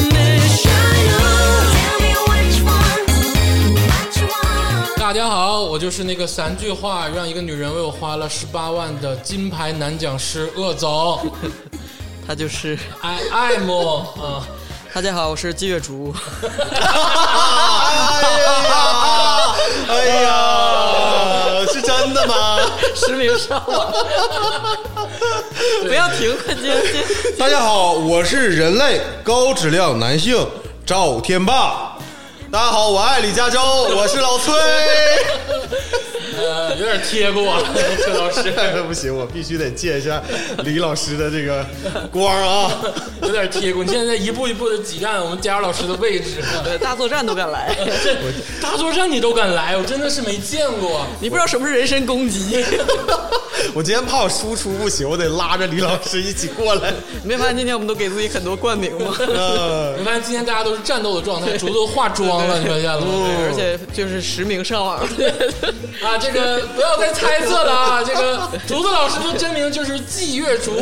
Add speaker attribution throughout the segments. Speaker 1: 就是那个三句话让一个女人为我花了十八万的金牌男讲师鄂总
Speaker 2: 他就是
Speaker 1: ，I am 啊，
Speaker 2: 大家好，我是季月竹。
Speaker 3: 哎呀，呃是真的吗？
Speaker 2: 实名上网，不要停，快接接。
Speaker 3: 大家好，我是人类高质量男性赵天霸。大家好，我爱李 嘉洲，我是老崔。
Speaker 1: 呃，有点贴过了，崔老 师
Speaker 3: 不行，我必须得借一下李老师的这个光啊！
Speaker 1: 有点贴过。你现在一步一步的挤占我们佳老师的位置，
Speaker 2: 呃大作战都敢 来，
Speaker 1: 大作战你都敢来，我真的是没见过。
Speaker 2: 你不知道什么是人身攻击。
Speaker 3: 我今天怕我输出不行，我得拉着李老师一起过来。
Speaker 2: 你没发现今天我们都给自己很多冠名吗？
Speaker 3: 呃，
Speaker 1: 你发现今天大家都是战斗的状 态，竹都化妆了，你发现了吗？
Speaker 2: 对而且就是实名上网，
Speaker 1: 啊，这个不要再猜测了啊！这个竹子老师的真名就是季月竹，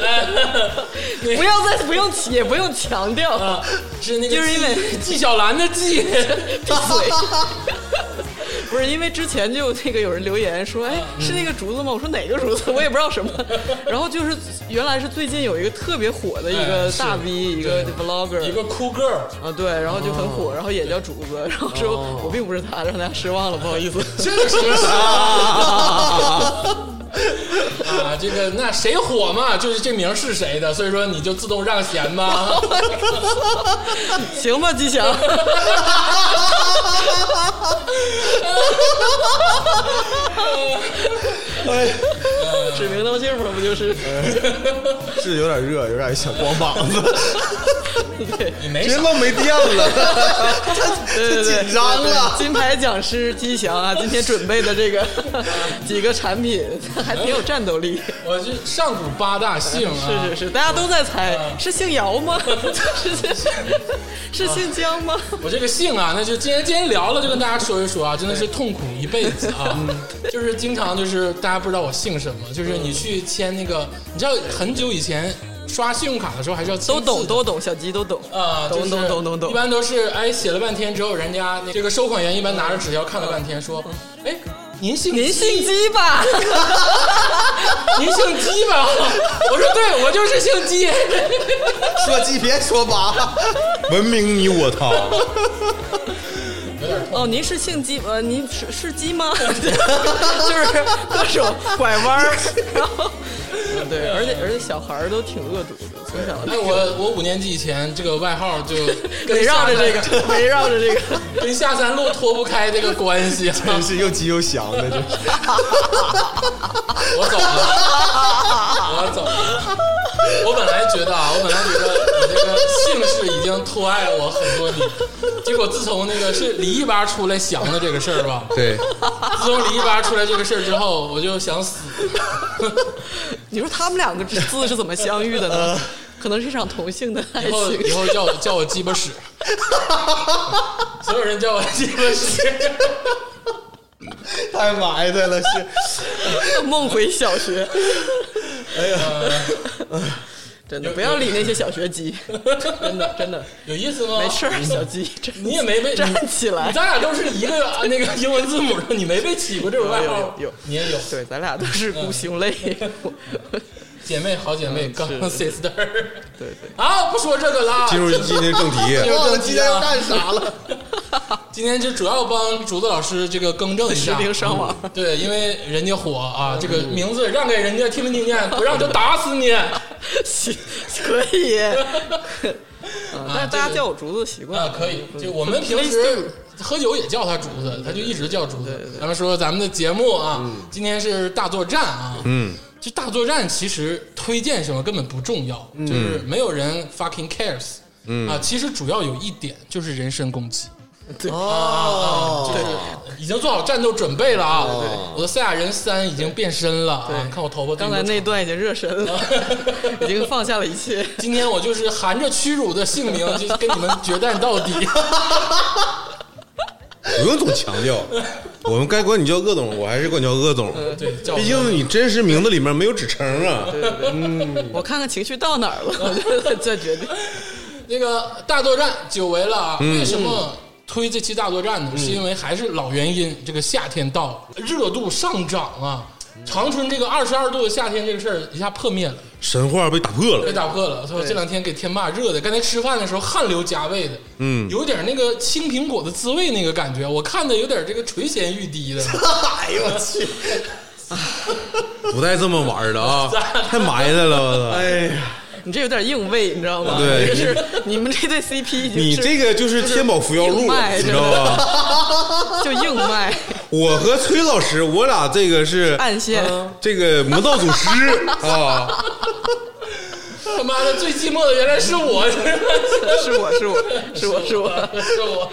Speaker 1: 哎，那
Speaker 2: 不要再不用起也不用强调，
Speaker 1: 啊是那个
Speaker 2: 就是因为
Speaker 1: 纪纪晓岚的纪，
Speaker 2: 闭嘴。 不是因为之前就那个有人留言说，哎，
Speaker 1: 嗯
Speaker 2: 是那个竹子吗？我说哪个竹子，我也不知道什么。然后就是原来是最近有一个特别火的一个
Speaker 1: 哎是
Speaker 2: 大 V，一个
Speaker 1: 对
Speaker 2: vlogger，
Speaker 1: 一个哦酷 girl，
Speaker 2: 啊，对，然后就很火，然后也叫竹子，然后说
Speaker 1: 哦
Speaker 2: 我并不是他，让大家失望了，不好意思。
Speaker 1: 这个什么事啊？ 啊，这个那谁火嘛，就是这名是谁的，所以说你就自动让贤 吧。
Speaker 2: 行吧，吉祥，
Speaker 3: 哎，
Speaker 2: 指名道姓嘛，不就是？
Speaker 3: 是有点热，有点想光膀子，
Speaker 2: 对
Speaker 1: 你没
Speaker 3: 直接
Speaker 1: 啥，
Speaker 3: 弄没电了，
Speaker 2: 对对对，
Speaker 3: 紧张了
Speaker 2: 对对金牌讲师吉祥啊，今天准备的这个几个产品还挺有战斗力。
Speaker 1: 我是上古八大姓啊。
Speaker 2: 是是是，大家都在猜是姓姚吗？是是是姓江吗？
Speaker 1: 我这个姓啊，那就今天今天聊了，就跟大家说一说啊，真的是痛苦一辈子啊，就是经常就是大家不知道我姓什么，就是你去签那个，你知道很久以前刷信用卡的时候还是要签
Speaker 2: 都
Speaker 1: 字
Speaker 2: 懂
Speaker 1: 的
Speaker 2: 都懂，小吉都懂
Speaker 1: 啊，就
Speaker 2: 懂
Speaker 1: 是
Speaker 2: 懂懂懂
Speaker 1: 一
Speaker 2: 懂。
Speaker 1: 般都是哎写了半天之后，人家那这个收款员一般拿着纸条看了半天，说，哎，您姓
Speaker 2: 嗯您
Speaker 1: 姬
Speaker 2: 姓姬吧？
Speaker 1: 您姓姬吧？我说对，我就是姓姬。
Speaker 3: 说鸡别说八，文明你我他。
Speaker 2: 哦，您是姓姬呃，您是是鸡吗？就是各种拐弯儿，然后嗯对，而且而且小孩儿都挺恶毒的，从小
Speaker 1: 哎，我我五年级以前这个外号就
Speaker 2: 围
Speaker 1: 跟
Speaker 2: 绕着这
Speaker 1: 下
Speaker 2: 个，围绕着这个，
Speaker 1: 三 跟下三路脱不开这个关 系啊。
Speaker 3: 真 是又急又想的，这是
Speaker 1: 我走了，我走了。我本来觉得啊，我本来觉得我这个姓氏已经拖爱我很多年，结果自从那个是李一吧出来降的这个事儿吧，
Speaker 3: 对，
Speaker 1: 自从李一吧出来这个事儿之后，我就想 死。
Speaker 2: 你说他们两个字是怎么相遇的呢？可能是一场同性的爱
Speaker 1: 呃以后
Speaker 2: 情。
Speaker 1: 以后叫我叫我鸡巴 屎，所有人叫我鸡巴屎。
Speaker 3: 太埋汰了，是。
Speaker 2: 梦回小学。 真的
Speaker 1: 哎有
Speaker 2: 不要理那些小学 鸡，真的真的
Speaker 1: 有意思吗？
Speaker 2: 没事儿，小鸡真
Speaker 1: 你也没被
Speaker 2: 站起来
Speaker 1: 你咱俩都是一个啊那个英文字母的，你没被起过这种外
Speaker 2: 有
Speaker 1: 号
Speaker 2: 有，有
Speaker 1: 你也有。
Speaker 2: 对，咱俩都是
Speaker 1: 嗯
Speaker 2: 孤兄 妹。
Speaker 1: 姐妹好姐妹，刚 sister。
Speaker 2: 嗯对对，
Speaker 1: 好，不说这个啦。
Speaker 3: 进入今天正题，
Speaker 1: 忘了今
Speaker 2: 啊
Speaker 1: 天
Speaker 3: 今天
Speaker 1: 要
Speaker 3: 要
Speaker 1: 干
Speaker 3: 干啥了？
Speaker 1: 今天就主要帮竹子老师这个更正一
Speaker 2: 实
Speaker 1: 下，
Speaker 2: 名上网。
Speaker 1: 对，因为人家火啊，这个名字让给人家听没听见？不让就打死 你！啊
Speaker 2: 行，可 以。嗯但是大家叫我竹子习惯
Speaker 1: 啊
Speaker 2: 了，，
Speaker 1: 可以。就我们平时喝酒也叫他竹子，他就一直叫竹子。咱们说咱们的节目啊，今天是大作战啊，嗯，这大作战其实推荐什么根本不重要，就是没有人 fucking cares。嗯啊，其实主要有一点就是人身攻击。
Speaker 3: 哦
Speaker 1: 就是已经做好战斗准备了啊！我的赛亚人三已经变身了啊！看我头发，
Speaker 2: 刚才那段已经热身了，
Speaker 1: 哦
Speaker 2: 已经放下了一切。
Speaker 1: 今天我就是含着屈辱的姓名，就跟你们决战到底。
Speaker 3: 不用总强调，我们该管你叫鄂总，我还是管你叫鄂总。
Speaker 1: 对，叫
Speaker 3: 毕竟你真实名字里面没有指称啊。
Speaker 1: 嗯
Speaker 2: 我看看情绪到哪儿了，我就再决定。
Speaker 1: 那个大作战久违了啊！为什么推这期大作战呢，是因为还是老原因，这个夏天到了，热度上涨啊。长春这个二十二度的夏天这个事儿一下破灭了，
Speaker 3: 神话被打破
Speaker 1: 被
Speaker 3: 了，
Speaker 1: 打破了。所以这两天给天霸热的，刚才吃饭的时候汗流浃背的，嗯，有点那个青苹果的滋味那个感觉，我看的有点这个垂涎欲滴的。
Speaker 3: 哎呦我去！不带这么玩的啊，太埋汰了，我操！
Speaker 2: 哎呀，你这有点硬胃，你知道吗？
Speaker 3: 对
Speaker 2: 就是你们这对 CP 已经
Speaker 3: 你
Speaker 2: 是
Speaker 3: 这个就是天宝扶摇
Speaker 2: 就是
Speaker 3: 路，
Speaker 2: 卖
Speaker 3: 你知道吧？
Speaker 2: 就硬卖
Speaker 3: 我和崔老师，我俩这个是
Speaker 2: 暗线，
Speaker 4: 嗯
Speaker 3: 这个魔道祖师啊，
Speaker 1: 他妈的，最寂寞的原来是我，
Speaker 2: 是我是我是我是我，
Speaker 1: 是我。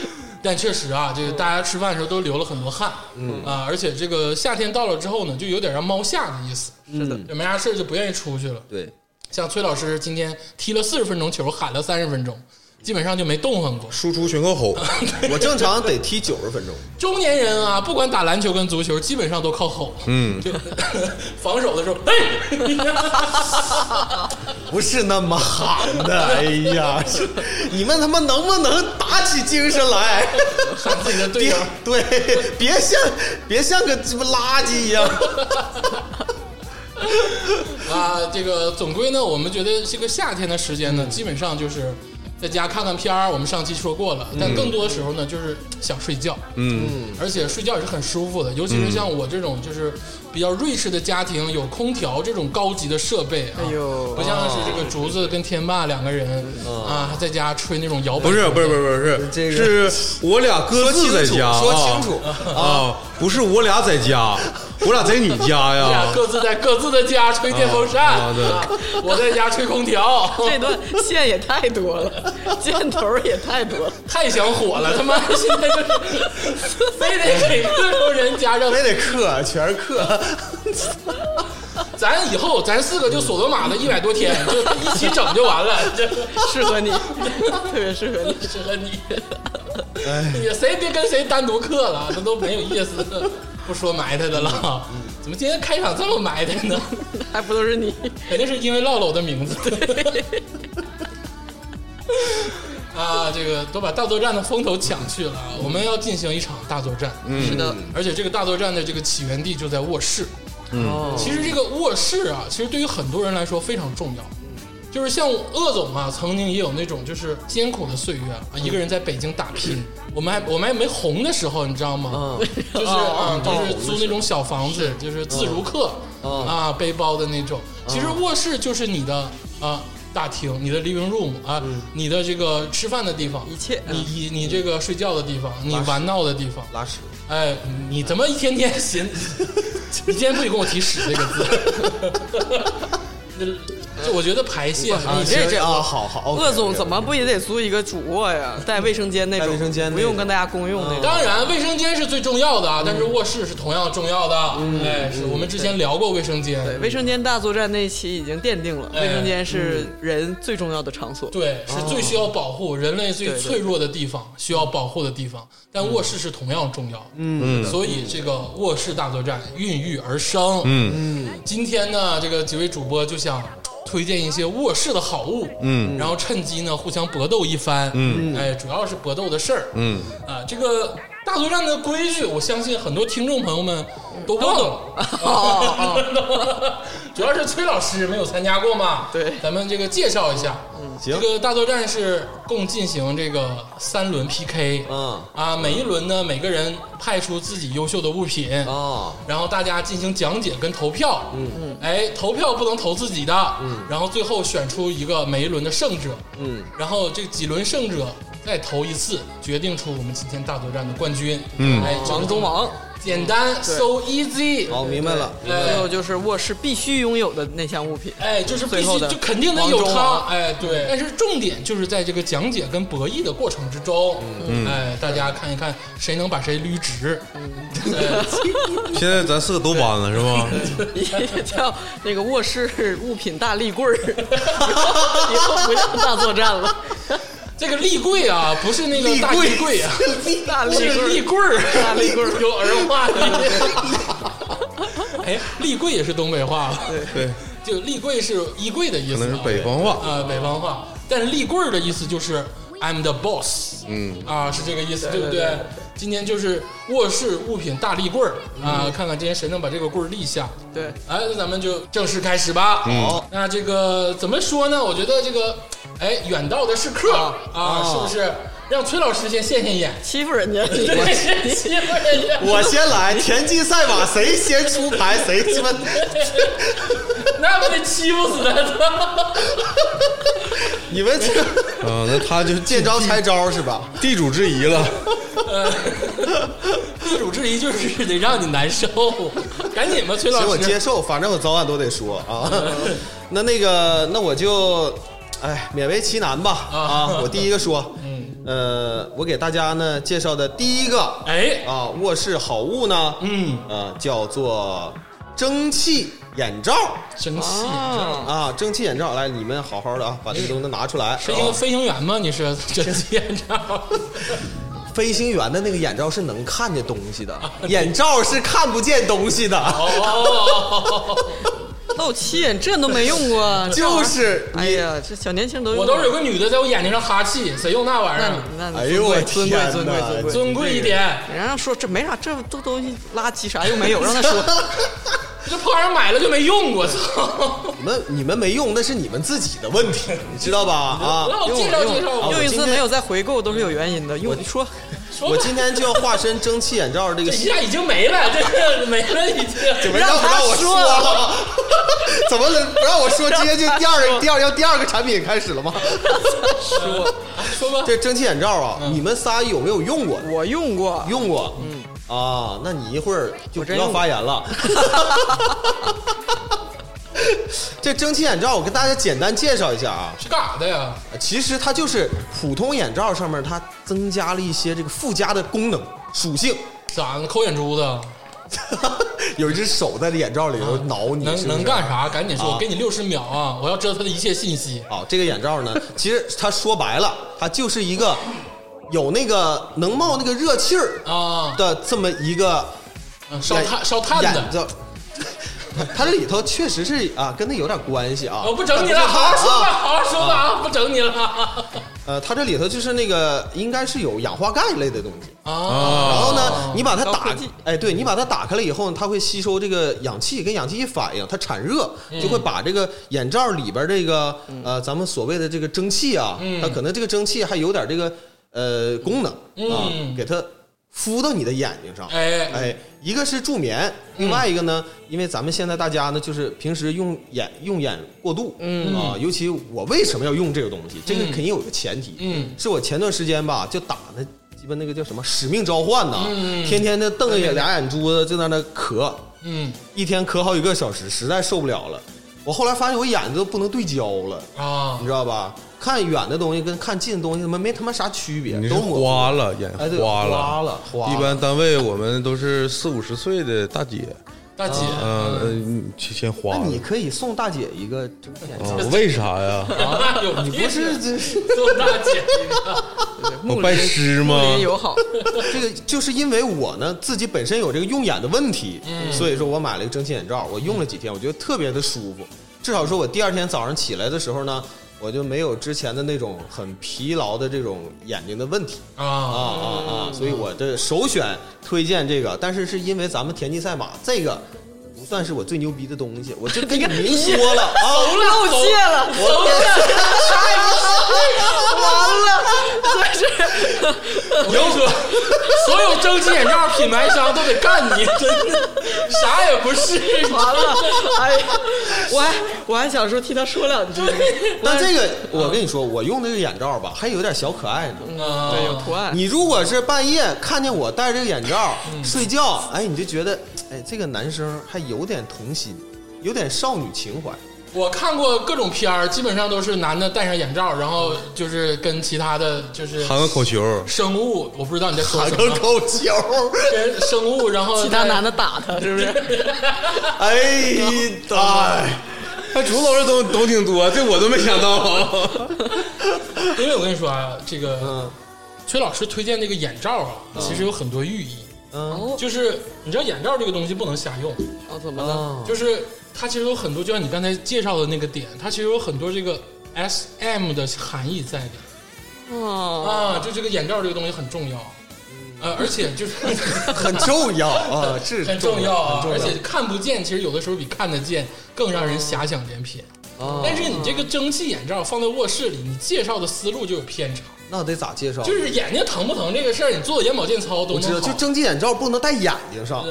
Speaker 1: 但确实啊，这个大家吃饭的时候都流了很多汗，嗯啊，而且这个夏天到了之后呢，就有点让猫下的意思，
Speaker 2: 是的，
Speaker 1: 就没啥事儿就不愿意出去了。
Speaker 4: 对，
Speaker 1: 像崔老师今天踢了四十分钟球，喊了三十分钟，基本上就没动弹过。
Speaker 3: 输出全靠吼，
Speaker 4: 我正常得踢九十分钟，
Speaker 1: 中年人啊，不管打篮球跟足球，基本上都靠吼。嗯，就 防守的时候，哎嘿，
Speaker 4: 不是那么喊 的。哎呀，是你们他妈能不能打起精神 来？
Speaker 1: 喊自己的队
Speaker 4: 别
Speaker 1: 友。
Speaker 4: 对，别像别像个鸡巴垃圾一样。
Speaker 1: 啊，这个总归呢，我们觉得这个夏天的时间呢，基本上就是在家看看片儿。我们上期说过了，
Speaker 3: 嗯
Speaker 1: 但更多的时候呢，就是想睡觉。嗯，而且睡觉也是很舒服的，尤其
Speaker 3: 嗯
Speaker 1: 是像我这种就是比较瑞士的家庭，有空调这种高级的设备啊，
Speaker 2: 哎呦
Speaker 1: 不像是这个竹子跟天霸两个人啊，在家吹那种摇摆。
Speaker 3: 嗯不是不是不是不
Speaker 4: 这
Speaker 3: 是，
Speaker 4: 个
Speaker 3: 是我俩各自在家，
Speaker 4: 说清楚
Speaker 3: 啊啊，不是我俩在家，我俩在你 家
Speaker 1: 你
Speaker 3: 呀
Speaker 1: 俩，各自在各自的家吹电风扇，
Speaker 3: 啊啊对
Speaker 1: 啊 我在家吹空 调，
Speaker 2: 这段线也太多了，箭头也太多了，
Speaker 1: 太想火了，他妈的现在就是非得给各种人加上
Speaker 4: 非得克，全是克。
Speaker 1: 咱以后咱四个就索多玛的一百多天，就一起整就完了，这
Speaker 2: 适合你，特别适合你。
Speaker 1: 适合你。
Speaker 3: 哎
Speaker 1: 也谁别跟谁单独课了，那都没有意思。不说埋汰的了，怎么今天开场这么埋汰呢？
Speaker 2: 还不都是你？
Speaker 1: 肯定是因为唠了我的名字。啊，这个都把大作战的风头抢去了，我们要进行一场大作战。嗯，
Speaker 2: 是的，
Speaker 1: 而且这个大作战的这个起源地就在卧室。
Speaker 2: 哦，
Speaker 1: 其实这个卧室啊，其实对于很多人来说非常重要。就是像鄂总啊，曾经也有那种就是艰苦的岁月啊，
Speaker 2: 嗯
Speaker 1: 一个人在北京打拼。我们还我们还没红的时候，你知道
Speaker 2: 嗯
Speaker 1: 吗？ 就是
Speaker 2: 哦
Speaker 1: 啊，就是租那种小房子，就是自如客
Speaker 2: 嗯
Speaker 1: 啊，背包的那种。其实卧室就是你的啊大厅，你的 living room 啊，你的这个吃饭的地方，
Speaker 2: 嗯一嗯切嗯
Speaker 1: 你你你这个睡觉的地方，你玩闹的地方，
Speaker 4: 拉屎，
Speaker 1: 哎，你怎么一天天闲？ 你今天不许跟我提“屎”这个字。 就我觉得排泄还
Speaker 4: 你
Speaker 1: 是
Speaker 4: 这这啊，好好。
Speaker 2: 鄂总怎么不也得租一个主卧呀？带卫生间那种，
Speaker 4: 带卫生间那种
Speaker 2: 不用跟大家公用那种。
Speaker 1: 当然，卫生间是最重要
Speaker 4: 嗯
Speaker 1: 的啊，但是卧室是同样重要的。哎，是我们之前聊过卫生间，
Speaker 2: 对，卫生间大作战那一期已经奠定了，
Speaker 1: 哎
Speaker 2: 卫生间是人最重要的场所。
Speaker 1: 对，是最需要保护人类最
Speaker 2: 对对
Speaker 1: 脆弱的地方，需要保护的地方。但卧室是同样重要，嗯，所以这个卧室大作战孕育而生，嗯嗯。今天呢，这个几位主播就想推荐一些卧室的好物，嗯，然后趁机呢互相搏斗一番，嗯，哎，主要是搏斗的事儿，嗯啊，这个大作战的规矩，我相信很多听众朋友们都忘了。 主要是崔老师没有参加过嘛，
Speaker 2: 对
Speaker 1: 咱们这个介绍一下。这个大作战是共进行这个三轮 PK，
Speaker 4: 嗯
Speaker 1: 啊，每一轮呢，每个人派出自己优秀的物品，
Speaker 4: 啊？
Speaker 1: 然后大家进行讲解跟投票，嗯嗯，哎，投票不能投自己的，嗯，然后最后选出一个每一轮的胜者，嗯，然后这几轮胜者再投一次，决定出我们今天大作战的冠军，嗯，哎，
Speaker 2: 王中，王，
Speaker 1: 简单，so easy，
Speaker 4: 好，明白了。
Speaker 2: 最后就是卧室必须拥有的那项 物品。
Speaker 1: 哎，就是必
Speaker 2: 最
Speaker 1: 须
Speaker 2: 后的
Speaker 1: 就肯定得有
Speaker 2: 王中嗯
Speaker 1: 他，
Speaker 2: 王
Speaker 1: 哎，对。但是重点就是在这个讲解跟博弈的过程之中，
Speaker 2: 嗯
Speaker 1: 哎，大家看一看谁能把谁捋直。
Speaker 3: 现在咱四个都搬了是吧？
Speaker 2: 叫那个卧室物品大立棍儿， 以后不叫大作战了，
Speaker 1: 这个立柜啊，不是那个大衣柜 啊，
Speaker 2: 大立
Speaker 1: 是
Speaker 2: 棍
Speaker 1: 立
Speaker 2: 儿，
Speaker 1: 棍儿，
Speaker 2: 大立棍儿
Speaker 1: 有儿化的。哎，立柜也是东北话吧，
Speaker 3: 对，
Speaker 1: 就立柜是衣柜的意
Speaker 3: 可
Speaker 1: 思啊，
Speaker 3: 能是北方话。
Speaker 1: 啊，北方话。但是立棍儿的意思就是 I'm the boss，嗯啊，是这个意思，对不对？今天就是卧室物品大立棍儿啊，看看今天谁能把这个棍儿立下。
Speaker 2: 对，
Speaker 1: 哎，那咱们就正式开始吧。
Speaker 3: 嗯
Speaker 1: 好，那这个怎么说呢？我觉得这个，哎，远道的是客啊是不是？让崔老师先现现眼，
Speaker 2: 欺负人家，
Speaker 1: 对，欺负人家。
Speaker 4: 我先来，田忌赛马，谁先出牌谁 鸡巴。
Speaker 1: 那不得欺负死他！
Speaker 4: 你们这个
Speaker 3: 啊，那他就
Speaker 4: 见招拆招是吧？
Speaker 3: 地主之谊了。
Speaker 1: 自主质疑就是得让你难受，赶紧吧，崔
Speaker 4: 行，
Speaker 1: 老
Speaker 4: 我接
Speaker 1: 师。
Speaker 4: 受，反正我早晚都得说啊。
Speaker 3: 嗯
Speaker 4: 那那个，那我就，哎，勉为其难吧
Speaker 1: 啊嗯
Speaker 4: 啊！我第一个说，呃，我给大家呢介绍的第一个
Speaker 1: 哎，
Speaker 4: 啊卧室好物呢，
Speaker 1: 嗯，
Speaker 4: 呃，叫做蒸汽眼罩
Speaker 1: 生气，
Speaker 2: 啊，
Speaker 4: 啊，蒸汽眼罩。来，你们好好的啊，把这个东西拿出来。
Speaker 1: 是一个飞行员吗？你是这眼罩？
Speaker 4: 飞行员的那个眼罩是能看见东西的，眼罩是看不见东西的，
Speaker 1: 哦，
Speaker 2: 漏气，你这都没用 过，
Speaker 4: 就是
Speaker 2: 这玩意儿，哎呀，这小年轻都用
Speaker 1: 我都是有个女的在我眼睛上哈气，谁用那玩意
Speaker 2: 那
Speaker 1: 儿？
Speaker 2: 那
Speaker 4: 哎呦我
Speaker 2: 尊贵
Speaker 4: 天
Speaker 2: 尊贵
Speaker 4: 哪
Speaker 2: 尊贵尊贵，
Speaker 1: 尊贵一点，
Speaker 2: 人家说这没啥，这都东西垃圾啥用没有，让他说
Speaker 1: 这破玩意儿买了就没用，我操！
Speaker 4: 你们你们没用，那是你们自己的问题，你知道吧？啊，
Speaker 1: 让我介绍介绍吧。
Speaker 4: 我
Speaker 2: 用一
Speaker 4: 今
Speaker 2: 次
Speaker 4: 天
Speaker 2: 没有再回购都是有原因的。用你说
Speaker 1: 说
Speaker 4: 我
Speaker 1: 吧
Speaker 4: 今天就要化身蒸汽眼罩这个
Speaker 1: 这 一下已经没了，这个没了已经。
Speaker 4: 怎么让不让我说
Speaker 2: 让
Speaker 4: 了？怎么了？不让我说，直接就第二个、第二要第二个产品开始了吗？
Speaker 1: 说说吧，
Speaker 4: 这蒸汽眼罩啊，你们仨有没有用过？
Speaker 2: 我用过，
Speaker 4: 用过，嗯啊，那你一会儿就
Speaker 2: 我
Speaker 4: 不
Speaker 2: 真
Speaker 4: 要
Speaker 2: 用
Speaker 4: 发言了。 这蒸汽眼罩，我跟大家简单介绍一下啊，
Speaker 1: 是干啥的呀？
Speaker 4: 其实它就是普通眼罩上面它增加了一些这个附加的功能属性。
Speaker 1: 咋的抠眼珠子？
Speaker 4: 有一只手在眼罩里头挠你，是
Speaker 1: 能
Speaker 4: 不是
Speaker 1: 能干？啥？赶紧说，
Speaker 4: 啊
Speaker 1: 给你六十秒啊！我要知道他的一切信息。
Speaker 4: 好，哦这个眼罩呢，其实它说白了，它就是一个有那个能冒那个热气儿
Speaker 1: 啊，
Speaker 4: 的这么一个
Speaker 1: 嗯烧炭
Speaker 4: 眼
Speaker 1: 烧炭
Speaker 4: 眼
Speaker 1: 的，
Speaker 4: 罩。它它这里头确实是啊，跟那有点关系啊。
Speaker 1: 我不整你了，
Speaker 4: 但不是
Speaker 1: 好好说吧，
Speaker 4: 它啊
Speaker 1: 好好说吧啊，不整你了啊
Speaker 4: 呃，它这里头就是那个应该是有氧化钙类的东西。然
Speaker 1: 啊
Speaker 4: 后呢，你把它
Speaker 2: 高
Speaker 4: 打
Speaker 2: 科技，
Speaker 4: 哎，对你把它打开了以后呢，它会吸收这个氧气，跟氧气一反应，它产热，
Speaker 1: 嗯
Speaker 4: 就会把这个眼罩里边这个
Speaker 2: 嗯
Speaker 4: 呃，咱们所谓的这个蒸汽啊，
Speaker 1: 嗯
Speaker 4: 它可能这个蒸汽还有点这个呃功能啊
Speaker 1: 嗯，
Speaker 4: 给它敷到你的眼睛上。
Speaker 1: 哎
Speaker 4: 哎，一个是助眠，
Speaker 1: 嗯
Speaker 4: 另外一个呢，因为咱们现在大家呢，就是平时用眼用眼过度，嗯啊，尤其我为什么要用这个东西，这个肯定有个前提，
Speaker 1: 嗯
Speaker 4: 是我前段时间吧，就打那鸡巴那个叫什么《使命召唤》呐，
Speaker 1: 嗯
Speaker 4: 天天的瞪着眼俩眼珠子就在那咳，
Speaker 1: 嗯
Speaker 4: 一天咳好几个小时，实在受不了了。我后来发现我眼睛都不能对焦了，
Speaker 1: 啊
Speaker 4: 你知道吧？看远的东西跟看近的东西他妈没他妈啥区别，
Speaker 3: 你是
Speaker 4: 都模糊
Speaker 3: 花了，眼
Speaker 4: 哎对
Speaker 3: 花了，
Speaker 4: 花了花了
Speaker 3: 一般单位我们都是四五十岁的大姐，
Speaker 1: 大姐，
Speaker 4: 啊
Speaker 3: 嗯、呃，你先花
Speaker 4: 那
Speaker 3: 了
Speaker 4: 你。可以送大姐一个这个眼罩
Speaker 3: 啊，为啥呀？
Speaker 1: 有
Speaker 4: 你
Speaker 1: 病
Speaker 4: 不是这是
Speaker 1: 哎做大姐，
Speaker 3: 我拜师吗？
Speaker 2: 睦邻友好，
Speaker 4: 这个就是因为我呢自己本身有这个用眼的问题，所以说我买了一个蒸汽眼罩，我用了几天，我觉得特别的舒服。至少说我第二天早上起来的时候呢，我就没有之前的那种很疲劳的这种眼睛的问题
Speaker 1: 啊
Speaker 4: 啊啊啊！所以我这首选推荐这个，但是是因为咱们田忌赛马这个不算是我最牛逼的东西，我就跟你明说了啊。
Speaker 2: 露怯了，
Speaker 1: 走了，
Speaker 2: 完了，就是
Speaker 1: 我跟你说，所有蒸汽眼罩品牌商都得干你，真的，啥也不是，
Speaker 2: 完了，哎呀，我还我还想说替他说两句，
Speaker 4: 但这个我跟你说，我用这个眼罩吧，还有点小可爱呢。
Speaker 1: 啊
Speaker 2: 对有图案，
Speaker 4: 你如果是半夜看见我戴这个眼罩、
Speaker 3: 嗯
Speaker 4: 睡觉，哎，你就觉得，哎，这个男生还有点童心，有点少女情 怀。
Speaker 1: 我看过各种片儿，基本上都是男的戴上眼罩，然后就是跟其他的就是
Speaker 3: 含个口球，
Speaker 1: 生物，我不知道你在说什
Speaker 4: 个
Speaker 1: 么，
Speaker 4: 口球，
Speaker 1: 跟生物，然后
Speaker 2: 其他
Speaker 1: 在
Speaker 2: 男的打他是不是？
Speaker 4: 哎哎，
Speaker 3: 那竹老师懂懂挺多，这我都没想到啊。
Speaker 1: 因为我跟你说啊，这个崔老师推荐这个眼罩啊，其实有很多寓意。
Speaker 4: 嗯，
Speaker 1: 就是你知道眼罩这个东西不能瞎用，
Speaker 2: 哦，怎么了？
Speaker 1: 就是它其实有很多，就像你刚才介绍的那个点，它其实有很多这个 S M 的含义在里。
Speaker 2: 哦，
Speaker 1: 啊，就这个眼罩这个东西很重要，呃，而且就是
Speaker 4: 很重要啊， 是
Speaker 1: 很重要啊，
Speaker 4: 很
Speaker 1: 而
Speaker 4: 重
Speaker 1: 且看不见其实有的时候比看得见更让人遐想连篇。
Speaker 4: 啊
Speaker 1: 但是你这个蒸汽眼罩放在卧室里，你介绍的思路就有偏差。
Speaker 4: 那得咋介绍？
Speaker 1: 就是眼睛疼不疼这个事儿，你做眼保健操都
Speaker 4: 我知道，
Speaker 1: 能
Speaker 4: 就
Speaker 1: 好。
Speaker 4: 蒸汽眼罩不能戴眼睛上，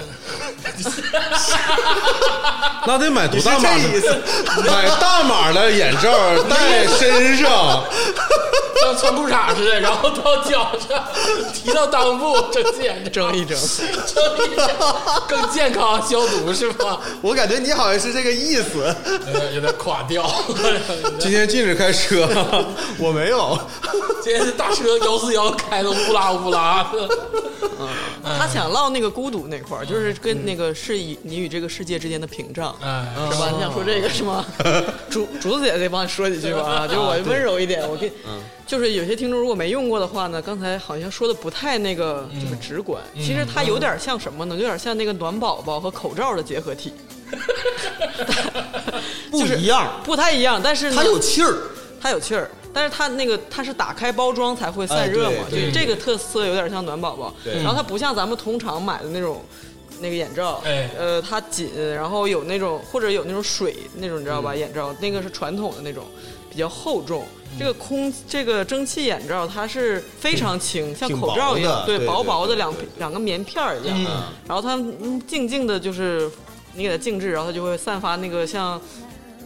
Speaker 3: 那得买多
Speaker 4: 是
Speaker 3: 大码
Speaker 4: 这意
Speaker 3: 的？
Speaker 4: 思？
Speaker 3: 买大码的眼罩 戴身上，
Speaker 1: 像穿裤衩似的，然后到脚上 提到裆部，蒸汽眼罩
Speaker 2: 蒸一蒸，
Speaker 1: 蒸一蒸更健康啊消毒是吧？
Speaker 4: 我感觉你好像是这个意思，
Speaker 1: 有点呃有点垮掉。
Speaker 3: 今天禁止开车。
Speaker 4: 我没 有。
Speaker 1: 今天这大车幺四幺开的乌拉乌拉的，
Speaker 2: 他想唠那个孤独那块儿，就是跟那个是以你与这个世界之间的屏障。
Speaker 1: 哎，
Speaker 2: 是吧？你想说这个是吗？竹竹子姐得帮你说几句吧，啊，就是我温柔一点，我跟，就是有些听众如果没用过的话呢，刚才好像说的不太那个，就是直观。其实它有点像什么呢？有点像那个暖宝宝和口罩的结合体，
Speaker 4: 不一样，
Speaker 2: 不太一样，但是呢
Speaker 4: 它有气儿，
Speaker 2: 它有气儿，但是它那个它是打开包装才会散热嘛
Speaker 4: 哎，
Speaker 2: 就
Speaker 4: 对
Speaker 2: 是这个特色有点像暖宝宝，
Speaker 4: 对
Speaker 2: 然后它不像咱们通常买的那种。那个眼罩，
Speaker 1: 哎
Speaker 2: 呃，它紧，然后有那种或者有那种水那种，你知道
Speaker 4: 嗯
Speaker 2: 吧？眼罩那个是传统的那种，比较厚重。这个空这个蒸汽眼罩它是非常轻，像
Speaker 4: 嗯挺
Speaker 2: 口罩一
Speaker 4: 薄
Speaker 2: 样，
Speaker 4: 的对
Speaker 2: 对，
Speaker 4: 对
Speaker 2: 薄薄的
Speaker 4: 对
Speaker 2: 两
Speaker 4: 对
Speaker 2: 两个棉片儿一样。
Speaker 1: 嗯
Speaker 2: 然后它嗯静静的，就是你给它静置，然后它就会散发那个像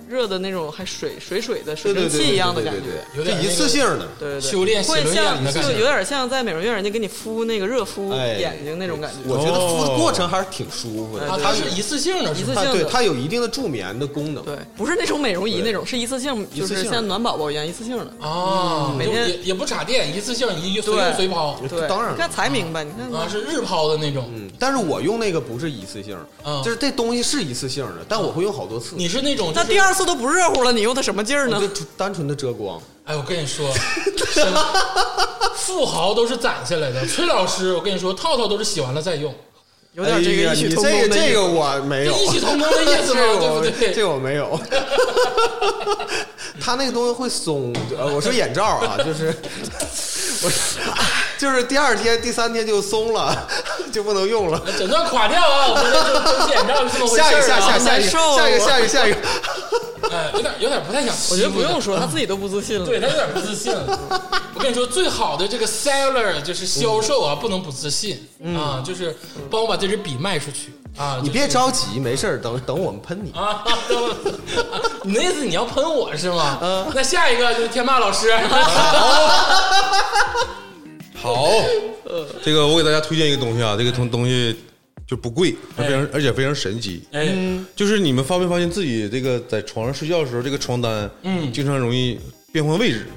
Speaker 2: 热的那种还水水水的水
Speaker 4: 对
Speaker 2: 蒸
Speaker 4: 对对，
Speaker 2: 气一样的
Speaker 4: 对
Speaker 2: 感
Speaker 4: 对对
Speaker 2: 觉。
Speaker 1: 有点
Speaker 4: 对这
Speaker 1: 那
Speaker 4: 一
Speaker 1: 个
Speaker 4: 次性的。
Speaker 2: 对对对，
Speaker 1: 修炼
Speaker 2: 会
Speaker 1: 写轮眼
Speaker 2: 像
Speaker 1: 的感
Speaker 2: 就
Speaker 1: 觉
Speaker 2: 有点像在美容院人家给你敷那个热敷
Speaker 4: 哎
Speaker 2: 眼睛那种感觉，
Speaker 4: 我觉得敷的过程还是挺舒服的，
Speaker 1: 啊，哦它是一次性的，
Speaker 2: 一
Speaker 1: 是
Speaker 2: 次
Speaker 1: 吧？
Speaker 4: 它对
Speaker 2: 性的。
Speaker 4: 它有一定的助眠的功能。
Speaker 2: 对，不是那种美容仪那种，是一次性，
Speaker 4: 一
Speaker 2: 就
Speaker 4: 次性
Speaker 2: 是像暖宝宝一样一次性的。
Speaker 4: 哦
Speaker 1: 啊，
Speaker 2: 每
Speaker 1: 就
Speaker 2: 天
Speaker 1: 也也不插电，一次性一随用
Speaker 2: 对
Speaker 1: 随抛
Speaker 2: 对，
Speaker 4: 当然了
Speaker 2: 你看才明白，你看
Speaker 1: 啊，是日抛的那种。
Speaker 4: 嗯，但是我用那个不是一次性儿，
Speaker 1: 嗯
Speaker 4: 就是这东西是一次性儿的，但我会用好多次。
Speaker 1: 你是那种就
Speaker 2: 那
Speaker 1: 是
Speaker 2: 第二次都不热乎了，你用它什么劲儿
Speaker 4: 我
Speaker 2: 呢
Speaker 4: 就？只单纯的遮光，
Speaker 1: 哎，我跟你 说，什么富豪都是攒下来的。崔老师，我跟你说，套套都是洗完了再用，
Speaker 2: 有点这
Speaker 4: 哎呀
Speaker 2: 个异曲同工
Speaker 4: 你这个
Speaker 2: 的意
Speaker 4: 这
Speaker 2: 思
Speaker 4: 个我
Speaker 1: 这
Speaker 4: 没有，
Speaker 1: 异曲同工的意思嘛，
Speaker 4: 哎 这个我
Speaker 1: 对不对？
Speaker 4: 这个我没有。 他那个东西会松，呃，我说眼 罩啊，就是我就是第二天、第三天就松了， 就不能用了。
Speaker 1: 整段垮掉啊！我们这就就显照是这么回事
Speaker 4: 下一
Speaker 1: 儿
Speaker 4: 个，
Speaker 1: 啊。
Speaker 4: 下下下一个，
Speaker 2: 难受
Speaker 4: 下一个，下一个，下一个。
Speaker 1: 哎，有点有点不太想，
Speaker 2: 我觉得不 用，说，他自己都不自信了。
Speaker 1: 对他有点不自信了。我跟你说，最好的这个 seller 就是销售啊，不能不自信啊，就是帮我把这支笔卖出去啊。
Speaker 4: 嗯你别着急，没事儿，等等我们喷你。
Speaker 1: 啊， 你那意思你要喷我是吗？嗯，那下一个就是天霸老师，
Speaker 3: 好，
Speaker 4: 呃
Speaker 3: 这个我给大家推荐一个东西啊，这个东东西就不贵，非
Speaker 4: 哎
Speaker 3: 常而且非常神奇。
Speaker 1: 哎，
Speaker 3: 就是你们发没发现自己这个在床上睡觉的时候，这个床单嗯，经常容易变换位置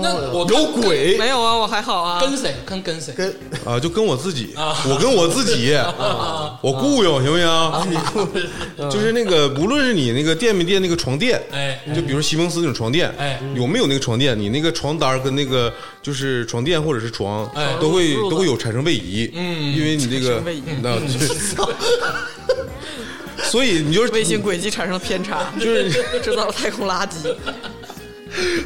Speaker 1: 那我
Speaker 4: 有鬼！
Speaker 2: 没有啊，我还好啊。
Speaker 1: 跟谁？跟跟谁？
Speaker 4: 跟
Speaker 3: 啊，就跟我自己，我跟我自己，
Speaker 1: 啊
Speaker 3: 我雇佣行不行？ 就是那个，无论是你那个垫没垫那个床垫，
Speaker 1: 哎
Speaker 3: 就比如西蒙斯那种床垫，
Speaker 1: 哎
Speaker 3: 有没有那个床垫？你那个床单跟那个就是床垫或者是床
Speaker 1: 哎，
Speaker 3: 都会
Speaker 2: 褥子
Speaker 3: 都会有产生位移，
Speaker 1: 嗯
Speaker 3: 因为你这个
Speaker 2: 产生位移
Speaker 3: 那， 所以你就是
Speaker 2: 卫星轨迹产生了偏 差，
Speaker 3: 就是
Speaker 2: 制造了太空垃圾。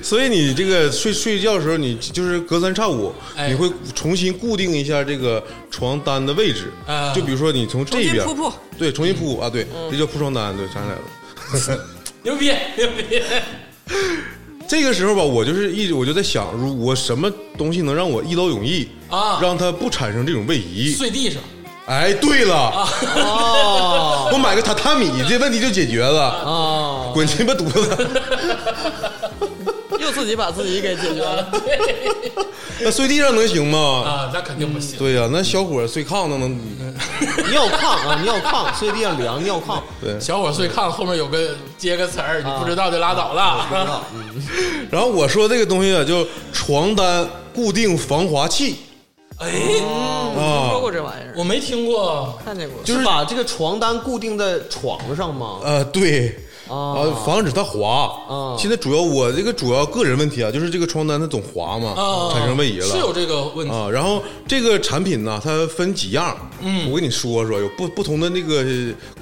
Speaker 3: 所以你这个睡睡觉的时候，你就是隔三差五，
Speaker 1: 哎
Speaker 3: 你会重新固定一下这个床单的位置
Speaker 1: 啊。嗯
Speaker 3: 就比如说你从这
Speaker 2: 重新
Speaker 3: 边
Speaker 2: 铺铺，
Speaker 3: 对，重新铺啊，对，这叫铺床单，对，想起来了。
Speaker 1: 牛逼牛逼！
Speaker 3: 这个时候吧，我就是一直我就在想，如我什么东西能让我一劳永逸
Speaker 1: 啊
Speaker 3: 让它不产生这种位移？
Speaker 1: 睡地上，
Speaker 3: 哎，对了，
Speaker 1: 啊
Speaker 4: 哦
Speaker 3: 我买个榻榻米，这问题就解决了。
Speaker 4: 哦，
Speaker 3: 滚鸡巴犊子！
Speaker 2: 又自己把自己给解决了。
Speaker 3: 那睡地上能行吗？
Speaker 1: 啊，那肯定不行。
Speaker 3: 对呀、那小伙睡炕那能
Speaker 4: 尿炕啊，尿炕，睡地上凉，尿 炕。
Speaker 3: 对。
Speaker 1: 小伙睡炕后面有个接个词儿，你不知道就拉倒了。
Speaker 4: 啊
Speaker 3: 然后我说这个东西啊，叫床单固定防滑器
Speaker 1: 哎，
Speaker 3: 啊
Speaker 2: 说，过这玩意儿，
Speaker 1: 我没听过，
Speaker 2: 看见过。
Speaker 4: 哦就是把这个床单固定在床上吗？
Speaker 3: 呃，对。
Speaker 4: 啊
Speaker 3: 呃防止它滑。
Speaker 4: 啊
Speaker 3: 现在主要我这个主要个人问题啊，就是这个床单它总滑嘛，
Speaker 1: 啊，
Speaker 3: 产生位移了。
Speaker 1: 是有这个问题。
Speaker 3: 啊，然后这个产品呢，它分几样，嗯，我跟你说说，有不不同的那个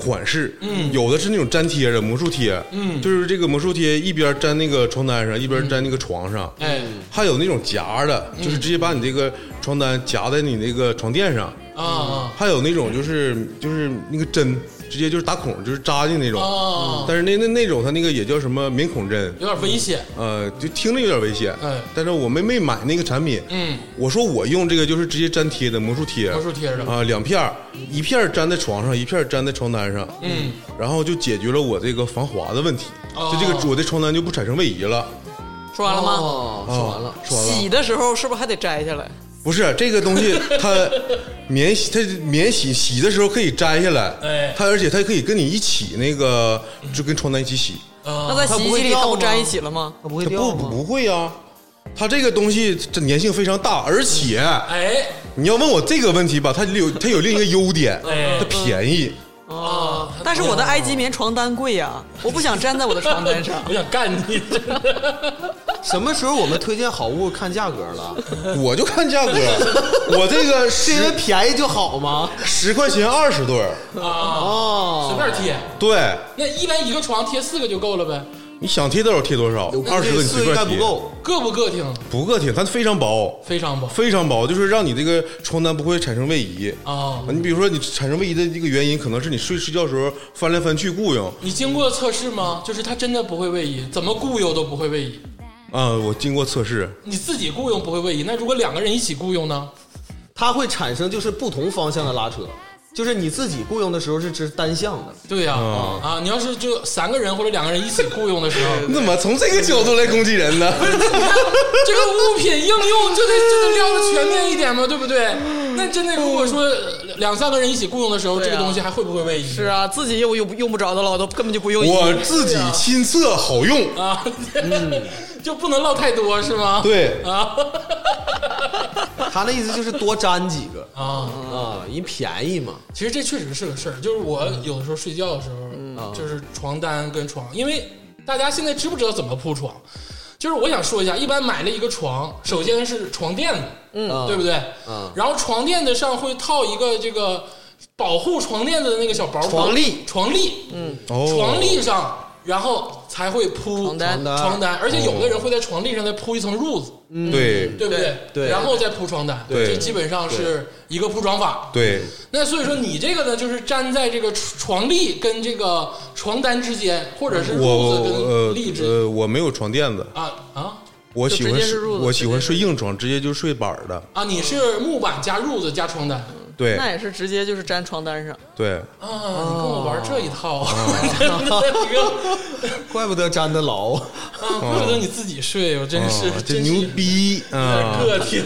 Speaker 3: 款式，嗯，有的是那种粘贴的魔术贴，嗯，就是这个魔术贴一边粘那个床单上，一边粘那个床上，
Speaker 1: 哎，
Speaker 3: 还有那种夹的，就是直接把你这个床单夹在你那个床垫上，
Speaker 1: 啊
Speaker 3: 还有那种就是就是那个针，直接就是打孔，就是扎进那种。
Speaker 1: 啊，
Speaker 3: 但是那那那种它那个也叫什么免孔针，
Speaker 1: 有点危险，
Speaker 3: 呃，就听着有点危险。
Speaker 1: 哎
Speaker 3: 但是我们没买那个产品。
Speaker 1: 嗯，
Speaker 3: 我说我用这个就是直接粘贴的魔术贴，
Speaker 1: 魔术贴的
Speaker 3: 啊、两片儿，一片儿粘在床上，一片儿粘在床单上。
Speaker 1: 嗯，
Speaker 3: 然后就解决了我这个防滑的问题，
Speaker 1: 哦
Speaker 3: 就这个我的床单就不产生位移了。
Speaker 2: 说完了吗？
Speaker 4: 哦，
Speaker 3: 说完了，说完了。
Speaker 2: 洗的时候是不是还得摘下来？
Speaker 3: 不是这个 东西，它免洗，它免洗洗的时候可以摘下来，
Speaker 1: 哎
Speaker 3: 它而且它可以跟你一起那个，就跟床单一起洗，
Speaker 2: 那
Speaker 1: 啊，
Speaker 2: 在洗衣机里它不粘一起了吗？
Speaker 4: 它不会
Speaker 3: 它
Speaker 4: 掉
Speaker 3: 不
Speaker 4: 吗？
Speaker 3: 不会啊，它这个东西这粘性非常大，而且
Speaker 1: 哎
Speaker 3: 你要问我这个问题吧，它有它有另一个优点，
Speaker 1: 哎
Speaker 3: 它便宜，
Speaker 1: 啊，。
Speaker 2: 但是我的埃及棉床单贵呀、 我不想粘在我的床单上
Speaker 1: 我想干你， 真的
Speaker 4: 什么时候我们推荐好物看价格了？
Speaker 1: 哎
Speaker 3: 我就 看价格，我这个
Speaker 4: 是因为
Speaker 3: 十
Speaker 4: 便宜就好吗？
Speaker 3: 十块钱二十对儿，
Speaker 1: 啊，随
Speaker 4: 哦，
Speaker 1: 便贴，
Speaker 3: 对，
Speaker 1: 那一般一个床贴四个就够了呗，
Speaker 3: 你想贴多少贴多少，二十个你随
Speaker 4: 四
Speaker 3: 便
Speaker 4: 应该
Speaker 3: 贴，
Speaker 4: 不，够。
Speaker 1: 硌不硌挺？
Speaker 3: 不够贴，它非常薄，
Speaker 1: 非常薄
Speaker 3: 非常薄，就是让你这个床单不会产生位移。
Speaker 1: 啊！
Speaker 3: 你比如说，你产生位移的一个原因，可能是你睡睡觉的时候翻来翻去雇佣
Speaker 1: 你经过测试吗？就是它真的不会位移，怎么雇佣都不会位移。
Speaker 3: 啊。我经过测试，
Speaker 1: 你自己雇佣不会位移，那如果两个人一起雇佣呢？
Speaker 4: 它会产生就是不同方向的拉扯，就是你自己雇佣的时候是只单向的。
Speaker 1: 对呀、啊，你要是就三个人或者两个人一起雇佣的时候，
Speaker 3: 你怎么从这个角度来攻击人呢？
Speaker 1: 这个物品应用就得就得聊的全面一点嘛，对不对？那真的，如果说呃两三个人一起雇佣的时候，
Speaker 2: 对啊
Speaker 1: 这个东西还会不会位移？
Speaker 2: 是啊，自己又用用不着的了，我都根本就不用。
Speaker 3: 我自己亲测好用，
Speaker 1: 啊， 就不能唠太多是吗？
Speaker 3: 对，
Speaker 1: 啊
Speaker 4: 他那意思就是多粘几个
Speaker 1: 啊，
Speaker 4: 啊，因为便宜嘛。
Speaker 1: 其实这确实是个事儿，就是我有的时候睡觉的时候，就是床单跟床，因为大家现在知不知道怎么铺床？就是我想说一下，一般买了一个床，首先是床垫子，
Speaker 4: 嗯
Speaker 1: 对不对？
Speaker 4: 嗯
Speaker 1: 然后床垫子上会套一个这个保护床垫子的那个小薄布
Speaker 4: 床笠
Speaker 1: 床笠，嗯，
Speaker 3: 哦
Speaker 1: 床笠上，然后才会铺
Speaker 2: 床单
Speaker 1: 床单，而且有的人会在床笠上再铺一层褥子，
Speaker 3: 嗯对
Speaker 1: 对不对？
Speaker 4: 对
Speaker 1: 然后再铺床单，
Speaker 3: 对
Speaker 1: 这基本上是一个铺床法。
Speaker 3: 对，
Speaker 1: 那所以说你这个呢，就是粘在这个床笠跟这个床单之间，或者嗯是
Speaker 3: 我
Speaker 1: 褥子
Speaker 3: 我
Speaker 1: 跟笠之
Speaker 3: 呃
Speaker 1: 间
Speaker 3: 呃我没有床垫子，
Speaker 1: 啊啊
Speaker 3: 我
Speaker 2: 就
Speaker 3: 喜
Speaker 2: 直
Speaker 3: 欢
Speaker 2: 接
Speaker 3: 睡
Speaker 2: 是褥子
Speaker 3: 我喜欢
Speaker 2: 直接是
Speaker 3: 睡硬床，直接就睡板儿的，
Speaker 1: 啊！你是木板加褥子加床单
Speaker 3: 对
Speaker 2: 那也是直接就是粘床单上。
Speaker 3: 对，
Speaker 1: 啊！你跟我玩这一
Speaker 3: 哦
Speaker 1: 套， 真的，你跟
Speaker 4: 怪不得粘的牢。
Speaker 1: 啊，怪不得你自己睡，我真是
Speaker 3: 啊哦这
Speaker 1: 真是
Speaker 3: 牛逼啊！
Speaker 1: 个体。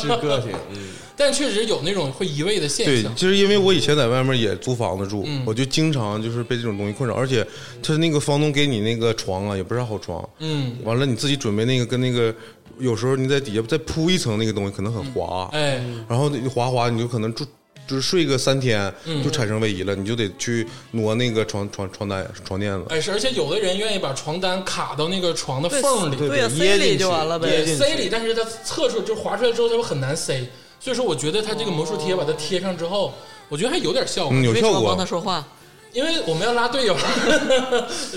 Speaker 4: 是个体，嗯，
Speaker 1: 但确实有那种会移位的现
Speaker 3: 对，
Speaker 1: 象。
Speaker 3: 就是因为我以前在外面也租房子住，
Speaker 1: 嗯
Speaker 3: 我就经常就是被这种东西困扰，而且他那个房东给你那个床啊，也不是好床，
Speaker 1: 嗯，
Speaker 3: 完了你自己准备那个跟那个，有时候你在底下再铺一层那个东西，可能很滑，
Speaker 1: 哎，
Speaker 3: 然后你滑滑你就可能住。就是睡个三天
Speaker 1: 嗯
Speaker 3: 就产生位移了，你就得去挪那个床床床单床垫子。
Speaker 1: 哎是，而且有的人愿意把床单卡到那个床的缝里，
Speaker 2: 对
Speaker 4: 掖
Speaker 2: 呀、塞
Speaker 4: 进去
Speaker 2: 里就完了
Speaker 4: 掖
Speaker 2: 呗。
Speaker 4: 进去
Speaker 1: 塞里，但是它测出来之后滑出来之后，它又很难塞。所以说，我觉得它这个魔术贴把它贴上之后，我觉得还有点效果
Speaker 3: 嗯，，有
Speaker 2: 为什
Speaker 3: 效
Speaker 2: 么帮他
Speaker 3: 果。
Speaker 2: 说话？
Speaker 1: 因为我们要拉队友，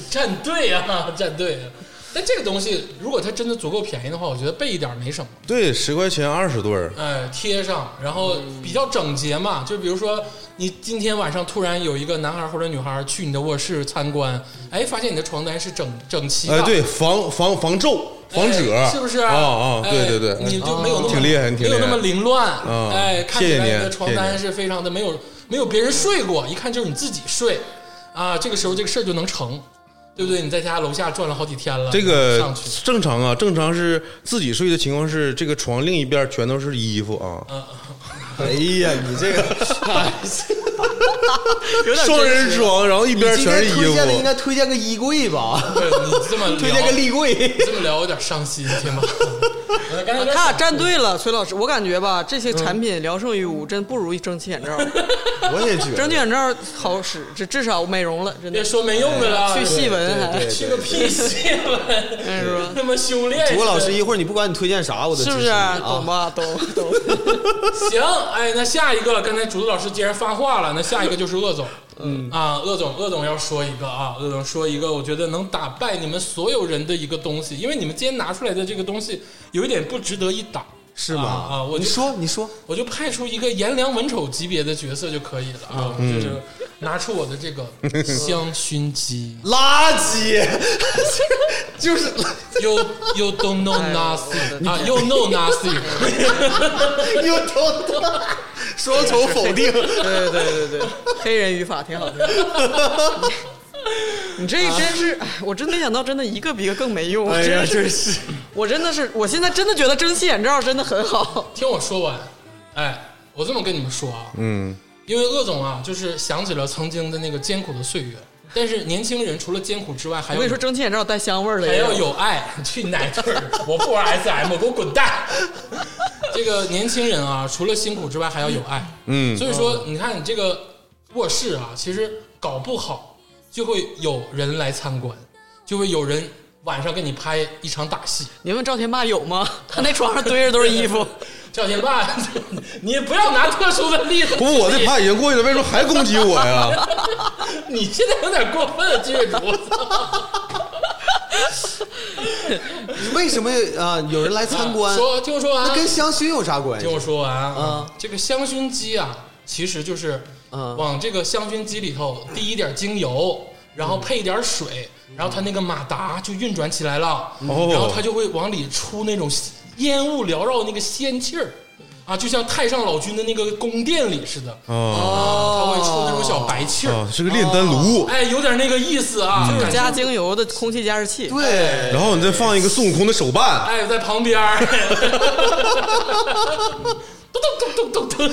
Speaker 1: 站队啊，站队啊。但这个东西，如果它真的足够便宜的话，我觉得备一点没什么。
Speaker 3: 对，十块钱二十对儿，
Speaker 1: 哎，贴上，然后比较整洁嘛。就比如说，你今天晚上突然有一个男孩或者女孩去你的卧室参观，哎，发现你的床单是整整齐的，
Speaker 3: 哎，对，防防防皱、防褶，
Speaker 1: 啊哎是不是？
Speaker 3: 啊啊，
Speaker 1: 哎
Speaker 3: 对对对，
Speaker 1: 你就没有那么
Speaker 3: 挺厉害你挺
Speaker 1: 没有
Speaker 3: 厉害
Speaker 1: 那么凌乱
Speaker 3: 嗯，
Speaker 1: 哎，看起
Speaker 3: 谢
Speaker 1: 来
Speaker 3: 谢
Speaker 1: 你
Speaker 3: 你
Speaker 1: 的床
Speaker 3: 谢谢
Speaker 1: 单
Speaker 3: 你
Speaker 1: 是非常的没有没有别人睡过，一看就是你自己睡啊。这个时候这个事儿就能成，对不对？你在家楼下转了好几天了，
Speaker 3: 这个
Speaker 1: 上去，
Speaker 3: 正常啊，正常是自己睡的情况是，这个床另一边全都是衣服啊，
Speaker 4: 哎呀，你这 个哎
Speaker 2: 有点
Speaker 3: 双人床，然后一边
Speaker 4: 今
Speaker 3: 全
Speaker 4: 天
Speaker 3: 是衣
Speaker 4: 推荐的应
Speaker 3: 服。
Speaker 4: 该推荐个衣柜吧，
Speaker 1: 不是你这么
Speaker 4: 推荐个
Speaker 1: 聊，
Speaker 4: 立柜。
Speaker 1: 这么聊有点伤心， 天吧？我刚才有点
Speaker 2: 他俩站队了，崔老师，我感觉吧，这些产品聊胜于无，真不如蒸汽眼罩。
Speaker 4: 我也觉
Speaker 2: 蒸汽眼罩好使，这至少美容了，真的
Speaker 1: 别。说没用的了，
Speaker 2: 哎去细纹还
Speaker 4: 对对
Speaker 1: 去个屁 细纹，
Speaker 2: 哎是吧？
Speaker 1: 那么修炼似的。
Speaker 4: 左老师，一会儿你不管你推荐啥，我都
Speaker 2: 是
Speaker 4: 支
Speaker 2: 不是
Speaker 4: 持你
Speaker 2: 啊？
Speaker 4: 啊
Speaker 2: 懂吧？懂懂。
Speaker 1: 行，哎，那下一个，刚才竹子老师既然发话了，那下一个就是鄂总，嗯啊，鄂总，鄂总要说一个啊，鄂总说一个，我觉得能打败你们所有人的一个东西，因为你们今天拿出来的这个东西有一点不值得一打。
Speaker 4: 是吗？
Speaker 1: 啊啊我
Speaker 4: 你
Speaker 1: 就
Speaker 4: 说，你说，
Speaker 1: 我就派出一个颜良文丑级别的角色就可以了啊，就是拿出我的这个香薰机
Speaker 4: 垃圾， 就是
Speaker 1: ，you you don't know
Speaker 2: 哎
Speaker 1: nothing
Speaker 2: 呦我
Speaker 1: 啊，you know nothing，
Speaker 4: 又头双重否定。
Speaker 2: 对对对对对，黑人语法挺好 听的。你这真是，
Speaker 1: 啊
Speaker 2: 哎我真没想到，真的一个比一个更没用。
Speaker 4: 哎
Speaker 2: 真
Speaker 4: 呀，
Speaker 2: 的是
Speaker 4: 真是
Speaker 2: 我真的是，我现在真的觉得蒸汽眼罩真的很好。
Speaker 1: 听我说完，哎，我这么跟你们说啊，
Speaker 3: 嗯，
Speaker 1: 因为鄂总啊，就是想起了曾经的那个艰苦的岁月，但是年轻人除了艰苦之外，还
Speaker 2: 我
Speaker 1: 要
Speaker 2: 跟你说，蒸汽眼罩带香味儿了，
Speaker 1: 还要有爱，去你奶气儿！我不玩 SM，给我滚蛋！这个年轻人啊，除了辛苦之外，还要有爱。
Speaker 3: 嗯
Speaker 1: 所以说，你看你这个卧室啊，其实搞不好就会有人来参观，就会有人晚上跟你拍一场打戏。
Speaker 2: 你问赵天霸 有吗？他那床上堆着都是衣服。
Speaker 1: 赵天霸，你不要拿特殊的例子。
Speaker 3: 不，我这趴已经过去了，为什么还攻击我呀？
Speaker 1: 你现在有点过分了，金月竹。
Speaker 4: 为什么啊？有人来 参观，
Speaker 1: 说听我说完啊，
Speaker 4: 那跟香薰有啥关
Speaker 1: 听
Speaker 4: 系
Speaker 1: 我？说完
Speaker 4: 啊，
Speaker 1: 这个香薰机啊，其实就是
Speaker 4: 啊
Speaker 1: 往这个香薰机里头滴一点精油，然后配一点水，
Speaker 4: 嗯
Speaker 1: 然后它那个马达就运转起来了，
Speaker 3: 哦
Speaker 1: 然后它就会往里出那种烟雾缭绕那个仙气儿。啊，就像太上老君的那个宫殿里似的，
Speaker 3: 哦
Speaker 1: 它会出那种小白气儿，
Speaker 3: 哦，是个炼丹炉，
Speaker 1: 哎，有点那个意思啊，感觉
Speaker 2: 加精油的空气加湿器，
Speaker 4: 对，
Speaker 3: 然后你再放一个孙悟空的手办，
Speaker 1: 哎，在旁边儿， 咚咚咚咚咚咚。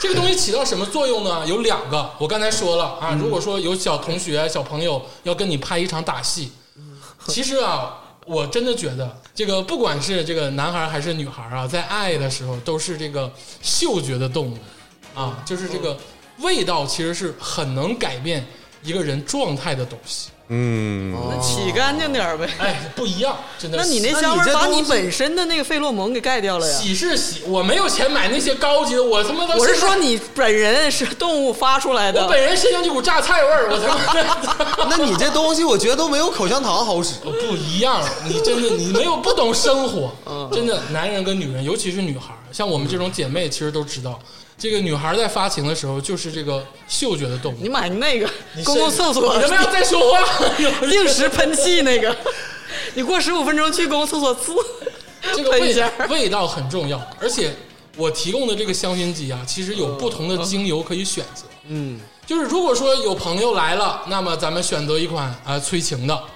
Speaker 1: 这个东西起到什么作用呢？有两个，我刚才说了啊，
Speaker 2: 嗯
Speaker 1: 如果说有小同学、小朋友要跟你拍一场打戏，
Speaker 2: 嗯
Speaker 1: 其实啊，我真的觉得这个不管是这个男孩还是女孩啊，在爱的时候都是这个嗅觉的动物啊，就是这个味道其实是很能改变一个人状态的东西。
Speaker 3: 嗯，
Speaker 2: 那洗干净点儿呗。
Speaker 1: 哎，不一样，真的
Speaker 2: 那
Speaker 1: 是。
Speaker 2: 你那
Speaker 4: 那
Speaker 2: 香
Speaker 4: 你
Speaker 2: 味儿
Speaker 4: 这
Speaker 2: 把
Speaker 4: 东
Speaker 2: 你
Speaker 4: 西
Speaker 2: 本身的那个费洛蒙给盖掉了呀。
Speaker 1: 洗是洗，我没有钱买那些高级的，我他妈的
Speaker 2: 啊我是说，你本人是动物发出来
Speaker 1: 我
Speaker 2: 的，
Speaker 1: 本人身上就股榨菜味儿，我他妈 的
Speaker 4: 那你这东西，我觉得都没有口香糖好使。
Speaker 1: 不一样，你真的你没有不懂生活，
Speaker 2: 嗯
Speaker 1: 真的男人跟女人，尤其是女孩儿，像我们这种姐妹，其实都知道，这个女孩儿在发情的时候就是这个嗅觉的动
Speaker 2: 你
Speaker 1: 物。
Speaker 2: 买那个公共厕所
Speaker 1: 你他妈要再说话，
Speaker 2: 定时喷气那个，你过十五分钟去公共厕所呲
Speaker 1: 这个
Speaker 2: 喷一
Speaker 1: 味
Speaker 2: 下。
Speaker 1: 味道很重要，而且我提供的这个香薰机啊，其实有不同的
Speaker 2: 嗯
Speaker 1: 精油可以选择。嗯，就是如果说有朋友来了，那么咱们选择一款啊、催情的。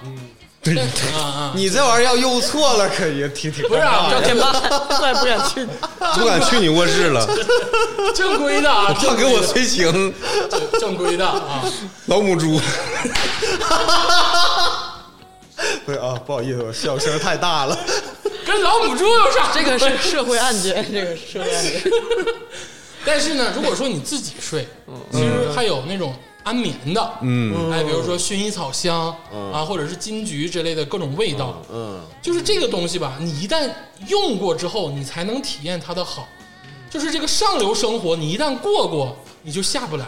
Speaker 1: 嗯，啊啊，
Speaker 4: 你这玩意儿要用错了，可也挺挺
Speaker 1: 不是啊，
Speaker 2: 赵
Speaker 1: 这
Speaker 2: 天霸再不敢去，
Speaker 3: 不敢去你卧室了，
Speaker 1: 正规的 啊，
Speaker 3: 怕
Speaker 1: 正
Speaker 3: 给
Speaker 1: 规
Speaker 3: 我
Speaker 1: 的
Speaker 3: 催情，
Speaker 1: 正规的啊。
Speaker 3: 老母猪，
Speaker 4: 不是啊，不好意思，我笑声太大了。
Speaker 1: 跟老母猪有啥？
Speaker 2: 这个 是社会案件，这个是社会案 件。
Speaker 1: 但是呢，如果说你自己睡，
Speaker 2: 嗯
Speaker 1: 其实还有那种安眠的，嗯，哎，比如说薰衣草香啊，或者是金桔之类的各种味道，嗯，就是这个东西吧，你一旦用过之后，你才能体验它的好。就是这个上流生活，你一旦过过，你就下不来。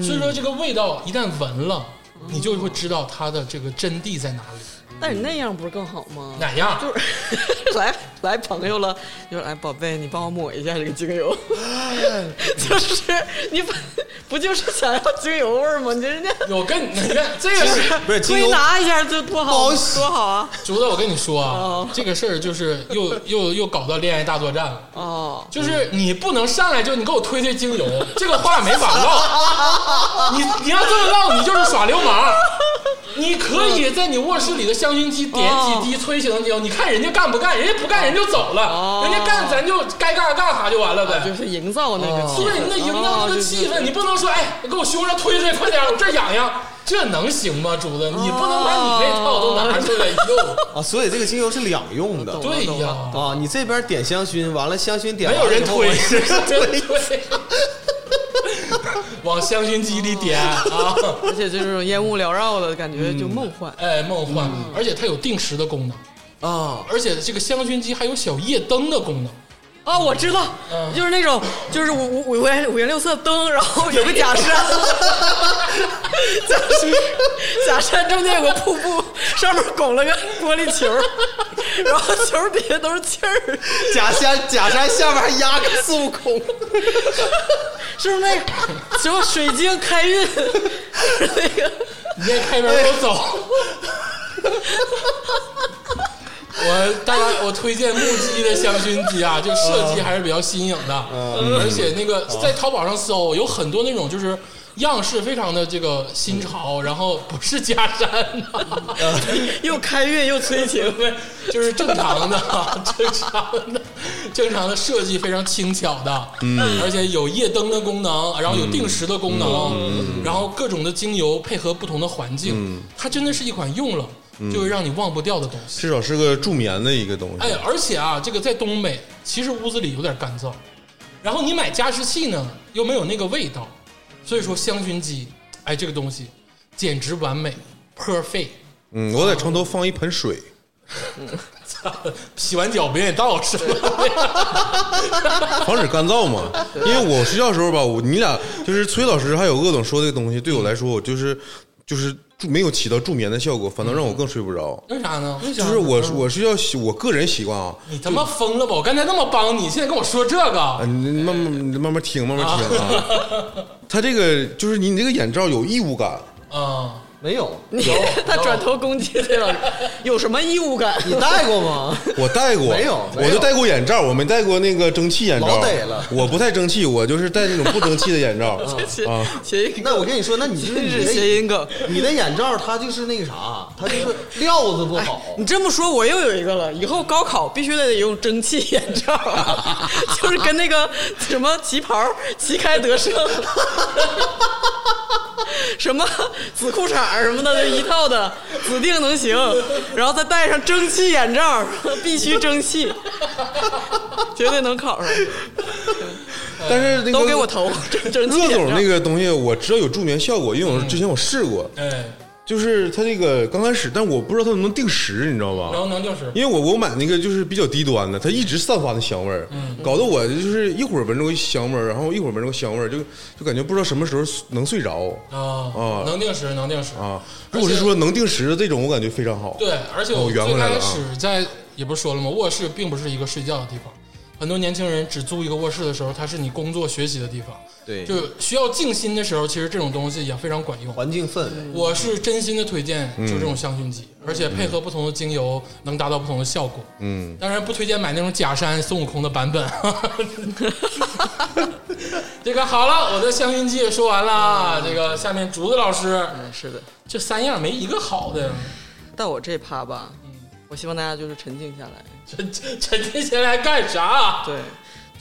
Speaker 1: 所以说，这个味道一旦闻了，你就会知道它的这个真谛在哪里，
Speaker 2: 但你那样不是更好吗？
Speaker 1: 哪样。
Speaker 2: 就是 来来朋友了，就说哎宝贝，你帮我抹一下这个精 油，就是你不不就是想要精油味儿吗？你这人 家
Speaker 1: 我跟 你你看，这个是
Speaker 4: 不是精
Speaker 2: 推
Speaker 4: 油，
Speaker 2: 拿一下就多
Speaker 4: 不
Speaker 2: 好
Speaker 4: 好使
Speaker 2: 多好啊！
Speaker 1: 竹子，我跟你说啊
Speaker 2: 哦，
Speaker 1: 这个事儿就是又又又搞到恋爱大作战了。
Speaker 2: 哦，
Speaker 1: 就是你不能上来就你给我推推精 油，这个话没法唠。你你要这么唠，你就是耍流氓。你可以在你卧室里的香薰机点
Speaker 2: 哦
Speaker 1: 几滴催情精油，你看人家干不干，人家不干人就走了，
Speaker 2: 哦
Speaker 1: 人家干咱就该干干啥就完了
Speaker 2: 哦就
Speaker 1: 呗。
Speaker 2: 是营造那个气
Speaker 1: 对，
Speaker 2: 氛，
Speaker 1: 你得营造那
Speaker 2: 哦
Speaker 1: 个气氛，你不能说哎，给我胸上推推，快点，我这儿痒痒，这能行吗？竹子，你不能把你那套都拿出来用。
Speaker 4: 啊，所以这个精油是两用的
Speaker 2: 懂。
Speaker 1: 对
Speaker 2: 哦懂
Speaker 1: 呀
Speaker 2: 了，
Speaker 4: 啊，你这边点香薰，完了香薰点
Speaker 1: 没
Speaker 4: 完
Speaker 1: 有人
Speaker 4: 以后
Speaker 1: 推，
Speaker 4: 我
Speaker 1: 推推， 往香薰机里点啊，
Speaker 2: 而且就是这种烟雾缭绕的感觉就梦幻。
Speaker 1: 哎，梦幻，而且它有定时的功能，
Speaker 4: 啊，
Speaker 1: 而且这个香薰机还有小夜灯的功能。
Speaker 2: 啊，我知道，
Speaker 4: 嗯
Speaker 2: 就是那种就是五五五颜五颜六色灯，然后有个假山， 假山假山中间有个瀑布，上面拱了个玻璃球，然后球底下都是气儿，
Speaker 4: 假山假山下面还压个孙悟 空，
Speaker 2: 是不是那个？什么水晶开运那个？
Speaker 1: 你这开门我 走。我大家我推荐木鸡的香薰机 啊，就设计还是比较新颖的，而且那个在淘宝上搜有很多那种就是样式非常的这个新潮，然后不是假山、啊，
Speaker 2: 又开运又催情呗，
Speaker 1: 就是正常的 啊、正常的、正常的设计非常轻巧的，嗯，而且有夜灯的功能，然后有定时的功能，然后各种的精油配合不同的环境，它真的是一款用了就会让你忘不掉的东西。
Speaker 3: 至少是个助眠的一个东西
Speaker 1: 哎。，而且啊，这个在东北，其实屋子里有点干燥，然后你买加湿器呢，又没有那个味道，所以说香薰机，哎，这个东西简直完美，perfect。
Speaker 3: 嗯，我在床头放一盆水，
Speaker 1: 操洗完脚别给倒是吧？
Speaker 3: 防止干 燥嘛。因为我睡觉的时候吧，我你俩就是崔老师还有鄂总说这个东西，对我来说，我就是就是助没有起到助眠的效果，反倒让我更睡不着。
Speaker 1: 为啥呢？
Speaker 4: 嗯
Speaker 3: 就是我
Speaker 4: 啊
Speaker 3: 我睡觉习我个人习惯啊，
Speaker 1: 你他妈疯了吧！我刚才那么帮你，现在跟我说这
Speaker 3: 啊，
Speaker 1: 个，
Speaker 3: 你你慢慢你慢慢听，慢慢 听啊。它这个就是你你这个眼罩有异物感，呃
Speaker 1: 啊，
Speaker 4: 没有，
Speaker 2: 你 他转头攻击崔老师，有什么义务感？
Speaker 4: 你戴过吗？
Speaker 3: 我戴过，
Speaker 4: 没有没
Speaker 3: 我
Speaker 4: 有
Speaker 3: 就戴过眼罩，我没戴过那个蒸汽眼罩。
Speaker 4: 老得了
Speaker 3: 我不太蒸汽，我就是戴那种不蒸汽的眼 罩
Speaker 2: 谐
Speaker 3: 啊。
Speaker 4: 嗯
Speaker 2: 谐音梗，
Speaker 4: 那我跟你说，那你就是
Speaker 2: 真
Speaker 4: 你
Speaker 2: 是谐
Speaker 4: 的
Speaker 2: 音梗。
Speaker 4: 你的眼罩，它就是那个啥，它就是料子不好。
Speaker 2: 哎你这么说，我又有一个了。以后高考必须得用蒸汽眼罩，啊 就是跟那个什么旗袍旗开得胜，什么紫裤衩什么的，就一套的，指定能行。然后再戴上蒸汽眼罩，必须蒸汽，绝对能 考上。
Speaker 3: 但是那个
Speaker 2: 都给我投蒸蒸汽
Speaker 3: 鄂
Speaker 2: 眼
Speaker 3: 总
Speaker 2: 罩。
Speaker 3: 那个东西，我知道有助眠效果，因为我
Speaker 2: 嗯
Speaker 3: 之前我试过，
Speaker 1: 哎，
Speaker 3: 就是它这个刚开始，但我不知道它能不能定时，你知道
Speaker 1: 然
Speaker 2: 嗯
Speaker 3: 吧？
Speaker 1: 后能定时，
Speaker 3: 因为我我买那个就是比较低端的，它一直散发那香味儿，
Speaker 2: 嗯
Speaker 3: 搞得我就是一会儿闻着个香味儿，然后一会儿闻着个香味儿，就就感觉不知道什么时候能睡着
Speaker 2: 嗯
Speaker 1: 啊
Speaker 3: 啊，
Speaker 1: 能定时，能定时
Speaker 3: 啊。如果是说能定时的这种，我感觉非常好。
Speaker 1: 对，而且我
Speaker 3: 哦圆
Speaker 1: 最
Speaker 3: 回来
Speaker 1: 开
Speaker 3: 了啊
Speaker 1: 始在也不是说了吗？卧室并不是一个睡觉的地方，很多年轻人只租一个卧室的时候，它是你工作学习的地方。
Speaker 4: 对
Speaker 1: 就需要静心的时候，其实这种东西也非常管用。
Speaker 4: 环境氛围，
Speaker 1: 我是真心的推荐，就这种香薰机，而且配合不同的精油，能达到不同的效果。嗯，当然不推荐买那种假山孙悟空的版本。这个好了，我的香薰机也说完了啊。这个下面竹子老师，
Speaker 2: 嗯是的，
Speaker 1: 这三样没一个好的。
Speaker 2: 到我这趴吧，我希望大家就是沉静下来。
Speaker 1: 沉沉浸下来干啥？
Speaker 2: 对，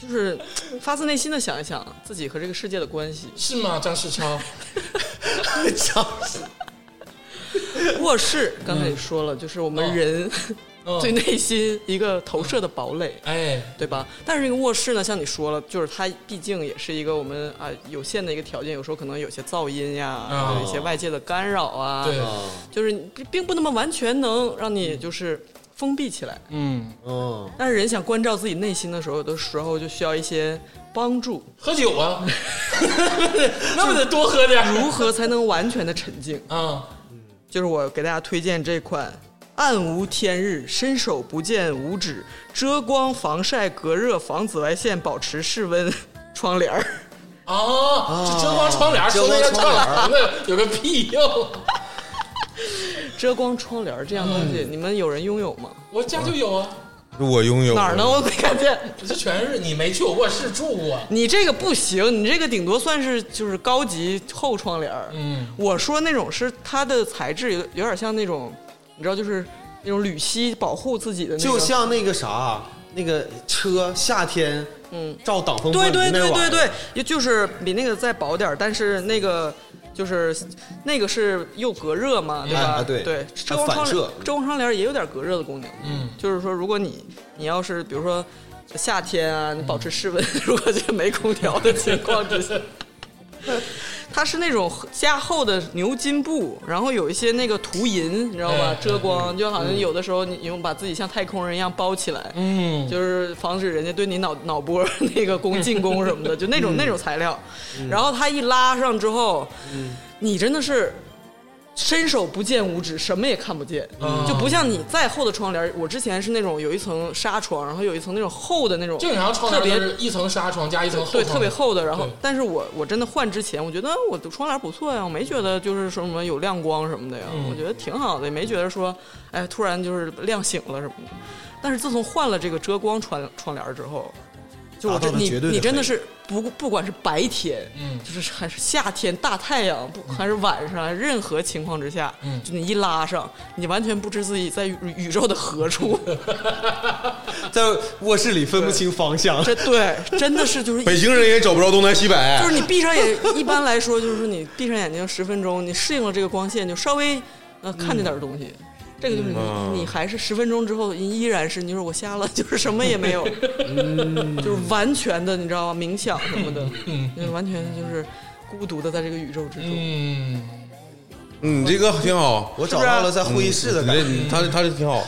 Speaker 2: 就是发自内心的想一想自己和这个世界的关系。
Speaker 1: 是吗？张世超，
Speaker 2: 卧室刚才也说了，就是我们人
Speaker 1: 嗯
Speaker 2: 对内心一个投射的堡垒，
Speaker 1: 哎，
Speaker 2: 对吧？但是这个卧室呢，像你说了，就是它毕竟也是一个我们啊有限的一个条件，有时候可能有些噪音呀，
Speaker 1: 啊
Speaker 2: 还有一些外界的干扰啊，
Speaker 1: 对，
Speaker 2: 就是你并并不那么完全能让你就是封闭起来。
Speaker 1: 嗯，
Speaker 4: 嗯，
Speaker 2: 但是人想关照自己内心的时候，有的时候就需要一些帮助。
Speaker 1: 喝酒啊，那不得多喝点儿
Speaker 2: 如何才能完全的沉静？
Speaker 1: 啊？
Speaker 2: 就是我给大家推荐这款暗无天日、伸手不见五指、遮光防晒隔热、防紫外线、保持室温窗帘儿。
Speaker 1: 啊，这遮光窗帘儿，说那个
Speaker 4: 遮光窗帘
Speaker 1: 帘
Speaker 4: 儿
Speaker 1: 子有个屁用，
Speaker 2: 遮光窗帘儿这样东西，你们有人拥有吗？
Speaker 1: 我家就有啊，
Speaker 3: 我拥有
Speaker 2: 哪儿呢？我没看见。
Speaker 1: 这全是你没去我卧室住过，啊
Speaker 2: 你这个不行，你这个顶多算是就是高级厚窗帘儿。
Speaker 1: 嗯，
Speaker 2: 我说那种是它的材质有有点像那种，你知道就是那种铝吸保护自己的那种。
Speaker 4: 就像那个啥，那个车夏天，嗯，照挡风玻
Speaker 2: 对
Speaker 4: 璃
Speaker 2: 对
Speaker 4: 那
Speaker 2: 对
Speaker 4: 玩
Speaker 2: 对
Speaker 4: 意儿
Speaker 2: 对，也就是比那个再薄点儿，但是那个就是那个是又隔热嘛，对吧？
Speaker 4: 啊对
Speaker 2: 对，
Speaker 4: 它
Speaker 2: 遮光
Speaker 4: 反
Speaker 2: 窗帘
Speaker 4: 射
Speaker 2: 遮光窗帘也有点隔热的功能。
Speaker 1: 嗯，
Speaker 2: 就是说，如果你你要是比如说 夏天啊，你保持室温，如果这没空调的情况之下，它是那种加厚的牛筋布，然后有一些那个涂银，你知道吧
Speaker 4: 嗯
Speaker 1: 哎？
Speaker 2: 遮光，就好像有的时候你用把自己像太空人一样包起来，
Speaker 1: 嗯，
Speaker 2: 就是防止人家对你脑 脑波那个攻进攻什么的，就那种那种材料。然后它一拉上之后，你真的是。伸手不见五指，什么也看不见，就不像你再厚的窗帘。我之前是那种有一层纱窗，然后有一层那种厚的那种，
Speaker 1: 正常窗
Speaker 2: 特别
Speaker 1: 帘就是一层纱窗加一层厚
Speaker 2: 对，
Speaker 1: 窗，
Speaker 2: 特别。厚的。然后
Speaker 1: 对，
Speaker 2: 但是我我真的换之前，我觉得我的窗帘不错呀，我没觉得就是说什么有亮光什么的呀，
Speaker 4: 嗯
Speaker 2: 我觉得挺好的，也没觉得说哎突然就是亮醒了什么的。但是自从换了这个遮光窗窗帘之后，就我
Speaker 4: 达
Speaker 2: 这
Speaker 4: 到了
Speaker 2: 你
Speaker 4: 绝对的
Speaker 2: 你真的
Speaker 4: 黑
Speaker 2: 是不不管是白天，
Speaker 1: 嗯
Speaker 2: 就是还是夏天大太阳，不
Speaker 4: 嗯
Speaker 2: 还是晚上，任何情况之下，
Speaker 1: 嗯
Speaker 2: 就你一拉上，你完全不知自己在宇宇宙的 何处，
Speaker 4: 在卧室里分不清方向，
Speaker 2: 这对，真 的是就是一
Speaker 3: 北京人也找不着东南西北，
Speaker 2: 就是你闭上眼，一般来说就是你闭上眼睛十分钟，你适应了这个光线，就稍微呃看见点东西。这个就是你，
Speaker 3: 嗯
Speaker 2: 你还是十分钟之后依然是，你说我瞎了， 就是什么也没有，就是完全的，你知道吗？冥想什么的，就是完全就是孤独的在这个宇宙之中。
Speaker 1: 嗯，
Speaker 3: 嗯，这个挺好，
Speaker 4: 我找到了
Speaker 2: 啊
Speaker 4: 在会议室的
Speaker 3: 你
Speaker 4: 感
Speaker 3: 这
Speaker 4: 觉。
Speaker 3: 嗯你他他这挺好，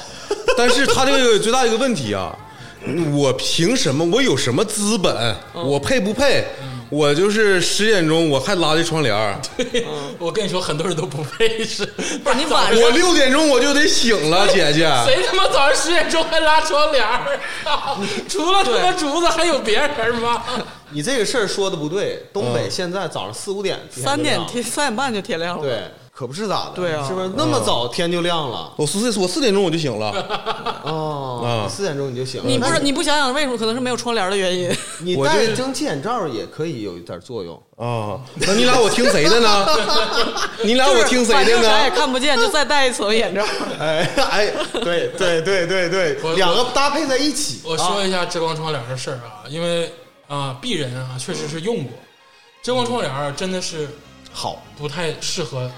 Speaker 3: 但是他这个最大一个问题啊，我凭什么？我有什么资本？
Speaker 2: 嗯
Speaker 3: 我配不配？我就是十点钟我还拉这窗帘儿，
Speaker 1: 我跟你说，很多人都不配 是。不
Speaker 2: 是你晚上
Speaker 3: 我六点钟我就得醒了，姐姐。
Speaker 1: 谁他妈早上十点钟还拉窗帘儿？啊 除了他妈竹子，还有别人吗？
Speaker 4: 你这个事儿说的不对，东北现在早上四五点天就
Speaker 2: 三点
Speaker 4: 亮了
Speaker 2: 天，三点半就天亮了。
Speaker 4: 对，可不是咋的，
Speaker 2: 对啊
Speaker 4: 是不是那么早天就亮了？
Speaker 3: 我四我四点钟我就醒了，
Speaker 4: 哦
Speaker 3: 嗯，
Speaker 4: 四点钟你就醒了，
Speaker 2: 你不
Speaker 4: 那
Speaker 2: 是你不想想为什么？可能是没有窗帘的 原因。
Speaker 4: 你
Speaker 3: 我
Speaker 4: 戴
Speaker 3: 这
Speaker 4: 蒸汽眼罩也可以有一点作用。
Speaker 3: 啊，那你俩我听谁的呢？你俩我听谁
Speaker 2: 反
Speaker 3: 的
Speaker 2: 正啥也
Speaker 3: 呢？
Speaker 2: 看不见，就再戴一层眼罩。
Speaker 4: 哎哎，对对对对
Speaker 1: 我
Speaker 4: 对，两个搭配在一起，
Speaker 1: 我说一下遮光窗帘的事儿啊，因为啊，鄙人啊确实是用过遮光窗帘儿，啊真的是
Speaker 4: 好，
Speaker 1: 不太适合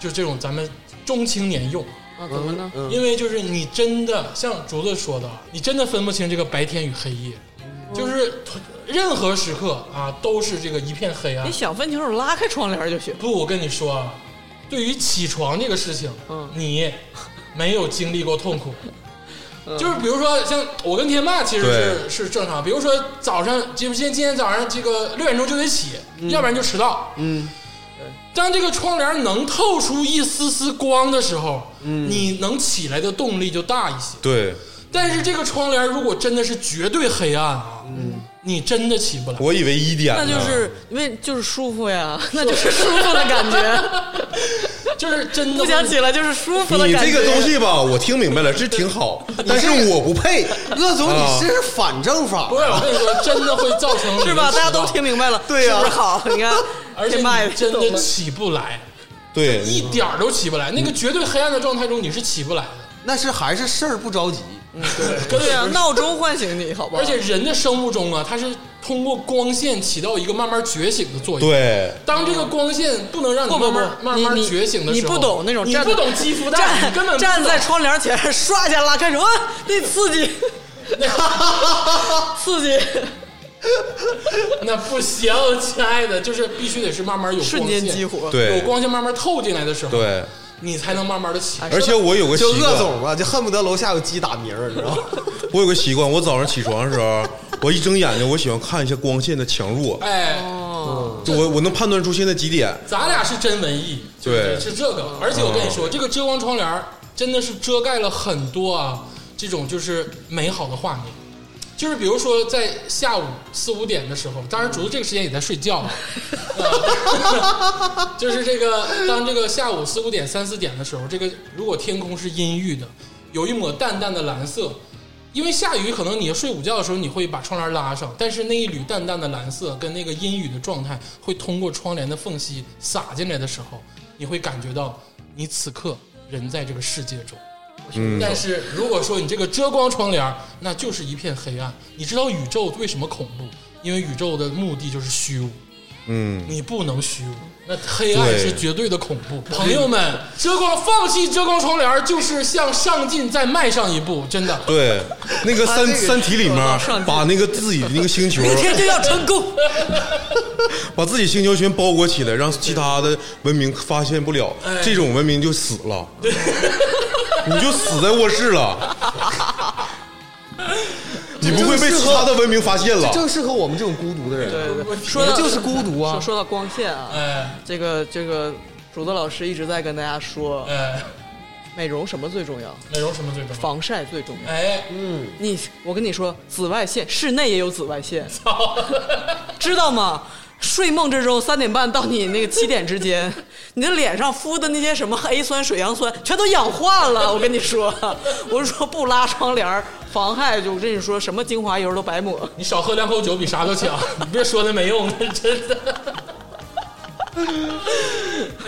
Speaker 1: 就这种咱们中青年用，
Speaker 2: 啊，怎么呢？
Speaker 4: 嗯，
Speaker 1: 因为就是你真的像竹子说的，你真的分不清这个白天与黑夜，
Speaker 2: 嗯
Speaker 1: 就是任何时刻啊都是这个一片黑暗
Speaker 2: 你。想分清楚，拉开窗帘就行。
Speaker 1: 不，我跟你说啊，对于起床这个事情，
Speaker 2: 嗯
Speaker 1: 你没有经历过痛苦。
Speaker 2: 嗯
Speaker 1: 就是比如说，像我跟天霸其实是是正常。比如说早上，今今今天早上这个六点钟就得起，要不然就迟到。嗯，当这个窗帘能透出一丝丝光的时候，
Speaker 2: 嗯
Speaker 1: 你能起来的动力就大一些。
Speaker 3: 对，
Speaker 1: 但是这个窗帘如果真的是绝对黑暗啊，
Speaker 2: 嗯
Speaker 1: 你真的起不来。
Speaker 3: 我以为一点
Speaker 2: 那
Speaker 3: 呢，
Speaker 2: 就是因为就是舒服呀，那就是舒服的感觉，
Speaker 1: 就是真的
Speaker 2: 不想起来就是舒服的
Speaker 3: 你
Speaker 2: 感觉。
Speaker 3: 这个东西吧，我听明白了，是挺好，但是我不配。
Speaker 4: 乐总，
Speaker 3: 啊
Speaker 4: 你这嗯是反正法
Speaker 1: 不，是，我跟你说，真的会造成
Speaker 2: 是吧？大家都听明白了，
Speaker 4: 对呀
Speaker 2: 是不是好？你看，
Speaker 1: 而且
Speaker 2: 天霸也
Speaker 1: 你真
Speaker 2: 懂
Speaker 1: 的
Speaker 2: 了
Speaker 1: 起不来，
Speaker 3: 对，
Speaker 1: 一点儿都起不来。
Speaker 2: 嗯
Speaker 1: 那个绝对黑暗的状态中，你是起不来的。
Speaker 4: 那是还是事儿不着急，
Speaker 2: 对呀，闹钟唤醒你，好不好？
Speaker 1: 而且人的生物钟啊，它是通过光线起到一个慢慢觉醒的作用。，
Speaker 3: 对，
Speaker 1: 当这个光线不能让你
Speaker 2: 哦不不
Speaker 1: 慢慢，
Speaker 2: 不
Speaker 1: 慢
Speaker 2: 你
Speaker 1: 慢
Speaker 2: 你
Speaker 1: 觉醒的
Speaker 2: 你
Speaker 1: 时候，
Speaker 2: 不懂那种
Speaker 1: 你
Speaker 2: 站
Speaker 1: 不懂肌肤蛋，你根本不
Speaker 2: 站
Speaker 1: 懂
Speaker 2: 站在窗帘前，唰一下拉开什么？那刺激，刺激，
Speaker 1: 那不行，亲爱的，就是必须得是慢慢有光线
Speaker 2: 瞬间激，活。
Speaker 3: 对
Speaker 1: 有光线慢慢透进来的时候，
Speaker 3: 对，
Speaker 1: 你才能慢慢的起来。
Speaker 3: 而且我有个习
Speaker 4: 就乐
Speaker 3: 惯，
Speaker 4: 总吧，就恨不得楼下有鸡打鸣儿，你知道 吗？
Speaker 3: 我有个习惯，我早上起床的时候，我一睁眼睛，我喜欢看一下光线的强弱，
Speaker 2: 哦
Speaker 1: 哎，
Speaker 3: 就我我能判断出现在几点。
Speaker 1: 咱俩是真文艺，
Speaker 3: 对
Speaker 1: 是这个。而且我跟你说，这个遮光窗帘儿真的是遮盖了很多啊，这种就是美好的画面。就是比如说，在下午四五点的时候，当然竹子这个时间也在睡觉啊，呃 就是这个当这个下午四五点、三四点的时候，这个如果天空是阴郁的，有一抹淡淡的蓝色，因为下雨，可能你睡午觉的时候你会把窗帘拉上，但是那一缕淡淡的蓝色跟那个阴雨的状态会通过窗帘的缝隙洒进来的时候，你会感觉到你此刻人在这个世界中。但是如果说你这个遮光窗帘，那就是一片黑暗。你知道宇宙为什么恐怖？因为宇宙的目的就是虚无，
Speaker 3: 嗯，
Speaker 1: 你不能虚无。那黑暗
Speaker 3: 对
Speaker 1: 是绝对的恐怖，朋友们，遮光放弃遮光窗帘，就是向上进再迈上一步，真的。
Speaker 3: 对，那个
Speaker 2: 啊
Speaker 3: 三
Speaker 2: 这个
Speaker 3: 三体里面啊
Speaker 2: 往上进
Speaker 3: 把那个自己的那 个星球，
Speaker 2: 明天就要成功。
Speaker 3: 把自己星球全包裹起来，让其他的文明发现不了，
Speaker 2: 哎
Speaker 3: 这种文明就死 了，你就死在卧室了，你不会被其他的文明发现了。
Speaker 4: 正适合我们这种孤独的人。啊
Speaker 2: 对对对，
Speaker 4: 我
Speaker 2: 说
Speaker 4: 们
Speaker 2: 到
Speaker 4: 就是孤独啊
Speaker 2: 说！说到光线啊，
Speaker 1: 哎
Speaker 2: 这个这个，竹子老师一直在跟大家说，
Speaker 1: 哎，
Speaker 2: 美容什么最重要？
Speaker 1: 美容什么最重要？
Speaker 2: 防晒最重要。
Speaker 1: 哎，
Speaker 2: 你，我跟你说，紫外线，室内也有紫外线，
Speaker 1: 操！
Speaker 2: 知道吗？睡梦之中，三点半到你那个七点之间，你的脸上敷的那些什么 A 酸、水杨酸，全都氧化了。我跟你说，我是说不拉窗帘儿防害，就我跟你说，什么精华油都白抹。
Speaker 1: 你少喝两口酒比啥都强， 你别说那没用的， 真的。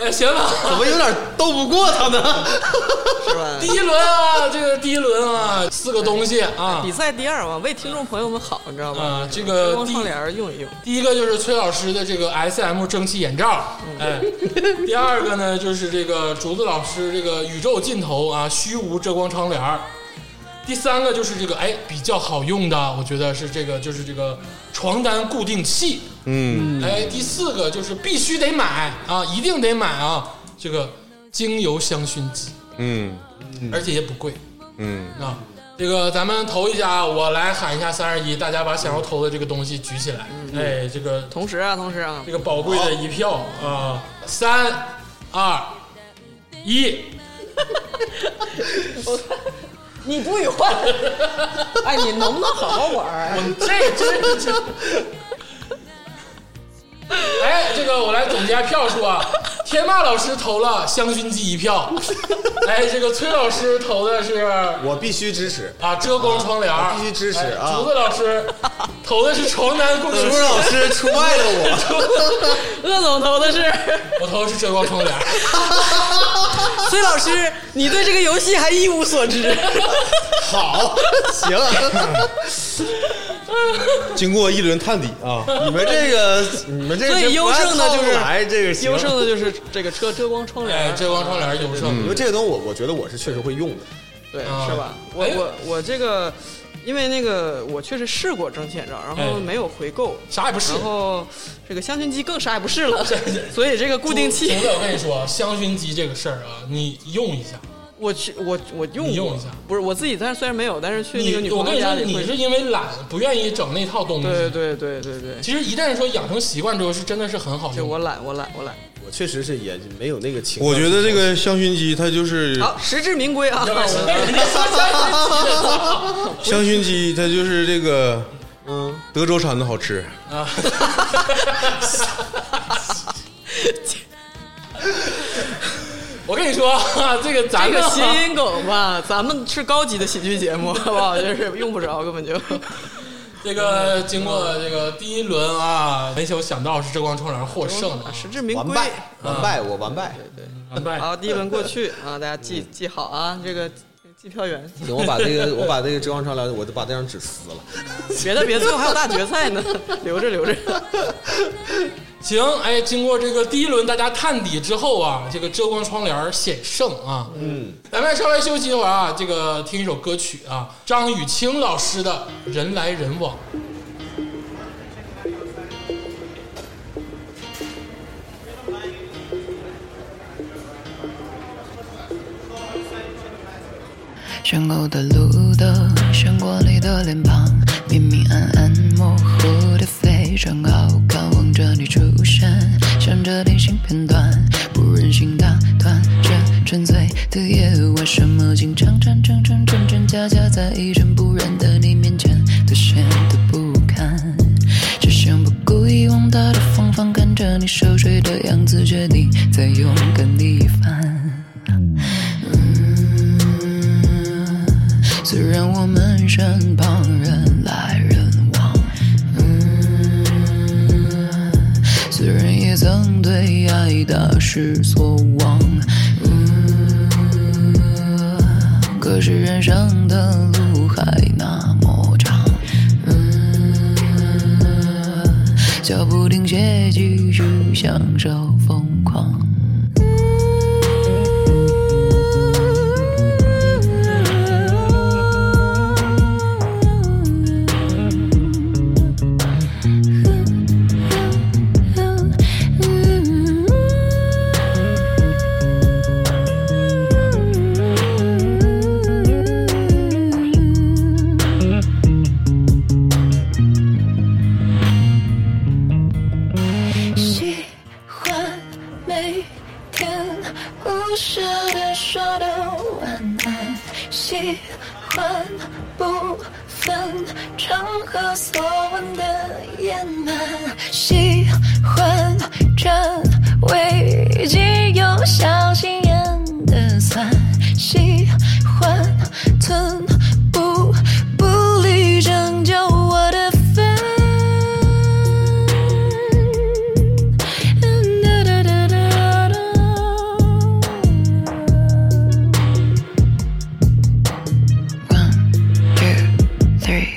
Speaker 1: 哎，行了，
Speaker 4: 怎么有点斗不过他呢？
Speaker 2: 是吧
Speaker 1: 第？一轮啊，这个第一轮啊，四个东西啊
Speaker 2: 比赛第二嘛，为听众朋友们好，你知道吗？
Speaker 1: 啊，这
Speaker 2: 遮
Speaker 1: 个
Speaker 2: 光
Speaker 1: 第
Speaker 2: 窗帘儿嗯呃用一用，
Speaker 1: 第一个就是崔老师的这个 S M 蒸汽眼罩，哎， 第二个呢就是这个竹子老师这个宇宙尽头啊虚无遮光窗帘儿，第三个就是这个哎比较好用的，我觉得是这个就是这个床单固定器，
Speaker 3: 嗯，
Speaker 1: 哎，第四个就是必须得买啊，一定得买啊，这个精油香薰机，
Speaker 3: 嗯
Speaker 1: 而且也不贵
Speaker 3: 嗯，
Speaker 1: 啊。这个咱们投一下啊，我来喊一下三二一，大家把想要投的这个东西举起来，
Speaker 3: 嗯
Speaker 1: 哎，这个
Speaker 2: 同时啊，同时啊
Speaker 1: 这，个宝贵的一票啊！三、二、一，
Speaker 2: 你不许换。哎，你能不能好好玩 儿？啊
Speaker 1: 我这这这。 哎，这个我来总结一下票数啊。天霸老师投了香薰机一票，哎，这个崔老师投的是
Speaker 4: 我必须支持。
Speaker 1: 啊遮光窗帘儿，
Speaker 4: 必须支持
Speaker 1: 哎
Speaker 4: 啊
Speaker 1: 竹子老师投的是床单共
Speaker 4: 朱
Speaker 1: 鸣器，
Speaker 4: 老师出卖了我，
Speaker 2: 鄂总投 的是
Speaker 1: 我投的是遮光窗帘儿。
Speaker 2: 崔老师，你对这个游戏还一无所知。
Speaker 4: 好，行，
Speaker 3: 经过一轮探底啊，
Speaker 4: 你们这个，你们这个
Speaker 2: 最优胜的就
Speaker 4: 不按套
Speaker 2: 是
Speaker 4: 路来这个行
Speaker 2: 优胜的就是这个遮遮光窗帘
Speaker 1: 哎，
Speaker 2: 儿，
Speaker 1: 遮光窗帘儿有胜。
Speaker 4: 因为这个东西我我觉得我是确实会用的，
Speaker 2: 对
Speaker 1: 啊
Speaker 2: 是吧？我
Speaker 1: 哎
Speaker 2: 我我这个，因为那个我确实试过蒸汽眼罩，然
Speaker 1: 哎
Speaker 2: 后没有回购，
Speaker 1: 啥也不是
Speaker 2: 然后这个香薰机更啥也不是 了，所以这个固定
Speaker 1: 竹
Speaker 2: 器
Speaker 1: 子，我跟你说，香薰机这个事儿啊，你用一下，
Speaker 2: 我去我我用
Speaker 1: 你用
Speaker 2: 过
Speaker 1: 一下
Speaker 2: 不是我自己，但是虽然没有，但是去那个女
Speaker 1: 你我
Speaker 2: 朋
Speaker 1: 跟
Speaker 2: 友
Speaker 1: 你
Speaker 2: 家
Speaker 1: 说，
Speaker 2: 里
Speaker 1: 你
Speaker 2: 会
Speaker 1: 是因为懒，不愿意整那套东西。
Speaker 2: 对对对对对，
Speaker 1: 其实一旦说养成习惯之后，是真的是很好
Speaker 2: 就
Speaker 1: 用。
Speaker 2: 我懒我懒我懒。
Speaker 4: 我确实是也没有那个情。
Speaker 3: 我觉得这个香薰机它就是
Speaker 2: 好，实至名归啊！
Speaker 1: 要不然谁
Speaker 2: 我
Speaker 1: 人家说 香薰机
Speaker 3: 香薰机，它就是这个
Speaker 4: 嗯，
Speaker 3: 德州产的好吃，
Speaker 1: 啊，我跟你说，这个咱们
Speaker 2: 这个
Speaker 1: 啊
Speaker 2: 谐音梗吧，咱们是高级的喜剧节目，好不好？就是用不着，根本就。啊
Speaker 1: 这个经过这个第一轮啊，没有想到是遮光窗帘获胜
Speaker 2: 啊
Speaker 1: 的，
Speaker 2: 实至名
Speaker 4: 完
Speaker 2: 归。
Speaker 4: 败，完败，我完败。
Speaker 2: 嗯
Speaker 1: 完败。
Speaker 2: 好，第一轮过去啊，大家记记好啊，这个计票员，
Speaker 4: 行，我把这个，我把这个遮光窗帘，我就把那张纸撕了。
Speaker 2: 别的别，最后还有大决赛呢，留着 留着。
Speaker 1: 行，哎，经过这个第一轮大家探底之后啊，这个遮光窗帘险胜啊。嗯，咱们稍微休息一会儿啊，这个听一首歌曲啊，张雨清老师的《人来人往》。
Speaker 5: 悬偶的路灯，悬过你的脸庞，明明暗暗模糊的非常好看，望着你出现，想着定性片段，不忍心打断这沉醉的夜晚，什么经常真真真真真假假，在一尘不染的你面前都显得不堪，只想不顾以往他的风范，看着你熟睡的样子，决定再勇敢地一番。嗯，虽然我们身旁人来人往，嗯，虽然也曾对爱大失所望，嗯，可是人生的路还那么长，嗯。脚步停歇，继续享受疯狂。
Speaker 6: 喜欢每天无声的说的晚安，喜欢不分场合所闻的掩瞒，喜欢占为己有小心眼的酸，喜欢寸步不离拯救我的分。哒哒哒哒哒。
Speaker 5: One, two, three，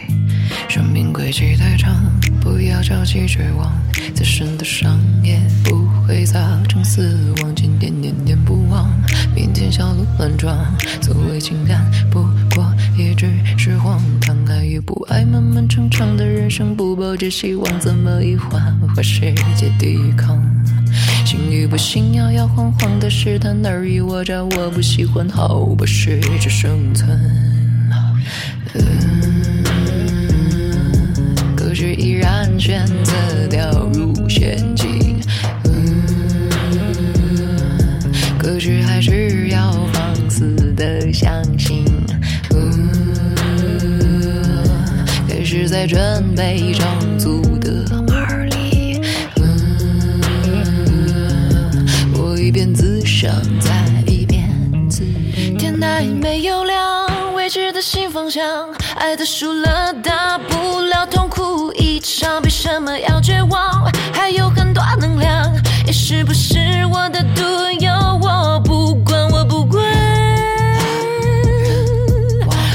Speaker 5: 生命轨迹太长，不要着急追望，再深的伤也不会造成死亡。今天念念不忘，明天小鹿乱撞。所谓情感，不过也只是荒唐。爱与不爱，漫漫长长的人生，不抱着希望，怎么一换换世界抵抗？信与不信，摇摇晃晃的试探而已。我找我不喜欢，好吧，试着生存。可是依然选择掉入陷阱。嗯，可是还是要放肆的相信。嗯，开始在准备充足的耳力。嗯，我一边自伤，再一边自愈。
Speaker 6: 天台没有亮，未知的新方向，爱的输了，大不了痛哭一场，为什么要绝望？还有很多能量，也是不是我的毒药？我不管，我不管，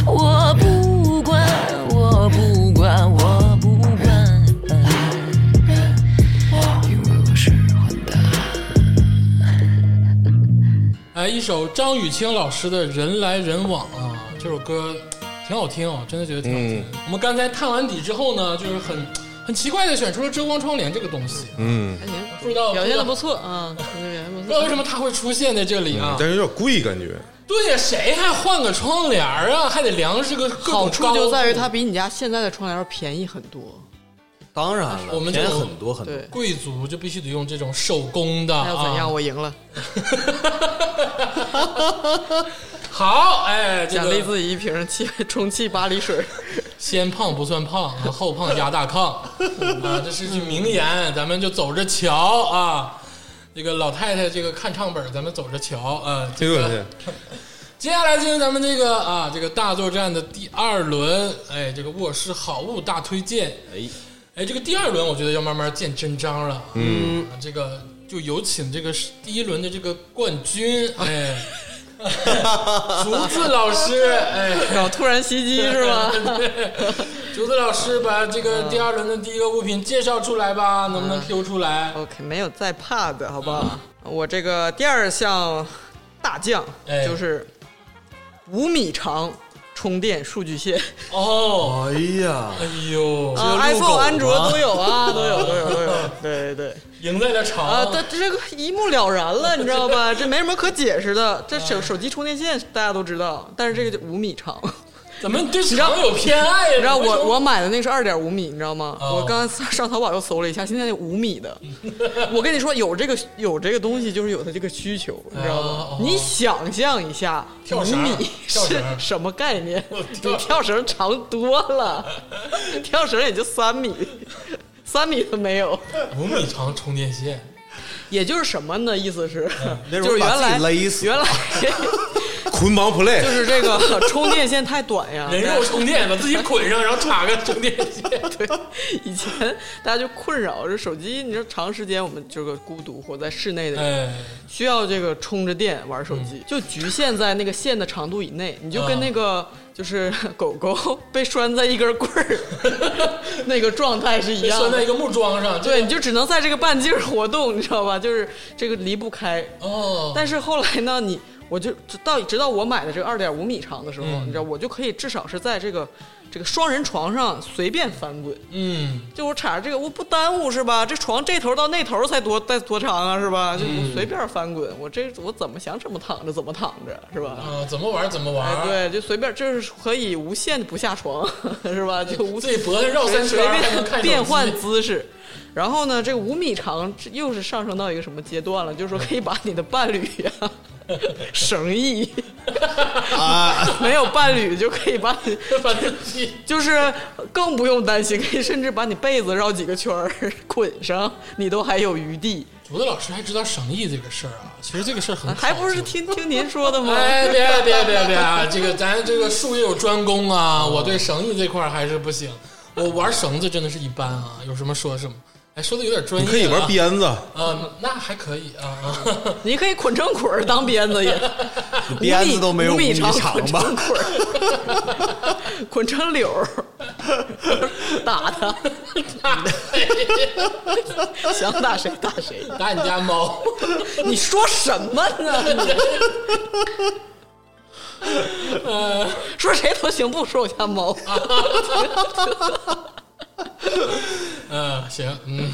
Speaker 6: 我不管，我不管，我不管。
Speaker 5: 因为我是混蛋。
Speaker 1: 来一首张雨清老师的《人来人往》啊，这首歌挺好听啊，真的觉得挺好听的。我们刚才探完底之后呢，就是很很奇怪的选出了遮光窗帘这个东西，
Speaker 3: 嗯，
Speaker 2: 还行，
Speaker 1: 不知道
Speaker 2: 表现的不错啊，哎表现得不
Speaker 1: 不知道为
Speaker 2: 错。
Speaker 1: 什么它会出现在这里啊。
Speaker 3: 但是有点贵，感觉
Speaker 1: 对哎呀，谁还换个窗帘儿啊？还得量是个各种
Speaker 2: 好处就在于
Speaker 1: 高
Speaker 2: 它
Speaker 1: 度
Speaker 2: 比你家现在的窗帘要便宜很多，
Speaker 4: 当然了，
Speaker 1: 我们
Speaker 4: 便宜
Speaker 1: 就
Speaker 4: 很多很多。
Speaker 2: 对，
Speaker 1: 贵族就必须得用这种手工的
Speaker 2: 那要怎样？
Speaker 1: 啊。
Speaker 2: 我赢了，
Speaker 1: 好，哎，这
Speaker 2: 奖励
Speaker 1: 个
Speaker 2: 自己一瓶气充气巴黎水。
Speaker 1: 先胖不算胖，啊后胖压大 炕啊，这是句名言，咱们就走着瞧啊。这个老太太这个看唱本儿，咱们走着瞧啊。
Speaker 3: 这
Speaker 1: 个
Speaker 3: 个东西
Speaker 1: 接下来进行咱们这个啊，这个大作战的第二轮，哎，这个卧室好物大推荐，哎，哎，这个第二轮我觉得要慢慢见真章了，嗯，这个就有请这个第一轮的这个冠军， 哎，竹子老师，哎，
Speaker 2: 搞突然袭 击是吗？
Speaker 1: 竹子老师把这个第二轮的第一个物品介绍出来吧，
Speaker 4: 嗯
Speaker 1: 能不能 Q 出
Speaker 4: 哎
Speaker 1: 来？
Speaker 2: OK，没有再怕的，好不好？我这个第二项大将
Speaker 1: 哎
Speaker 2: 就是五米长充电数据线
Speaker 1: 哦，
Speaker 4: 哎呀，
Speaker 1: 哎呦，
Speaker 2: 啊，iPhone、安卓都有啊，都有，都有，都有。 对对对，
Speaker 1: 赢在了场
Speaker 2: 啊，这这个一目了然了，你知道吧？这没什么可解释的。这手手机充电线大家都知道，但是这个就五米长。
Speaker 1: 怎么对
Speaker 2: 知道
Speaker 1: 场有偏爱呀？
Speaker 2: 你知道
Speaker 1: 这为什
Speaker 2: 我
Speaker 1: 么
Speaker 2: 我买的那个是二点五米，你知道吗？
Speaker 1: 哦
Speaker 2: 我刚才上淘宝又搜了一下，现在那五米的，我跟你说有这个有这个东西，就是有它这个需求，你知道吗？
Speaker 1: 哦
Speaker 2: 你想象一下，
Speaker 1: 跳
Speaker 2: 五
Speaker 1: 绳儿
Speaker 2: 米
Speaker 1: 跳
Speaker 2: 是
Speaker 1: 绳儿
Speaker 2: 什么概念？
Speaker 1: 跳
Speaker 2: 比跳绳长多了，跳绳也就三米，三米都没有。
Speaker 1: 五米长充电线，
Speaker 2: 也就是什么呢？意思是，
Speaker 4: 嗯那时
Speaker 2: 就
Speaker 4: 候
Speaker 2: 是
Speaker 4: 把
Speaker 2: 原
Speaker 4: 自己
Speaker 2: 来
Speaker 4: 勒死
Speaker 2: 原来
Speaker 3: 捆绑 play，
Speaker 2: 就是这个充电线太短呀。
Speaker 1: 人肉充电把自己捆上，然后插个充电线。
Speaker 2: 对， 以前大家就困扰这手机，你说长时间我们这个孤独活在室内的
Speaker 1: 哎，
Speaker 2: 人，
Speaker 1: 嗯
Speaker 2: 需要这个充着电玩手机，就局限在那个线的长度以内，你
Speaker 1: 啊
Speaker 2: 就跟那个就是狗狗 被拴在一根棍儿 那个状态是一
Speaker 1: 被
Speaker 2: 样
Speaker 1: 拴在
Speaker 2: 的
Speaker 1: 一。个木桩上，
Speaker 2: 对，你就只能在这个半径活动，你知道吧？就是这个离不开。
Speaker 1: 哦，
Speaker 2: 但是后来呢，你我就直到直到我买的这个二点五米长的时候，
Speaker 1: 嗯
Speaker 2: 你知道，我就可以至少是在这个这个双人床上随便翻滚，
Speaker 1: 嗯，
Speaker 2: 就我插着这个，我不耽误是吧？这床这头到那头才多才多长啊，是吧？就
Speaker 1: 嗯
Speaker 2: 我随便翻滚，我这我怎么想怎么躺着怎么躺着，是吧？
Speaker 1: 啊，怎么玩怎么玩，
Speaker 2: 哎，对，就随便，这是可以无限不下床，是吧？就无
Speaker 1: 自己脖子绕三
Speaker 2: 随
Speaker 1: 圈还能看手
Speaker 2: 便
Speaker 1: 机
Speaker 2: 变换姿势。然后呢，这个五米长这又是上升到一个什么阶段了？就是说可以把你的伴侣呀、 绳艺
Speaker 4: 啊，
Speaker 2: 没有伴侣就可以把你，
Speaker 1: 把自己
Speaker 2: 就是更不用担心，可以甚至把你被子绕几个圈儿 捆上，你都还有余地，
Speaker 1: 竹子老师还知道生意这个事儿啊，其实这个事儿
Speaker 4: 嗯
Speaker 1: 很好
Speaker 2: 还不是听听您说的吗？
Speaker 1: 哎，别别别别啊！这个咱这个术业有专攻啊，我对绳艺这块儿还是不行，我玩绳子真的是一般啊，有什么说什么。哎，说的有点专
Speaker 3: 你
Speaker 1: 业、啊，
Speaker 3: 可以玩鞭子，
Speaker 1: 啊，那还可以啊啊。
Speaker 2: 你可以捆成捆儿当鞭子也，
Speaker 4: 鞭子都没 有
Speaker 2: 五米
Speaker 4: 五米长
Speaker 2: 捆
Speaker 4: 吧
Speaker 2: 成捆儿， 捆成柳儿，打他， 想打谁打谁。
Speaker 1: 打你家猫，
Speaker 2: 你说什么 呢？说谁都行，不说我家猫。
Speaker 1: 嗯、行，嗯，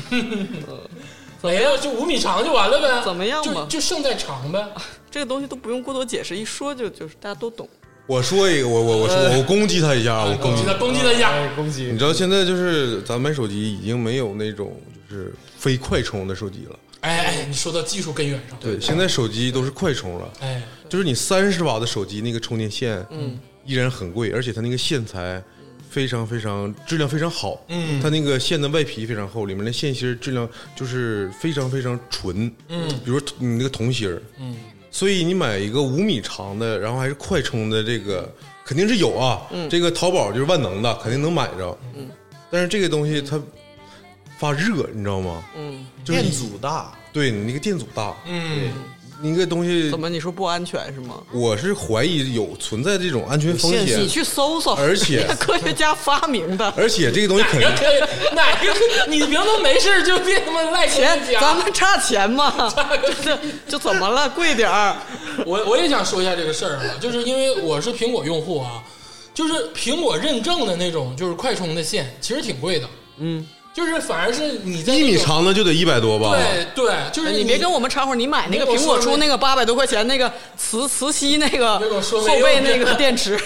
Speaker 1: 没了，就五米长就完了呗，
Speaker 2: 怎么样吧
Speaker 1: 就就胜在长呗，
Speaker 2: 这个东西都不用过多解释，一说就就是大家都懂。
Speaker 3: 我说一个，我我我说我攻击他一下，我攻
Speaker 1: 攻
Speaker 3: 击
Speaker 1: 击他，攻击他一下，
Speaker 4: 攻击
Speaker 3: 你知道现在就是咱买手机已经没有那种就是非快充的手机了，
Speaker 1: 哎哎，你说到技术根源上，
Speaker 3: 对，现在手机都是快充了，
Speaker 1: 哎，
Speaker 3: 就是你三十瓦的手机那个充电线，嗯，依然很贵，而且它那个线材非常非常质量非常好，嗯，它那个线的外皮非常厚，里面的线芯儿质量就是非常非常纯，嗯，比如你那个铜芯儿，嗯，所以你买一个五米长的，然后还是快充的这个肯定是有啊，这个淘宝就是万能的，肯定能买着，嗯，但是这个东西它发热，你知道吗？嗯，就是
Speaker 4: 电
Speaker 3: 你
Speaker 4: 阻大，
Speaker 3: 对你那个电阻大，
Speaker 1: 嗯，
Speaker 3: 你那个东西
Speaker 2: 怎么你说不安全是吗？
Speaker 3: 我是怀疑有存在这种安全风
Speaker 4: 现
Speaker 2: 你
Speaker 3: 险，
Speaker 2: 去搜搜，
Speaker 3: 而且
Speaker 2: 人家 科学家发 明的。
Speaker 3: 而且这个东西肯定
Speaker 1: 哪个可以，哪个可以你平时没事儿就别他妈赖啊
Speaker 2: 钱
Speaker 1: 人家，
Speaker 2: 咱们差 钱嘛，就就怎么了？贵点儿，
Speaker 1: 我我也想说一下这个事儿啊，就是因为我是苹果用户啊，就是苹果认证的那种，就是快充的线，其实挺贵的。嗯，就是反而是你在
Speaker 3: 一米
Speaker 1: 那种，
Speaker 3: 长啊的就得一百多吧？
Speaker 1: 对 对，就是
Speaker 2: 哎你别跟我们掺和。你买那个
Speaker 1: 你
Speaker 2: 苹
Speaker 1: 跟我
Speaker 2: 果
Speaker 1: 说
Speaker 2: 出
Speaker 1: 那
Speaker 2: 那个八百多块钱那个磁磁吸那个
Speaker 1: 你跟我说
Speaker 2: 后
Speaker 1: 没用
Speaker 2: 背那个 电池，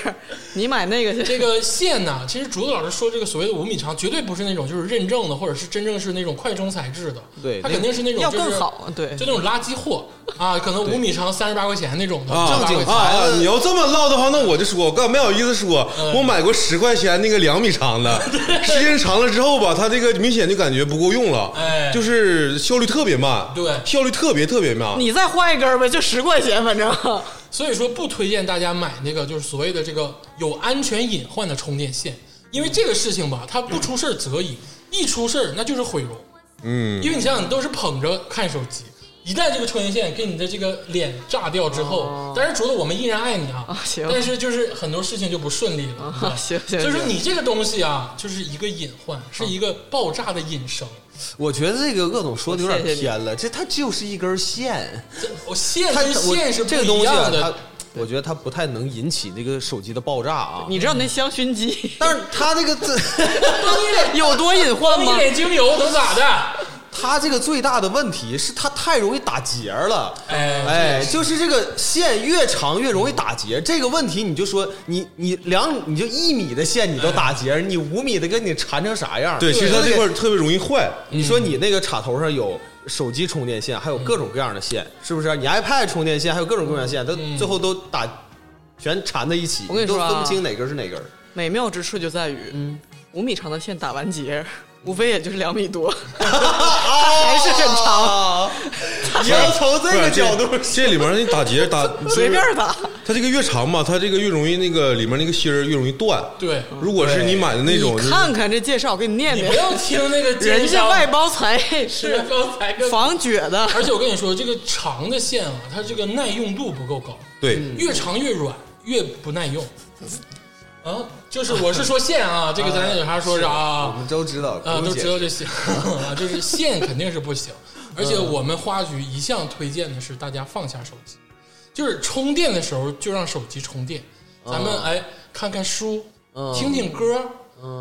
Speaker 2: 你买那个去。
Speaker 1: 这个线呐，其实竹子老师说这个所谓的五米长，绝对不是那种就是认证的，或者是真正是那种快充材质的，
Speaker 4: 对
Speaker 1: 它
Speaker 4: 那
Speaker 1: 肯定是那种
Speaker 2: 要
Speaker 1: 就是
Speaker 2: 更好对
Speaker 1: 就那种垃圾货啊，可能五米长三十八块钱那种的，
Speaker 3: 啊
Speaker 1: 正经
Speaker 3: 啊啊！你要这么唠的话，那我就说，我刚没好意思说，我买过十块钱那个两米长的，时间长了之后吧，它这个明显就感觉不够用了，
Speaker 1: 哎
Speaker 3: 就是效率特别慢，
Speaker 1: 对
Speaker 3: 效率特别特别慢。
Speaker 2: 你再换一根儿呗，就十块 钱，反正
Speaker 1: 所以说不推荐大家买那个就是所谓的这个有安全隐患的充电线，因为这个事情
Speaker 4: 嗯
Speaker 1: 吧，它不出事儿则已，一出事儿那就是毁容。嗯，因为你想想，你都是捧着看手机，一旦这个充电线给你的这个脸炸掉之
Speaker 4: 哦
Speaker 1: 后，但是除了我们依然爱你啊，
Speaker 2: 啊行
Speaker 1: 但是就是很多事情就不顺利了，
Speaker 2: 啊
Speaker 1: 你知
Speaker 4: 哦
Speaker 1: 道吧
Speaker 2: 行行
Speaker 1: 所以说
Speaker 2: 行
Speaker 1: 你这个东西啊，就是一个隐患，是一个爆炸的引声。
Speaker 4: 我觉得这个鄂总说的有点
Speaker 2: 谢谢你
Speaker 4: 偏了，这它就是一根线，
Speaker 1: 这我线
Speaker 4: 它
Speaker 1: 跟
Speaker 4: 我
Speaker 1: 线是不
Speaker 4: 这个东
Speaker 1: 一
Speaker 4: 西啊
Speaker 1: 样，
Speaker 4: 它
Speaker 1: 的，
Speaker 4: 我觉得它不太能引起这个手机的爆炸啊。
Speaker 2: 你知道你那香薰机
Speaker 4: 但是它这个 这，
Speaker 2: 有多隐患
Speaker 1: 一
Speaker 2: 吗？
Speaker 1: 脸精油能咋的？
Speaker 4: 它这个最大的问题是它太容易打结了。
Speaker 1: 哎
Speaker 4: 哎，就是这个线越长越容易打结，这个问题你就说你你两你就一米的线你都打结，你五米的跟你缠成啥样？
Speaker 3: 对，其实它这块儿特别容易坏，
Speaker 4: 你说你那个插头上有手机充电线，还有各种各样的线，是不是？你 iPad 充电线还有各种各样的线，它最后都打全缠在一起，
Speaker 2: 我跟你说啊
Speaker 4: 都分不清哪根是哪根。
Speaker 2: 美妙之处就在于，
Speaker 1: 嗯
Speaker 2: 五米长的线打完结， 无非也就是两米 多，还是很
Speaker 1: 哦
Speaker 2: 长，
Speaker 4: 啊！你要从这
Speaker 3: 不
Speaker 4: 个
Speaker 3: 是
Speaker 4: 角度，
Speaker 3: 这这里面你打结打
Speaker 2: 随便打。
Speaker 3: 它这个越长吧，它这个越容易那个里面那个芯儿越容易断。
Speaker 1: 对，
Speaker 3: 如果是你买的那种，
Speaker 2: 你看看这介绍，我给你念
Speaker 1: 你
Speaker 2: 念
Speaker 1: 不，要听那个奸
Speaker 2: 人家
Speaker 1: 商
Speaker 2: 外包材
Speaker 1: 是
Speaker 2: 是
Speaker 1: 刚才跟，
Speaker 2: 防撅的，
Speaker 1: 而且我跟你说，这个长的线啊，它这个耐用度不够高，
Speaker 3: 就是
Speaker 1: 越长越软，越不耐用。啊，就是我是说线啊，这个咱有啥说啥
Speaker 4: 我
Speaker 1: 啊
Speaker 4: 们都知道，
Speaker 1: 啊，
Speaker 4: 不
Speaker 1: 都
Speaker 4: 用解
Speaker 1: 知
Speaker 4: 释
Speaker 1: 道就 行，啊就是线肯定是不行。而
Speaker 3: 嗯
Speaker 1: 且我们花局一向推荐的是大家放下手机，就是充电的时候就让手机充电，
Speaker 3: 嗯
Speaker 1: 咱们哎看看书，听听歌。
Speaker 3: 嗯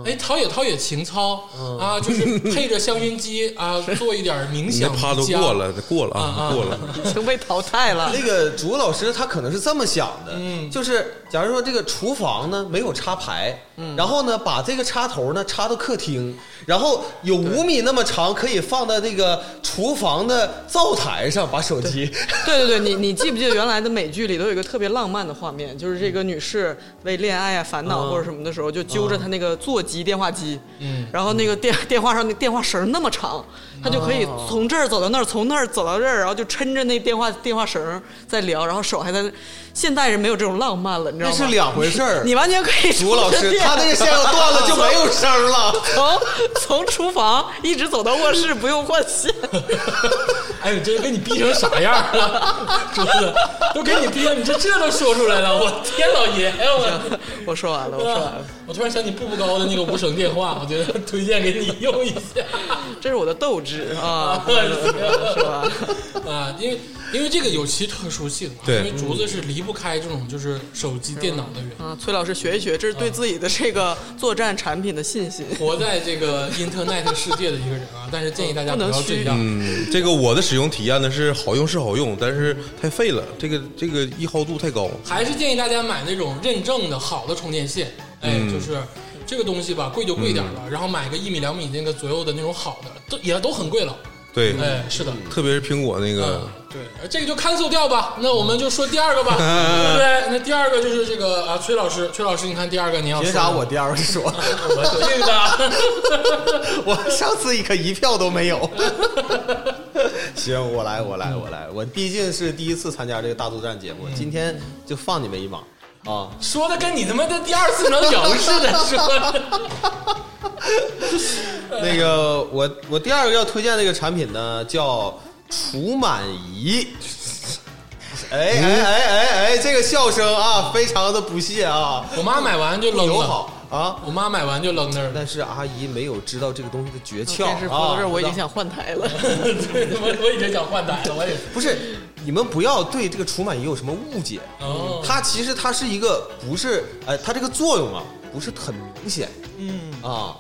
Speaker 1: 哎，陶冶陶冶情操、啊，就是配着香薰机啊，做一点冥
Speaker 3: 你那
Speaker 1: 想瑜伽。
Speaker 3: 趴都过了，过了
Speaker 1: 啊
Speaker 3: 啊，
Speaker 1: 啊
Speaker 3: 过了。
Speaker 2: 已经被淘汰了。
Speaker 4: 那个主老师他可能是这么想的，
Speaker 1: 嗯
Speaker 4: 就是假如说这个厨房呢没有插排，然后呢把这个插头呢插到客厅，然后有五米那么长，可以放在那个厨房的灶台上，把手机
Speaker 2: 对对对，你你记不记得原来的美剧里都有一个特别浪漫的画面，就是这个女士为恋爱啊烦恼或者什么的时候，就揪着她那个座机电话机，
Speaker 1: 嗯
Speaker 2: 然后那个电电话上那电话绳那么长，她就可以从这儿走到那儿，从那儿走到这儿，然后就抻着那电话电话绳在聊，然后手还在那。现代人没有这种浪漫了，你知道
Speaker 4: 那
Speaker 2: 吗？
Speaker 4: 是两回事儿。
Speaker 2: 你完全可 以
Speaker 4: 主老
Speaker 2: 充着
Speaker 4: 师
Speaker 2: 电
Speaker 4: 他那个线要断了就没有声儿 了。
Speaker 2: 从从厨房一直走到卧室，不用换线。
Speaker 1: 哎，这给你逼成啥样了？ 竹子都给你逼成，你这这都说出来了，我天老爷呀！ 我
Speaker 2: 我说完了，我说完了，
Speaker 1: 啊我突然想起步步高的那个无绳电话，我觉得 推荐给你用一下。
Speaker 2: 这是我的斗志啊，是吧？
Speaker 1: 啊，因为因为这个有其特殊性啊，
Speaker 3: 对
Speaker 1: 因为竹子是离不开这种就是手机、电脑的人，
Speaker 2: 啊，崔老师学一学，这是
Speaker 4: 啊
Speaker 2: 对自己的这个作战产品的信心。
Speaker 1: 活在这个 internet 世界的一个人啊。 但是建议大家不
Speaker 2: 不
Speaker 1: 要
Speaker 2: 能
Speaker 1: 这
Speaker 2: 虚
Speaker 1: 样，
Speaker 3: 嗯，这个我的使用体验呢是好用是好用，但是太费了，这个这个易耗度太高。
Speaker 1: 还是建议大家买那种认证的好的充电线，哎，就是这个东西吧，贵就贵点儿吧，然后买个一米两米那个左右的那种好的，都也都很贵了。
Speaker 3: 对，
Speaker 1: 哎，啊是的，
Speaker 3: 特别是苹果那个，
Speaker 1: 嗯对，呃这个就 cancel 掉吧。那我们就说第二 个吧，对不对？那第二个就是这个啊，崔老师，崔老师，你看第二个你要
Speaker 4: 凭
Speaker 1: 说
Speaker 4: 啥
Speaker 1: 的
Speaker 4: 我第二个说？
Speaker 1: 我对的？
Speaker 4: 我上次一可一票都没有。 行，我来，我来，我来。我毕竟是第一次参加这个大作战节目，今天就放你们一马啊！
Speaker 1: 说的跟你他妈的第二次能赢似 的，说的
Speaker 4: 那个，我我第二个要推荐那个产品呢，叫除螨仪。哎哎哎哎哎，这个笑声啊，非常的不屑啊，
Speaker 1: 我妈买完就
Speaker 4: 不
Speaker 1: 扔
Speaker 4: 友
Speaker 1: 了
Speaker 4: 好，啊。
Speaker 1: 我妈买完就扔那儿了。
Speaker 4: 但是阿姨没有知道这个东西的诀窍
Speaker 2: 电视播
Speaker 4: 啊
Speaker 2: 到这儿，我已经想换台了。
Speaker 1: 对，我我已经想换台了，我也是。
Speaker 4: 不是，你们不要对这个除螨仪有什么误解。
Speaker 1: 哦，
Speaker 4: 它其实它是一个不是，哎，它这个作用啊不是很明显，嗯啊，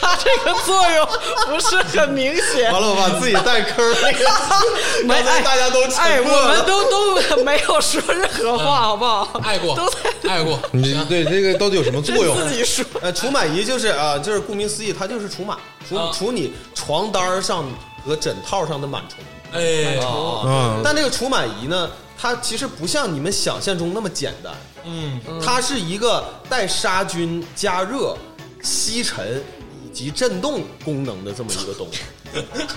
Speaker 2: 它这个作用不是很明显
Speaker 4: 完。了我把自己带坑儿那个，
Speaker 2: 没
Speaker 4: 刚才
Speaker 2: 哎
Speaker 4: 大家都沉
Speaker 2: 哎，
Speaker 4: 默
Speaker 2: 我们
Speaker 4: 了。嗯
Speaker 2: 都都 没有说任何话，好不好？
Speaker 4: 哎
Speaker 1: 爱过
Speaker 2: 都在，
Speaker 1: 爱过，
Speaker 3: 你 这对这个到底有什么作 用？啊
Speaker 2: 自己说。
Speaker 4: 呃，除螨仪就是啊，就是顾名思义，它就是除螨，除
Speaker 1: 啊
Speaker 4: 除你床单儿上和枕套上的螨虫。
Speaker 1: 哎，
Speaker 4: 啊，
Speaker 3: 啊，
Speaker 4: 但这个除螨仪呢，它其实不像你们想象中那么简单，
Speaker 1: 嗯，
Speaker 4: 它是一个带杀菌、加热、吸尘以及震动功能的这么一个东西。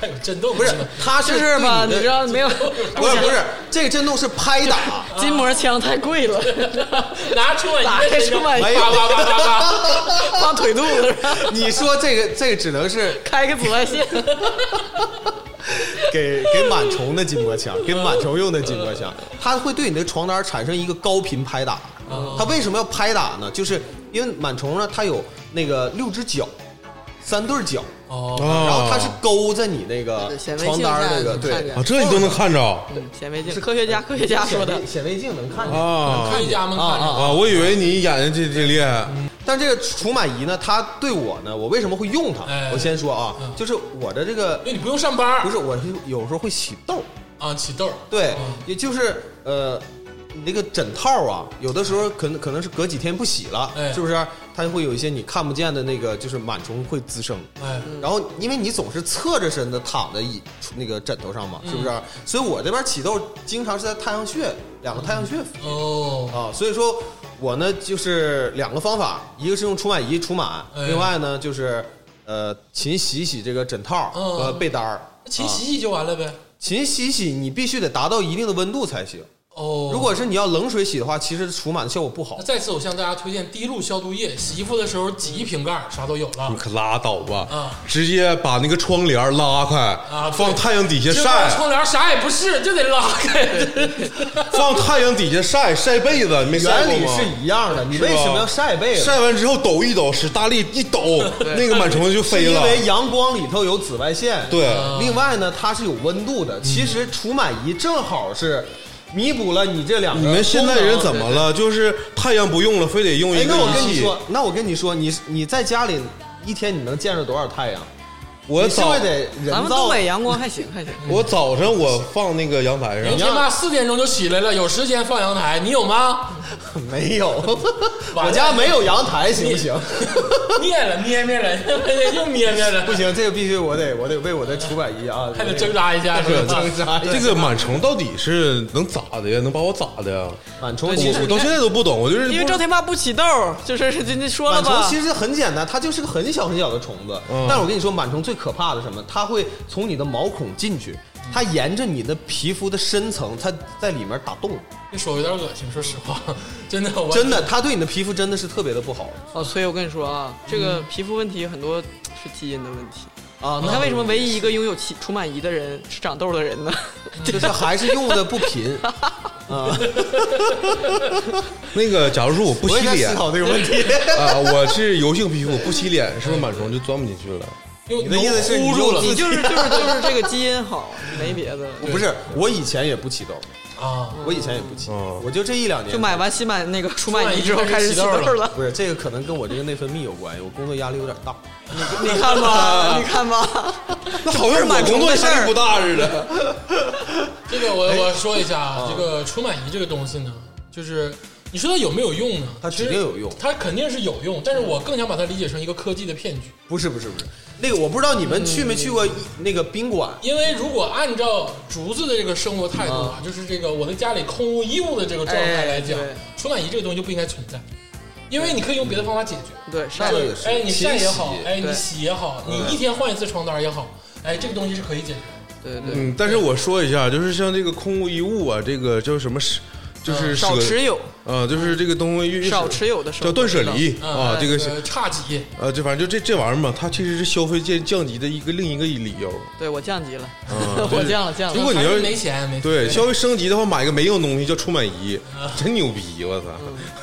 Speaker 1: 还有震动，
Speaker 4: 不是，它是
Speaker 2: 就是吧？
Speaker 4: 对
Speaker 2: 你
Speaker 4: 的
Speaker 2: 知道没 有？
Speaker 4: 不是不是，这个震动是拍打，
Speaker 2: 筋膜枪太贵了，
Speaker 1: 拿出来，
Speaker 2: 打开出来
Speaker 1: 叭
Speaker 3: 啊
Speaker 1: 叭叭叭叭，
Speaker 2: 放腿肚子上，
Speaker 4: 你说这个这个只能是
Speaker 2: 开个紫外 线。
Speaker 4: 给给螨虫的筋膜枪，给螨虫用的筋膜枪，它会对你的床单产生一个高频拍打。
Speaker 2: 哦
Speaker 4: 它为什么要拍打呢？就是因为螨虫呢，它有那个六只脚，三对儿脚，
Speaker 1: 哦，
Speaker 3: 啊
Speaker 4: 然后它是勾在你那个
Speaker 2: 对显微
Speaker 4: 床
Speaker 2: 镜
Speaker 4: 单
Speaker 2: 上
Speaker 4: 那个
Speaker 2: 能看
Speaker 4: 对
Speaker 2: 见
Speaker 3: 啊，这你都能看着
Speaker 2: 嗯显微镜是科学家，科学家说的
Speaker 4: 呃
Speaker 2: 哦
Speaker 4: 显微。显微镜能嗯看见。
Speaker 3: 啊
Speaker 1: 科学家们看着，
Speaker 3: 啊！我以为你眼睛这这厉害，
Speaker 4: 但这个除螨仪呢，它对我呢，我为什么会用它
Speaker 1: 哎？
Speaker 4: 我先说啊，
Speaker 2: 嗯
Speaker 4: 就是我的这个
Speaker 1: 因为你不用上班
Speaker 4: 不
Speaker 1: 儿
Speaker 4: 是，我是有时候会起痘儿。
Speaker 1: 啊，起痘儿，
Speaker 4: 对
Speaker 1: 嗯，
Speaker 4: 也就是呃，你那个枕套啊，有的时候可能可能是隔几天不洗了，
Speaker 1: 哎
Speaker 4: 是不是？它会有一些你看不见的那个，就是螨虫会滋生。
Speaker 1: 哎，
Speaker 4: 然后，因为你总是侧着身子躺在椅那个枕头上
Speaker 1: 嗯
Speaker 4: 嘛，是不是？所以我这边起痘经常是在太阳穴，两个太阳穴附近
Speaker 1: 哦，
Speaker 4: 啊。所以说我呢就是两个方法，一个是用除螨仪除螨，
Speaker 1: 哎
Speaker 4: 另外呢就是呃勤洗洗这个枕套
Speaker 1: 嗯
Speaker 4: 和被单儿。啊
Speaker 1: 勤洗洗就完了呗。
Speaker 4: 勤洗洗，你必须得达到一定的温度才行。
Speaker 1: 哦，
Speaker 4: 如果是你要冷水洗的话，其实除螨的效果不好
Speaker 1: 那。再次我向大家推荐滴露消毒液，洗衣服的时候挤一瓶盖儿，啥都有了
Speaker 3: 你。可拉倒吧！
Speaker 1: 啊
Speaker 3: 直接把那个窗帘拉开，
Speaker 1: 啊对
Speaker 3: 放太阳底下
Speaker 1: 这
Speaker 4: 啊
Speaker 1: 帮
Speaker 3: 晒，
Speaker 1: 窗帘啥也不是，就得拉开。
Speaker 3: 放太阳底下晒晒被子，你没晒
Speaker 4: 原
Speaker 3: 过
Speaker 4: 理
Speaker 3: 吗？
Speaker 4: 是一样的，你为什么要晒被子？
Speaker 3: 晒完之后抖一抖，使大力一抖，那个螨虫子就飞
Speaker 4: 因
Speaker 3: 了。
Speaker 4: 为嗯阳光里头有紫外线。
Speaker 3: 对，嗯
Speaker 4: 另外呢，它是有温度的。其实除螨仪正好是弥补了你这两个。
Speaker 3: 你们现在人怎么？了？就是太阳不用了，非得用
Speaker 4: 哎
Speaker 3: 一，个
Speaker 4: 那我跟
Speaker 3: 仪
Speaker 4: 你
Speaker 3: 器。
Speaker 4: 说，那我跟你说，你你在家里一天你能见着多少太阳？
Speaker 3: 我
Speaker 4: 你是不
Speaker 3: 早
Speaker 4: 是得人
Speaker 2: 咱们
Speaker 4: 造
Speaker 2: 东北阳光还行还行，
Speaker 3: 我早上我放那个阳台
Speaker 1: 人
Speaker 3: 上，
Speaker 1: 家妈四点钟就起来了，有时间放阳台，你有吗？
Speaker 4: 没有？
Speaker 1: 完了
Speaker 4: 我家没有阳台，行不行？
Speaker 1: 灭了，灭灭了，又灭灭了，
Speaker 4: 不行，这个必须我得我得为我的除螨仪啊，
Speaker 1: 还得挣扎一下，是
Speaker 4: 挣
Speaker 1: 吧？
Speaker 4: 扎一下。
Speaker 3: 这个螨虫到底是能咋的呀？能把我咋的呀？
Speaker 4: 螨虫
Speaker 3: 我
Speaker 4: 其实
Speaker 3: 我到现在都不懂，我就是
Speaker 2: 因为
Speaker 3: 不
Speaker 2: 赵天霸不起痘儿，就是人家说了
Speaker 4: 螨虫
Speaker 2: 吧，
Speaker 4: 其实很简单，它就是个很小很小的虫子。
Speaker 3: 嗯
Speaker 4: 但是我跟你说，螨虫最可怕的是什么？它会从你的毛孔进去，
Speaker 2: 嗯
Speaker 4: 它沿着你的皮肤的深层，它在里面打洞。
Speaker 1: 这说有点恶心，说实话，真的，我
Speaker 4: 真的，它对你的皮肤真的是特别的不好
Speaker 2: 哦，所以我跟你说啊，这个皮肤问题很多是基因的问题。
Speaker 4: 啊。
Speaker 2: 你看为什么唯一一个拥有其除螨仪的人是长痘的人呢？
Speaker 4: 就是还是用的不 频啊。
Speaker 3: 那个，假如说我不
Speaker 4: 我也
Speaker 3: 洗
Speaker 4: 在
Speaker 3: 脸
Speaker 4: 思考这个问 题。
Speaker 3: 啊，我是油性皮肤，不洗脸是不是螨虫就钻不进去了？
Speaker 1: 又
Speaker 4: 你的意思是
Speaker 1: 又
Speaker 4: 你
Speaker 1: 呼住
Speaker 4: 用
Speaker 1: 了
Speaker 4: 自
Speaker 2: 你
Speaker 4: 己
Speaker 2: 就是就是就是这个基因好，没别的。
Speaker 4: 不是，我以前也不起痘，
Speaker 1: 啊？
Speaker 4: 我以前也不起
Speaker 3: 嗯，
Speaker 4: 我就这一两年
Speaker 2: 就买完新买那个除螨仪之后开始起痘
Speaker 1: 除螨仪开始起痘
Speaker 2: 了，
Speaker 4: 不是这个，可能跟我这个内分泌有关系，我工作压力有点大。
Speaker 2: 你看 吧，你看吧，
Speaker 3: 那好
Speaker 2: 不是
Speaker 3: 像我
Speaker 2: 螨
Speaker 3: 工
Speaker 2: 虫
Speaker 3: 作
Speaker 2: 的事
Speaker 3: 压力
Speaker 2: 儿
Speaker 3: 不。大似的。
Speaker 1: 这个我我说一下啊，这个除螨仪这个东西呢，就是你说它有没有用呢？
Speaker 4: 它
Speaker 1: 其实
Speaker 4: 指定有用
Speaker 1: 它肯定是有用，但是我更想把它理解成一个科技的骗局。
Speaker 4: 不是不是不是，那个我不知道你们去没去过一那个宾馆，
Speaker 1: 因为如果按照竹子的这个生活态度啊，就是这个我在家里空无一物的这个状态来讲
Speaker 2: 哎对，
Speaker 1: 除螨仪这个东西就不应该存在，因为你可以用别的方法解决。
Speaker 2: 对，
Speaker 4: 那
Speaker 2: 晒
Speaker 4: 倒
Speaker 2: 了
Speaker 4: 也是
Speaker 1: 哎，你晒也
Speaker 4: 勤洗
Speaker 1: 好，哎，你
Speaker 2: 对
Speaker 1: 洗也好，你一天换一次床单也好，哎，这个东西是可以解决的。
Speaker 2: 对对，
Speaker 3: 嗯，但是我说一下，就是像这个空无一物啊，这个叫什么舍，
Speaker 4: 嗯
Speaker 3: 就是
Speaker 2: 少
Speaker 3: 舍
Speaker 2: 持有，
Speaker 3: 啊，就是这个东西越越
Speaker 2: 少持有的生活
Speaker 3: 叫断舍离
Speaker 1: 嗯
Speaker 3: 啊，这个是
Speaker 1: 呃差几，
Speaker 3: 啊，这反正就这这玩意儿嘛，它其实是消费降降级的一个另一个理由。
Speaker 2: 对我降级了，
Speaker 1: 嗯
Speaker 3: 啊
Speaker 2: 我哦降了降
Speaker 3: 如
Speaker 2: 了。
Speaker 3: 果你要
Speaker 1: 还
Speaker 3: 是
Speaker 1: 是没钱没钱
Speaker 3: 对，消费升级的话，买个没用东西叫除螨仪，
Speaker 1: 嗯
Speaker 3: 真牛逼！我操，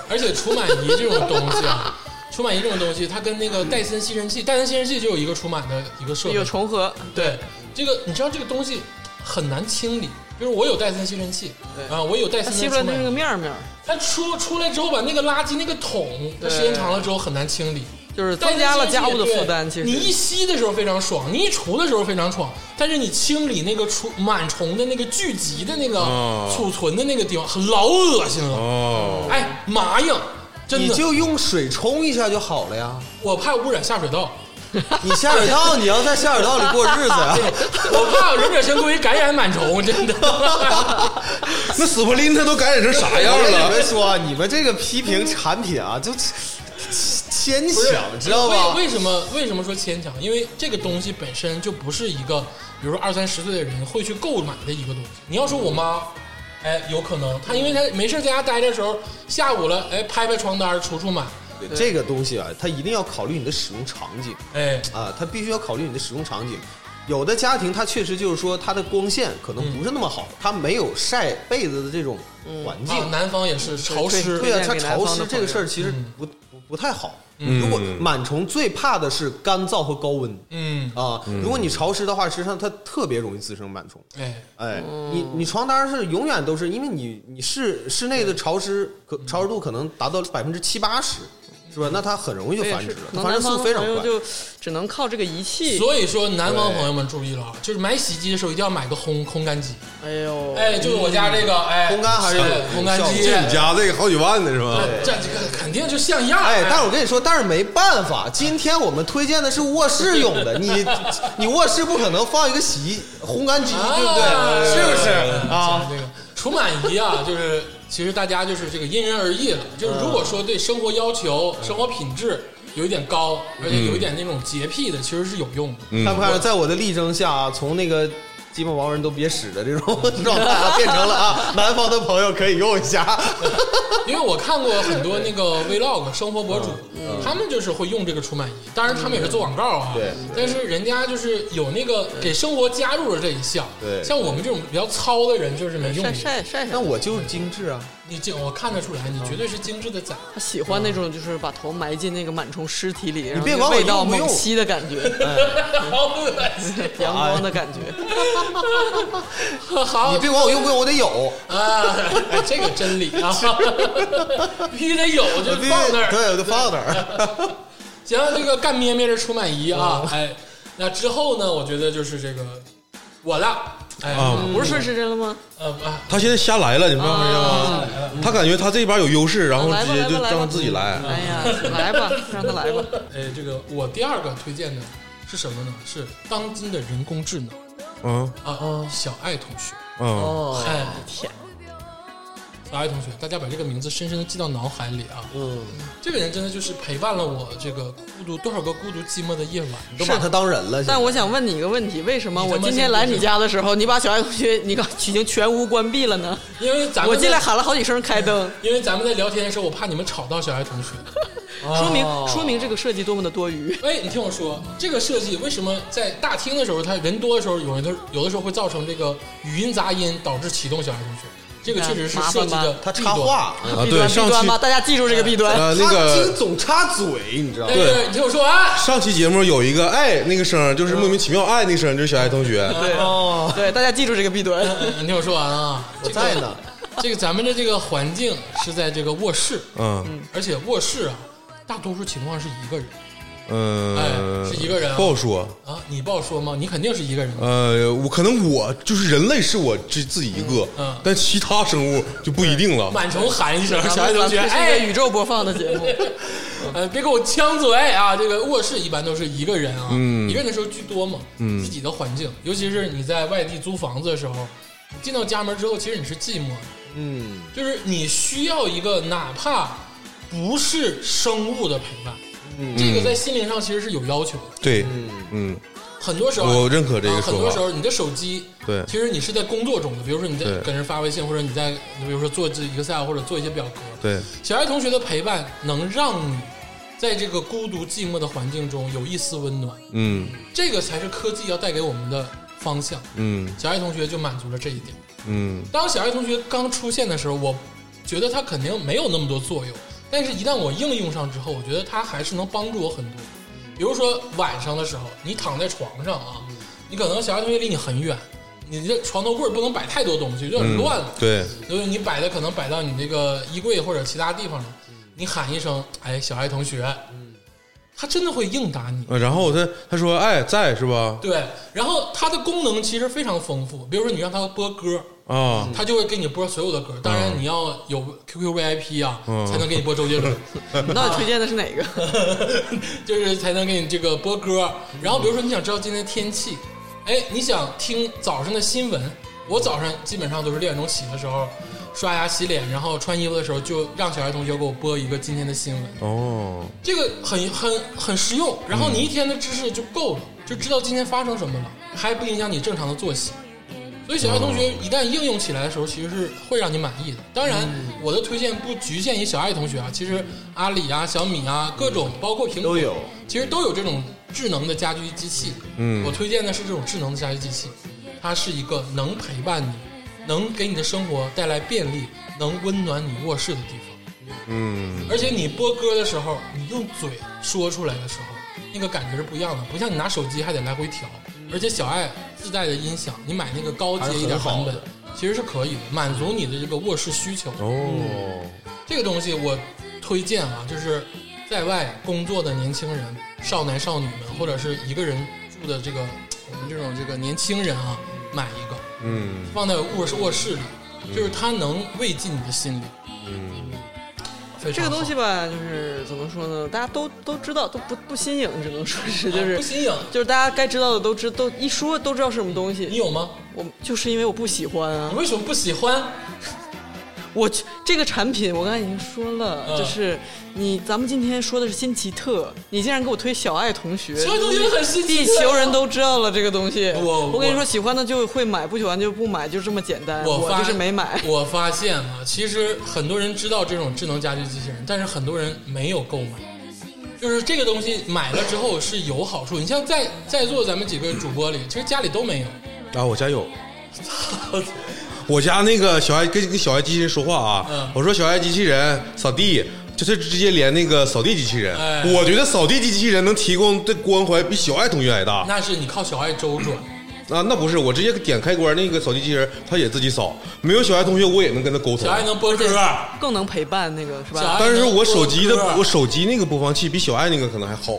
Speaker 1: 而且除螨仪这种东西啊， 除螨仪这种东西，它跟那个戴森吸尘器，戴森吸尘器就有一个除螨的一个设备
Speaker 2: 有，重合，
Speaker 1: 对，这个你知道这个东西很难清理。比如我有戴森吸尘器，
Speaker 2: 对
Speaker 1: 啊，我有戴
Speaker 2: 它
Speaker 1: 森
Speaker 2: 吸
Speaker 1: 的
Speaker 2: 出
Speaker 1: 除
Speaker 2: 来的那
Speaker 1: 螨
Speaker 2: 个
Speaker 1: 仪，
Speaker 2: 面儿面儿，
Speaker 1: 它出出来之后把那个垃圾那个桶，它
Speaker 2: 对
Speaker 1: 时间长了之后很难清理，
Speaker 2: 就是
Speaker 1: 戴
Speaker 2: 增
Speaker 1: 森
Speaker 2: 加了
Speaker 1: 吸尘
Speaker 2: 家
Speaker 1: 器
Speaker 2: 务的
Speaker 1: 对
Speaker 2: 负担。其
Speaker 1: 你一
Speaker 2: 实，
Speaker 1: 吸的时候非常爽，你一除的时候非常爽，但是你清理那个除螨虫的那个聚集的那个
Speaker 3: 哦
Speaker 1: 储存的那个地方，很老恶心了，
Speaker 3: 哦，
Speaker 1: 哎，麻痒，真
Speaker 4: 你
Speaker 1: 的，
Speaker 4: 就用水冲一下就好了呀。
Speaker 1: 我怕污染下水道。
Speaker 4: 你下水道，你要在下水道里过日子啊。
Speaker 1: 我怕忍者神龟感染螨虫，真 的。
Speaker 3: 那斯普林它都感染成啥样
Speaker 4: 我跟你
Speaker 3: 了
Speaker 4: 们？说啊，你们这个批评产品啊，就牵强，知道吧
Speaker 1: 为？为什么为什么说牵强？因为这个东西本身就不是一个，比如说二三十岁的人会去购买的一个东西。你要说我妈，哎，有可能她因为她没事在家待着的时候，下午了，哎，拍拍床单，除除螨，
Speaker 4: 这个东西啊，它一定要考虑你的使用场景
Speaker 1: 哎，
Speaker 4: 啊，它必须要考虑你的使用场景。有的家庭它确实就是说它的光线可能不是那么好，它没有晒被子的这种环境
Speaker 1: 啊，，南方也是潮湿，嗯
Speaker 4: 对啊，
Speaker 2: 推荐
Speaker 4: 它
Speaker 2: 给南
Speaker 4: 潮
Speaker 2: 方
Speaker 4: 湿
Speaker 2: 的
Speaker 4: 这个
Speaker 2: 朋友
Speaker 4: 事儿其实不不不太好。
Speaker 3: 嗯
Speaker 4: 如果螨虫最怕的是干燥和高温
Speaker 1: 嗯，
Speaker 4: 啊，如果你潮湿的话，实际上它特别容易滋生螨虫。
Speaker 1: 哎，
Speaker 4: 哎，
Speaker 2: 哦
Speaker 4: 你你床单是永远都是，因为你你室室内的潮湿可潮湿度可能达到百分之七八十，是吧？那它很容易就
Speaker 2: 这也
Speaker 4: 繁殖
Speaker 2: 是
Speaker 4: 了，
Speaker 2: 可
Speaker 4: 它繁殖
Speaker 2: 能南
Speaker 4: 速
Speaker 2: 方
Speaker 4: 度
Speaker 2: 的
Speaker 4: 非常
Speaker 2: 朋友
Speaker 4: 快。
Speaker 2: 就只能靠这个仪器。
Speaker 1: 所以说南方朋友们注意了啊，就是买洗衣机的时候一定要买个烘烘干机，
Speaker 2: 哎呦，
Speaker 1: 哎，就是我家这个，哎，
Speaker 4: 嗯烘干还是有
Speaker 1: 哎烘干机，
Speaker 3: 这你家这个好几万呢是吧？
Speaker 1: 这这个肯定就像样儿，
Speaker 4: 哎，但是我跟你说，但是没办法，今天我们推荐的是卧室用的，你你卧室不可能放一个洗衣烘干机，对不
Speaker 2: 哦
Speaker 1: 啊
Speaker 4: 对？是不是
Speaker 1: 啊
Speaker 4: 啊，？
Speaker 1: 这个除螨仪啊，就是其实大家就是这个因人而异了。就是如果说对生活要求、
Speaker 4: 嗯
Speaker 1: 生活品质有一点高，
Speaker 4: 嗯
Speaker 1: 而且有一点那种洁癖的，其实是有用的。
Speaker 4: 看不看？在我的力争下啊，从那个鸡巴毛人都别使的 这种状态啊，变成了 啊，南方的朋友可以用一下。
Speaker 1: 因为我看过很多那个 vlog 生活博主，
Speaker 4: 嗯
Speaker 1: 他们就是会用这个除螨仪，当然他们也是做广告啊。
Speaker 4: 对
Speaker 1: 但是人家就是有那个给生活加入了这一项。
Speaker 4: 对
Speaker 1: 像我们这种比较糙的人就是没用
Speaker 2: 晒
Speaker 1: 过。
Speaker 2: 晒晒晒
Speaker 4: 那，我就是精致啊，
Speaker 1: 你这我看得出来，你绝对是精致的仔。
Speaker 2: 他喜欢那种就是把头埋进那个螨虫尸体里，你
Speaker 4: 别管我
Speaker 2: 味道
Speaker 4: 用不
Speaker 2: 猛
Speaker 4: 用
Speaker 2: 吸的感 觉，
Speaker 1: 好恶心！
Speaker 2: 阳光的感觉。
Speaker 3: 哎
Speaker 1: 好
Speaker 4: 你别管我用不用，我得有。
Speaker 1: 啊，哎这个真理啊，必须得有，就
Speaker 4: 我必须
Speaker 1: 放那儿。
Speaker 4: 对，我就放那 儿。
Speaker 1: 行，这个干咩咩的出卖仪啊，哎，那之后呢，我觉得就是这个我的，哎，
Speaker 3: 啊
Speaker 2: 不是顺时针了吗？
Speaker 1: 呃啊，
Speaker 3: 他现在瞎来了，你们发现
Speaker 1: 啊
Speaker 3: 没有？他感觉他这边有优势，然后
Speaker 2: 来吧
Speaker 3: 直
Speaker 2: 来
Speaker 3: 接
Speaker 2: 吧
Speaker 3: 就
Speaker 2: 来吧
Speaker 3: 让他自己来。
Speaker 2: 哎呀，来吧，让他来吧。
Speaker 1: 哎，这个我第二个推荐的是什么呢？是当今的人工智能
Speaker 3: 嗯
Speaker 1: 啊，小爱同学，
Speaker 3: 嗯，
Speaker 2: 哦，
Speaker 1: 哎，
Speaker 2: 天，
Speaker 1: 小爱同学，大家把这个名字深深的记到脑海里啊。嗯，这个人真的就是陪伴了我这个孤独多少个孤独寂寞的夜晚，
Speaker 4: 都把他当人了。
Speaker 2: 但我想问你一个问题，为什么我今天来
Speaker 1: 你
Speaker 2: 你
Speaker 1: 他
Speaker 2: 家的时候，你把小爱同学你刚已经全屋关闭了呢？
Speaker 1: 因为咱们
Speaker 2: 我进来喊了好几声开灯，
Speaker 1: 因为咱们在聊天的时候，我怕你们吵到小爱同学。
Speaker 3: 哦
Speaker 2: 说明说明这个设计多么的多余。
Speaker 1: 哎，你听我说，这个设计为什么在大厅的时候，它人多的时候，有人有的时候会造成这个语音杂音，导致启动小爱同学？这个确实是设计的
Speaker 4: 他
Speaker 1: 弊
Speaker 4: 插
Speaker 1: 端。
Speaker 4: 话，
Speaker 3: 啊
Speaker 2: 弊
Speaker 3: 对，
Speaker 2: 嗯端弊
Speaker 3: 上
Speaker 2: 端
Speaker 3: 期
Speaker 2: 吧，大家记住这个弊端。
Speaker 3: 呃那
Speaker 4: 他
Speaker 3: 个
Speaker 4: 经总插嘴，你知道吗
Speaker 1: 哎对？对对，你听我说啊，
Speaker 3: 上期节目有一个哎那个声儿，
Speaker 1: 嗯
Speaker 3: 就是莫名其妙哎那声儿，就是小爱同学。
Speaker 2: 对
Speaker 4: 哦，
Speaker 2: 对，大家记住这个弊 端。
Speaker 1: 你听我说完啊，
Speaker 4: 我在呢。
Speaker 1: 这个咱们的这个环境是在这个卧室，
Speaker 3: 嗯
Speaker 1: 而且卧室啊，大多数情况是一个人
Speaker 3: 嗯，
Speaker 1: 哎是一个人啊
Speaker 3: 不好说。
Speaker 1: 啊，你不好说吗？你肯定是一个人。
Speaker 3: 呃，我可能我就是人类是我这自己一个，
Speaker 1: 嗯
Speaker 3: 但其他生物就不一定了。
Speaker 1: 螨虫喊一声，小爱
Speaker 2: 咱
Speaker 1: 同
Speaker 2: 们
Speaker 1: 学，
Speaker 2: 这是一个
Speaker 1: 哎
Speaker 2: 宇，宙播放的节目，
Speaker 1: 呃，别给我呛嘴啊！这个卧室一般都是一个人啊，
Speaker 3: 嗯
Speaker 1: 一个人的时候居多嘛，自己的环境，尤其是你在外地租房子的时候，你进到家门之后，其实你是寂寞的，
Speaker 4: 嗯，
Speaker 1: 就是你需要一个哪怕不是生物的陪伴，
Speaker 3: 嗯
Speaker 1: 这个在心灵上其实是有要求的。
Speaker 3: 对，嗯，
Speaker 1: 很多时候，
Speaker 3: 我认可这个
Speaker 1: 啊
Speaker 3: 说法
Speaker 1: 很多时候，你的手机，
Speaker 3: 对
Speaker 1: 其实你是在工作中的，比如说你在
Speaker 3: 对
Speaker 1: 跟人发微信，或者你在，你比如说做这 Excel 或者做一些表格。
Speaker 3: 对，
Speaker 1: 小爱同学的陪伴能让你在这个孤独寂寞的环境中有一丝温暖，
Speaker 3: 嗯
Speaker 1: 这个才是科技要带给我们的方向。
Speaker 3: 嗯
Speaker 1: 小爱同学就满足了这一点。
Speaker 3: 嗯
Speaker 1: 当小爱同学刚出现的时候，我觉得它肯定没有那么多作用，但是一旦我应用上之后，我觉得它还是能帮助我很多。比如说晚上的时候，你躺在床上啊，你可能小爱同学离你很远，你这床头柜不能摆太多东西，有点
Speaker 3: 嗯，
Speaker 1: 乱了，
Speaker 3: 对，
Speaker 1: 所以你摆的可能摆到你这个衣柜或者其他地方了。你喊一声，哎，小爱同学，他真的会应答你。
Speaker 3: 呃然后他他说哎在是吧？
Speaker 1: 对，然后它的功能其实非常丰富，比如说你让它播歌，
Speaker 3: 啊，
Speaker 1: 他就会给你播所有的歌，当然你要有 QQ VIP 啊，
Speaker 3: 嗯
Speaker 1: 才能给你播周杰伦，
Speaker 2: 你到底推荐的是哪个？
Speaker 1: 就是才能给你这个播歌。然后比如说你想知道今天天气，哎，你想听早上的新闻，我早上基本上都是六点钟起的时候，刷牙洗脸，然后穿衣服的时候就让小爱同学给我播一个今天的新闻，
Speaker 3: 哦，
Speaker 1: 这个很很很实用。然后你一天的知识就够了，就知道今天发生什么了，还不影响你正常的作息。所以小爱同学一旦应用起来的时候，其实是会让你满意的。当然，
Speaker 4: 嗯
Speaker 1: 我的推荐不局限于小爱同学啊，其实阿里啊、小米啊，各种包括苹果
Speaker 4: 嗯都有，
Speaker 1: 其实都有这种智能的家居机器。
Speaker 3: 嗯
Speaker 1: 我推荐的是这种智能的家居机器，它是一个能陪伴你、能给你的生活带来便利、能温暖你卧室的地方。
Speaker 3: 嗯
Speaker 1: 而且你播歌的时候，你用嘴说出来的时候，那个感觉是不一样的，不像你拿手机还得来回调。而且小爱自带的音响，你买那个高阶一点版本，其实是可以的，满足你的这个卧室需求。
Speaker 3: 哦，
Speaker 1: 这个东西我推荐啊，就是在外工作的年轻人、少男少女们，或者是一个人住的这个我们这种这个年轻人啊，买一个
Speaker 3: 嗯
Speaker 1: 放在卧室卧室里，就是它能慰藉你的心灵。嗯，
Speaker 2: 这个东西吧，就是怎么说呢？大家都都知道，都不不新颖，只能说是就是
Speaker 1: 啊不新颖，
Speaker 2: 就是大家该知道的都知，都一说都知道是什么东
Speaker 1: 你
Speaker 2: 西。
Speaker 1: 有吗？
Speaker 2: 我就是因为我不喜欢啊
Speaker 1: 你，为什么不喜欢？
Speaker 2: 我去这个产品，我刚才已经说了，
Speaker 1: 嗯
Speaker 2: 就是你咱们今天说的是辛奇特，你竟然给我推小爱同学，
Speaker 1: 小爱同学很辛弃
Speaker 2: 地
Speaker 1: 特啊
Speaker 2: 球人都知道了这个东西。
Speaker 1: 我
Speaker 2: 跟你
Speaker 1: 我
Speaker 2: 说，喜欢的就会买，不喜欢就不买，就这么简单。我
Speaker 1: 发
Speaker 2: 就是没买。
Speaker 1: 我发现了，其实很多人知道这种智能家居机器人，但是很多人没有购买。就是这个东西买了之后是有好处，你像在在座咱们几个主播里，其实家里都没有。
Speaker 3: 啊，我家有。 我家那个小爱跟跟小爱机器人说话啊，
Speaker 1: 嗯
Speaker 3: 我说小爱机器人扫地，就是直接连那个扫地机器人。
Speaker 1: 哎
Speaker 3: 我觉得扫地机器人能提供的关怀比小爱同学还大。
Speaker 1: 那是你靠小爱周转，
Speaker 3: 啊，那不是，我直接点开关，那个扫地机器人它也自己扫，没有小爱同学我也能跟他沟通
Speaker 1: 小。爱能播歌，
Speaker 2: 更能陪伴那个是
Speaker 1: 小
Speaker 2: 吧？
Speaker 1: 爱
Speaker 3: 但是我手机的
Speaker 1: 能播歌
Speaker 3: 我手机那个播放器比小爱那个可能还好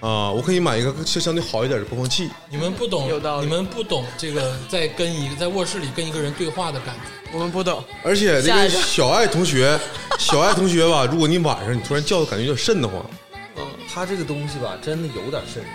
Speaker 3: 啊，我可以买一个相相对好一点的播放器。
Speaker 1: 你们不懂，
Speaker 2: 有道理
Speaker 1: 你们不懂这个在跟一个在卧室里跟一个人对话的感觉。
Speaker 2: 我们不懂。
Speaker 3: 而且那
Speaker 2: 下
Speaker 3: 个
Speaker 2: 一个
Speaker 3: 小爱同学，小爱同学吧，如果你晚上你突然叫，感觉有点瘆得慌。
Speaker 4: 它嗯这个东西吧，真的有点瘆人。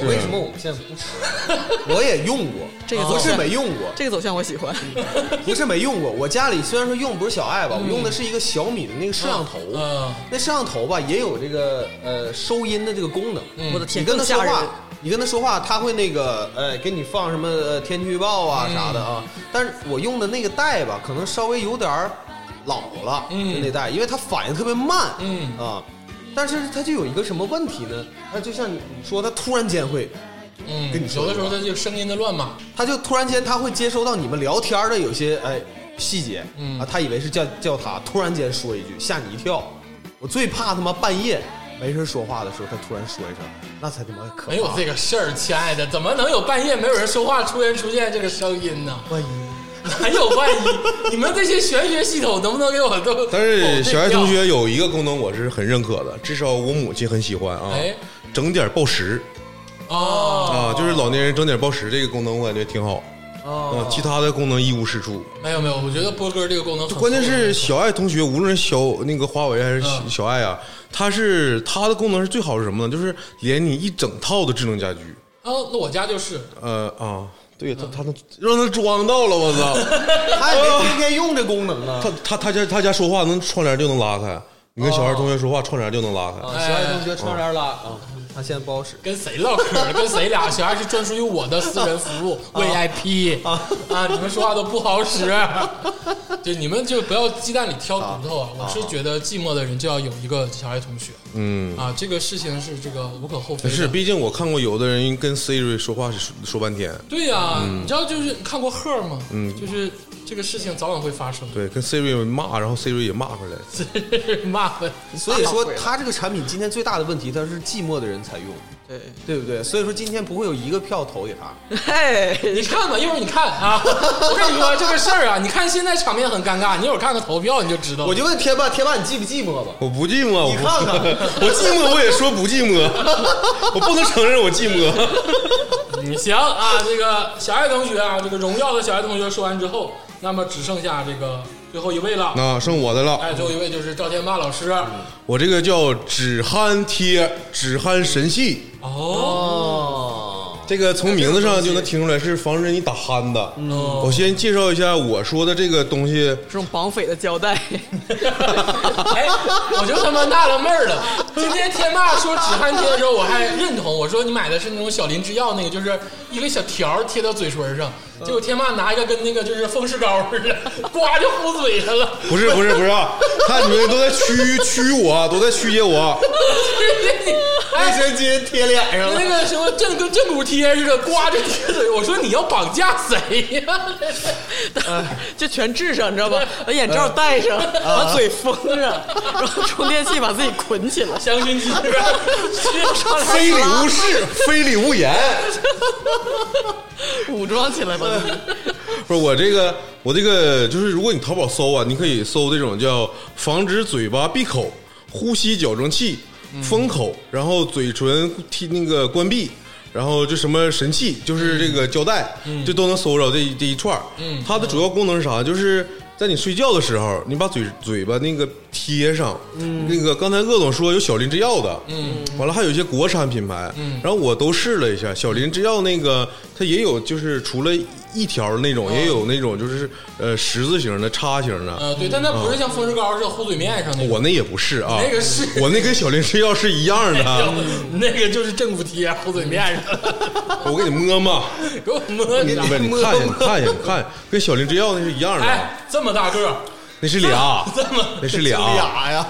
Speaker 4: 我为什么我们现在 不使？我也用过，啊
Speaker 2: 这个
Speaker 4: 不
Speaker 2: 东
Speaker 4: 是
Speaker 2: 西
Speaker 4: 没用过，
Speaker 2: 这个走向我喜欢，
Speaker 1: 嗯
Speaker 4: 不是没用过。我家里虽然说用不是小爱吧，我用的是一个小米的那个摄像头。
Speaker 1: 嗯，
Speaker 4: 那摄像头吧也有这个呃收音的这个功能。
Speaker 1: 嗯
Speaker 2: 我的
Speaker 4: 你
Speaker 2: 天，
Speaker 4: 跟
Speaker 2: 更
Speaker 4: 他说
Speaker 2: 吓人。
Speaker 4: 话，你跟他说话，他会那个呃给你放什么呃天气预报啊
Speaker 1: 嗯
Speaker 4: 啥的啊。但是我用的那个带吧，可能稍微有点儿老了，
Speaker 1: 嗯
Speaker 4: 就那带，因为它反应特别慢，
Speaker 1: 嗯
Speaker 4: 啊。但是它就有一个什么问题呢？它就像你说，它突然间会，
Speaker 1: 嗯，
Speaker 4: 跟你说
Speaker 1: 有的时候它就声音的乱码，
Speaker 4: 它就突然间它会接收到你们聊天的有些哎细节，
Speaker 1: 嗯
Speaker 4: 啊，他以为是叫叫他，突然间说一句，吓你一跳。我最怕他妈半夜没事说话的时候，他突然说一声，那才他妈可怕。
Speaker 1: 没有哎这个事儿，亲爱的，怎么能有半夜没有人说话，突然出现这个声音呢？
Speaker 4: 万一
Speaker 1: 哪有万一？你们这些玄学系统能不能给我都？
Speaker 3: 但是小爱同，学有一个功能我是很认可的，至少我母亲很喜欢啊
Speaker 1: 哎，
Speaker 3: 整点报时
Speaker 1: 哦，
Speaker 3: 啊，就是老年人整点报时这个功能我感觉挺好
Speaker 1: 哦
Speaker 3: 啊，其他的功能一无是处。
Speaker 1: 没有没有，我觉得播歌这个功能很，
Speaker 3: 关键是小爱同学，无论是小那个华为还是小
Speaker 1: 嗯
Speaker 3: 小爱啊，它是它的功能是最好是什么呢？就是连你一整套的智能家居，
Speaker 1: 哦，那我家就是
Speaker 3: 呃啊，对他他能让他装到了，我操！
Speaker 4: 他也没天天用这功能啊。
Speaker 3: 他他他家他家说话能窗帘就能拉开，你跟小爱同学说话窗帘就能拉开。
Speaker 4: 啊，
Speaker 1: 哎
Speaker 4: 小爱同学窗帘拉啊，他现在不好使。
Speaker 1: 跟谁唠嗑儿，跟谁俩，小孩是专属于我的私人服 务 VIP 啊你们说话都不好 使，就你们就不要鸡蛋里挑骨头啊！我是觉得寂寞的人就要有一个小爱同学，嗯啊，这个事情是这个无可厚非的，
Speaker 3: 是，毕竟我看过有的人跟 Siri 说话是说半天，
Speaker 1: 对呀、你知道就是看过赫吗？嗯，就是这个事情早晚会发生，
Speaker 3: 对，跟 Siri 骂，然后 Siri 也骂回来。
Speaker 1: 骂分。
Speaker 4: 所以说，他这个产品今天最大的问题，它是寂寞的人才用，
Speaker 2: 对，
Speaker 4: 对不对？所以说今天不会有一个票投给他。
Speaker 1: 嗯
Speaker 2: 哎，
Speaker 1: 你看吧，一会儿你看啊，我跟你说这个事儿啊，你看现在场面很尴尬，你一会儿看看投票你就知道了。
Speaker 4: 我就问天霸，天霸你寂不寂寞吧？
Speaker 3: 我不寂寞，
Speaker 1: 哦
Speaker 3: 我
Speaker 4: 你看 看，
Speaker 3: 我寂寞，我也说不寂寞， 我不能承认我寂寞。
Speaker 1: 你行啊，这个小爱同学啊，这个荣耀的小爱同学说完之后，那么只剩下这个最后一位了。
Speaker 3: 那剩我的了，
Speaker 1: 哎，最后一位就是赵天霸老师。
Speaker 3: 我这个叫止鼾贴，止鼾神器。
Speaker 1: 哦，
Speaker 4: 哦，
Speaker 3: 这个从名字上就能听出来是防止你打鼾的。我先介绍一下我说的这个东西，
Speaker 2: 这种绑匪的胶带，
Speaker 1: 哎，我就他妈纳了闷儿了。今天天霸说止鼾贴的时候，我还认同，我说你买的是那种小林制药那个，就是一个小条儿贴到嘴唇上。结果天霸拿一个跟那个就是风湿膏似的，呱就呼嘴上了。
Speaker 3: 不是不是不是啊，看你们都在曲曲我，啊都在曲解我。
Speaker 4: 卫生巾贴脸上
Speaker 1: 那
Speaker 4: 了。
Speaker 1: 个什么正跟正骨贴似的，呱就贴嘴。我说你要绑架谁呀、
Speaker 2: 就全治上，你知道吧？把眼罩戴上，把嘴封 上，然后充电器把自己捆起 来。
Speaker 1: 香薰机是吧？
Speaker 3: 非礼勿视，非礼勿言。
Speaker 2: 武装起来吧。
Speaker 3: 不是我这个，我这个就是，如果你淘宝搜啊，你可以搜这种叫防止嘴巴闭口、呼吸矫正器、封口，然后嘴唇贴那个关闭，然后就什么神器，就是这个胶带，就都能搜着这一这一串儿。它的主要功能是啥？就是在你睡觉的时候，你把嘴嘴巴那个贴上。
Speaker 1: 嗯
Speaker 3: 那个刚才鄂总说有小林制药的，嗯，完了还有一些国产品牌，嗯，然后我都试了一下，小林制药那个它也有，就是除了一条那种，也有那种就是呃十字形的、叉形的。
Speaker 1: 呃，对，但它不是像风湿膏似的糊嘴面上那
Speaker 3: 我
Speaker 1: 种，
Speaker 3: 那也不是啊，
Speaker 1: 那个是哎
Speaker 3: 我那跟小林吃药是一 样的。
Speaker 4: 嗯
Speaker 1: 那个就是政府贴糊嘴面上，
Speaker 3: 我给你摸摸，
Speaker 1: 给我摸
Speaker 3: 你
Speaker 1: 一下
Speaker 3: 不。是你看一下，你看一下，你看一下，跟小林制药那是一样的 啊，
Speaker 1: 哎，这么大个儿，
Speaker 3: 那是俩，
Speaker 1: 这么
Speaker 3: 那是俩，
Speaker 4: 俩呀，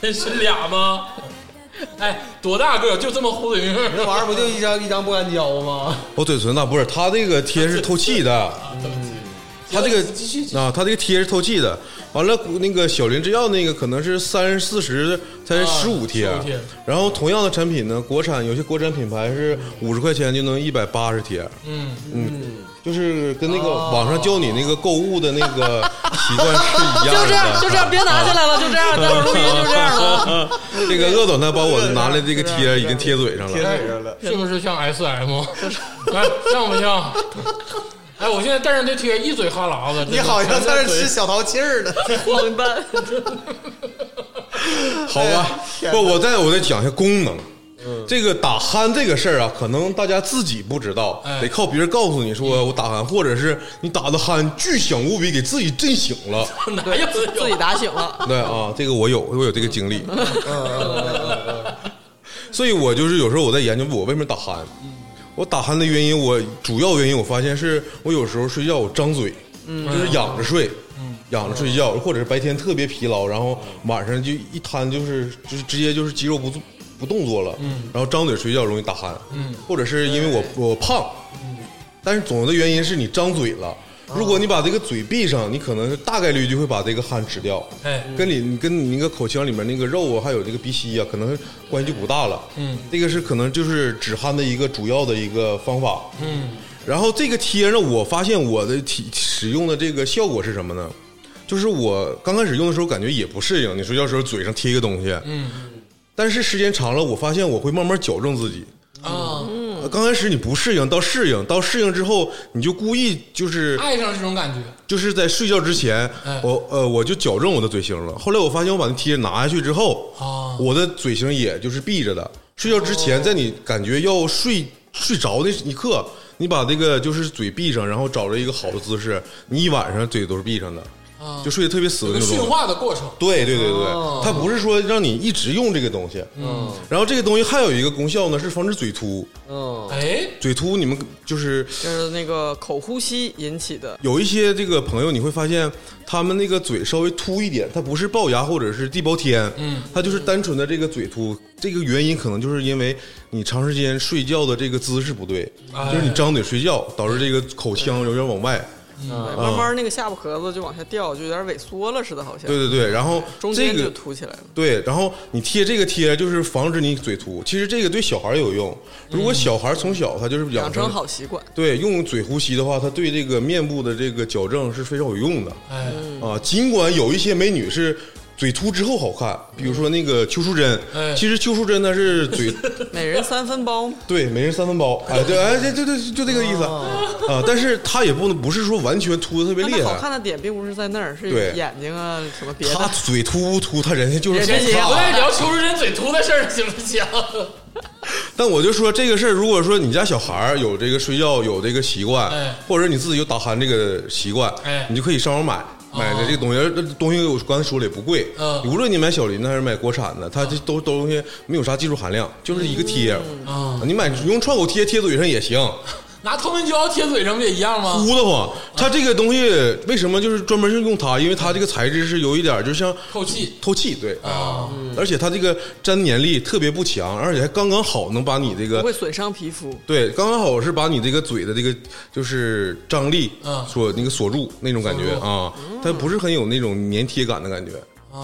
Speaker 1: 那是俩吗？ 哎，多大个儿？就这么糊嘴面儿
Speaker 4: 那玩意儿不就一张一张不干胶吗？
Speaker 3: 我嘴唇呐，不是，它这个贴是透气的，它这个
Speaker 1: 继续继续
Speaker 3: 啊，它这个贴是透气的。完了，那个小林制药那个可能是三四十，才
Speaker 1: 啊
Speaker 3: 十五贴
Speaker 1: 15贴。
Speaker 3: 然后同样的产品呢，国产有些国产品牌是五十块钱就能一百八十贴。
Speaker 1: 嗯，
Speaker 3: 就是跟那个网上教你那个购物的那个习惯是一样的。
Speaker 2: 就这样，就这样，别拿下来了，就这样，待会儿录音就这样了。啊。
Speaker 3: 这个鄂总他把我拿来这个贴已经贴嘴上
Speaker 4: 贴
Speaker 3: 了。
Speaker 4: 嘴上了，
Speaker 1: 是不是像 S M？哎，像不像？哎，我现在戴上这贴，一嘴哈喇子。真的
Speaker 4: 你好像在这吃小淘气儿呢。
Speaker 2: 荒诞，
Speaker 3: 好吧，不，我再我再讲一下功能。这个打鼾这个事儿啊，可能大家自己不知道，
Speaker 1: 哎
Speaker 3: 得靠别人告诉你说我打鼾，或者是你打的鼾巨响无比，给自己震醒了。
Speaker 1: 哪 有
Speaker 2: 自己打醒了。
Speaker 3: 对啊，这个我有，我有这个经历。所以我就是有时候我在研究我为什么打鼾，我打鼾的原因，我主要原因我发现是我有时候睡觉我张嘴，就是仰着睡。仰着睡觉，或者是白天特别疲劳，然后晚上就一瘫，就是就是直接就是肌肉不做不动作了，然后张嘴睡觉容易打鼾，或者是因为我我胖，但是总的原因是你张嘴了。
Speaker 1: 啊
Speaker 3: 如果你把这个嘴闭上，你可能大概率就会把这个汗吃掉。
Speaker 1: 哎
Speaker 3: 跟你你跟你那个口腔里面那个肉啊，还有这个鼻息啊，可能关系就不大了。
Speaker 1: 嗯，
Speaker 3: 这个是可能就是止鼾的一个主要的一个方法。
Speaker 1: 嗯，
Speaker 3: 然后这个贴呢，我发现我的体使用的这个效果是什么呢？就是我刚开始用的时候感觉也不适应，你睡觉时候嘴上贴一个东西，
Speaker 1: 嗯，
Speaker 3: 但是时间长了，我发现我会慢慢矫正自己。
Speaker 1: 啊，
Speaker 3: 呃刚开始你不适应，到适应，到适应之后，你就故意就是
Speaker 1: 爱上这种感觉。
Speaker 3: 就是在睡觉之前
Speaker 1: 哎，
Speaker 3: 我呃我就矫正我的嘴型了。后来我发现我把那贴拿下去之后
Speaker 1: 啊，哦
Speaker 3: 我的嘴型也就是闭着的。睡觉之前，在你感觉要睡睡着的一刻，你把这个就是嘴闭上，然后找着一个好的姿势，你一晚上嘴都是闭上的，就睡得特别死
Speaker 1: 啊
Speaker 3: 的
Speaker 1: 有个
Speaker 3: 那种。
Speaker 1: 驯化的哦过程。
Speaker 3: 对对对对，它不是说让你一直用这个东西。嗯，然后这个东西还有一个功效呢，是防止嘴秃。
Speaker 4: 嗯，
Speaker 1: 哎，
Speaker 3: 嘴秃，你们就是
Speaker 2: 就是那个口呼吸引起的，
Speaker 3: 有一些这个朋友，你会发现他们那个嘴稍微凸一点，他不是龅牙或者是地包天，嗯，他就是单纯的这个嘴凸。这个原因可能就是因为你长时间睡觉的这个姿势不对，就是你张嘴睡觉导致这个口腔有点往外。
Speaker 2: 对慢慢那个下巴壳子就往下掉，就有点萎缩了似的，好像
Speaker 3: 对对对，然后
Speaker 2: 中
Speaker 3: 这
Speaker 2: 间
Speaker 3: 个
Speaker 2: 就凸起来了。
Speaker 3: 对，然后你贴这个贴就是防止你嘴凸，其实这个对小孩有用。如果小孩从小他就是养
Speaker 2: 养
Speaker 3: 成
Speaker 2: 成好习惯，
Speaker 3: 对，用嘴呼吸的话，它对这个面部的这个矫正是非常有用的。
Speaker 1: 哎，
Speaker 2: 嗯
Speaker 3: 啊，尽管有一些美女是嘴凸之后好看，比如说那个邱淑贞
Speaker 1: 哎，
Speaker 3: 其实邱淑贞她是 嘴
Speaker 2: 每人三分 包，
Speaker 3: 对每人三分包，哎，对，哎，对对对，就这个意思
Speaker 2: 哦
Speaker 3: 啊。但是她也不能不是说完全凸的特别
Speaker 2: 但
Speaker 3: 厉
Speaker 2: 它好看
Speaker 3: 害，
Speaker 2: 的点并不是在那儿，是
Speaker 3: 对
Speaker 2: 眼睛啊什么别
Speaker 3: 她
Speaker 2: 的。
Speaker 3: 嘴凸不凸，她人家就是
Speaker 2: 人家也
Speaker 4: 啊
Speaker 1: 不再聊邱淑贞嘴秃的事儿，行不行？
Speaker 3: 但我就说这个事儿，如果说你家小孩儿有这个睡觉有这个习惯
Speaker 1: 哎，
Speaker 3: 或者你自己有打鼾这个习惯
Speaker 1: 哎，
Speaker 3: 你就可以上网买。买的这个东西，而这东西我刚才说了也不贵，
Speaker 1: 嗯
Speaker 3: 无论你买小林的还是买国产的，它这都都东西没有啥技术含量，就是一个贴，
Speaker 1: 啊，
Speaker 3: 你买用创口贴贴嘴上也行，
Speaker 1: 哦拿透明胶贴嘴上不也一样吗？
Speaker 3: 呼的慌。它这个东西为什么就是专门是用它？因为它这个材质是有一点儿就像
Speaker 1: 透气
Speaker 3: 透气，对，
Speaker 1: 啊，
Speaker 3: 而且它这个粘粘力特别不强，而且还刚刚好能把你这个
Speaker 2: 不会损伤皮肤，
Speaker 3: 对，刚刚好是把你这个嘴的这个就是张力
Speaker 1: 嗯
Speaker 3: 所那个锁住那种感觉
Speaker 1: 锁住嗯
Speaker 3: 啊，它不是很有那种粘贴感的感觉。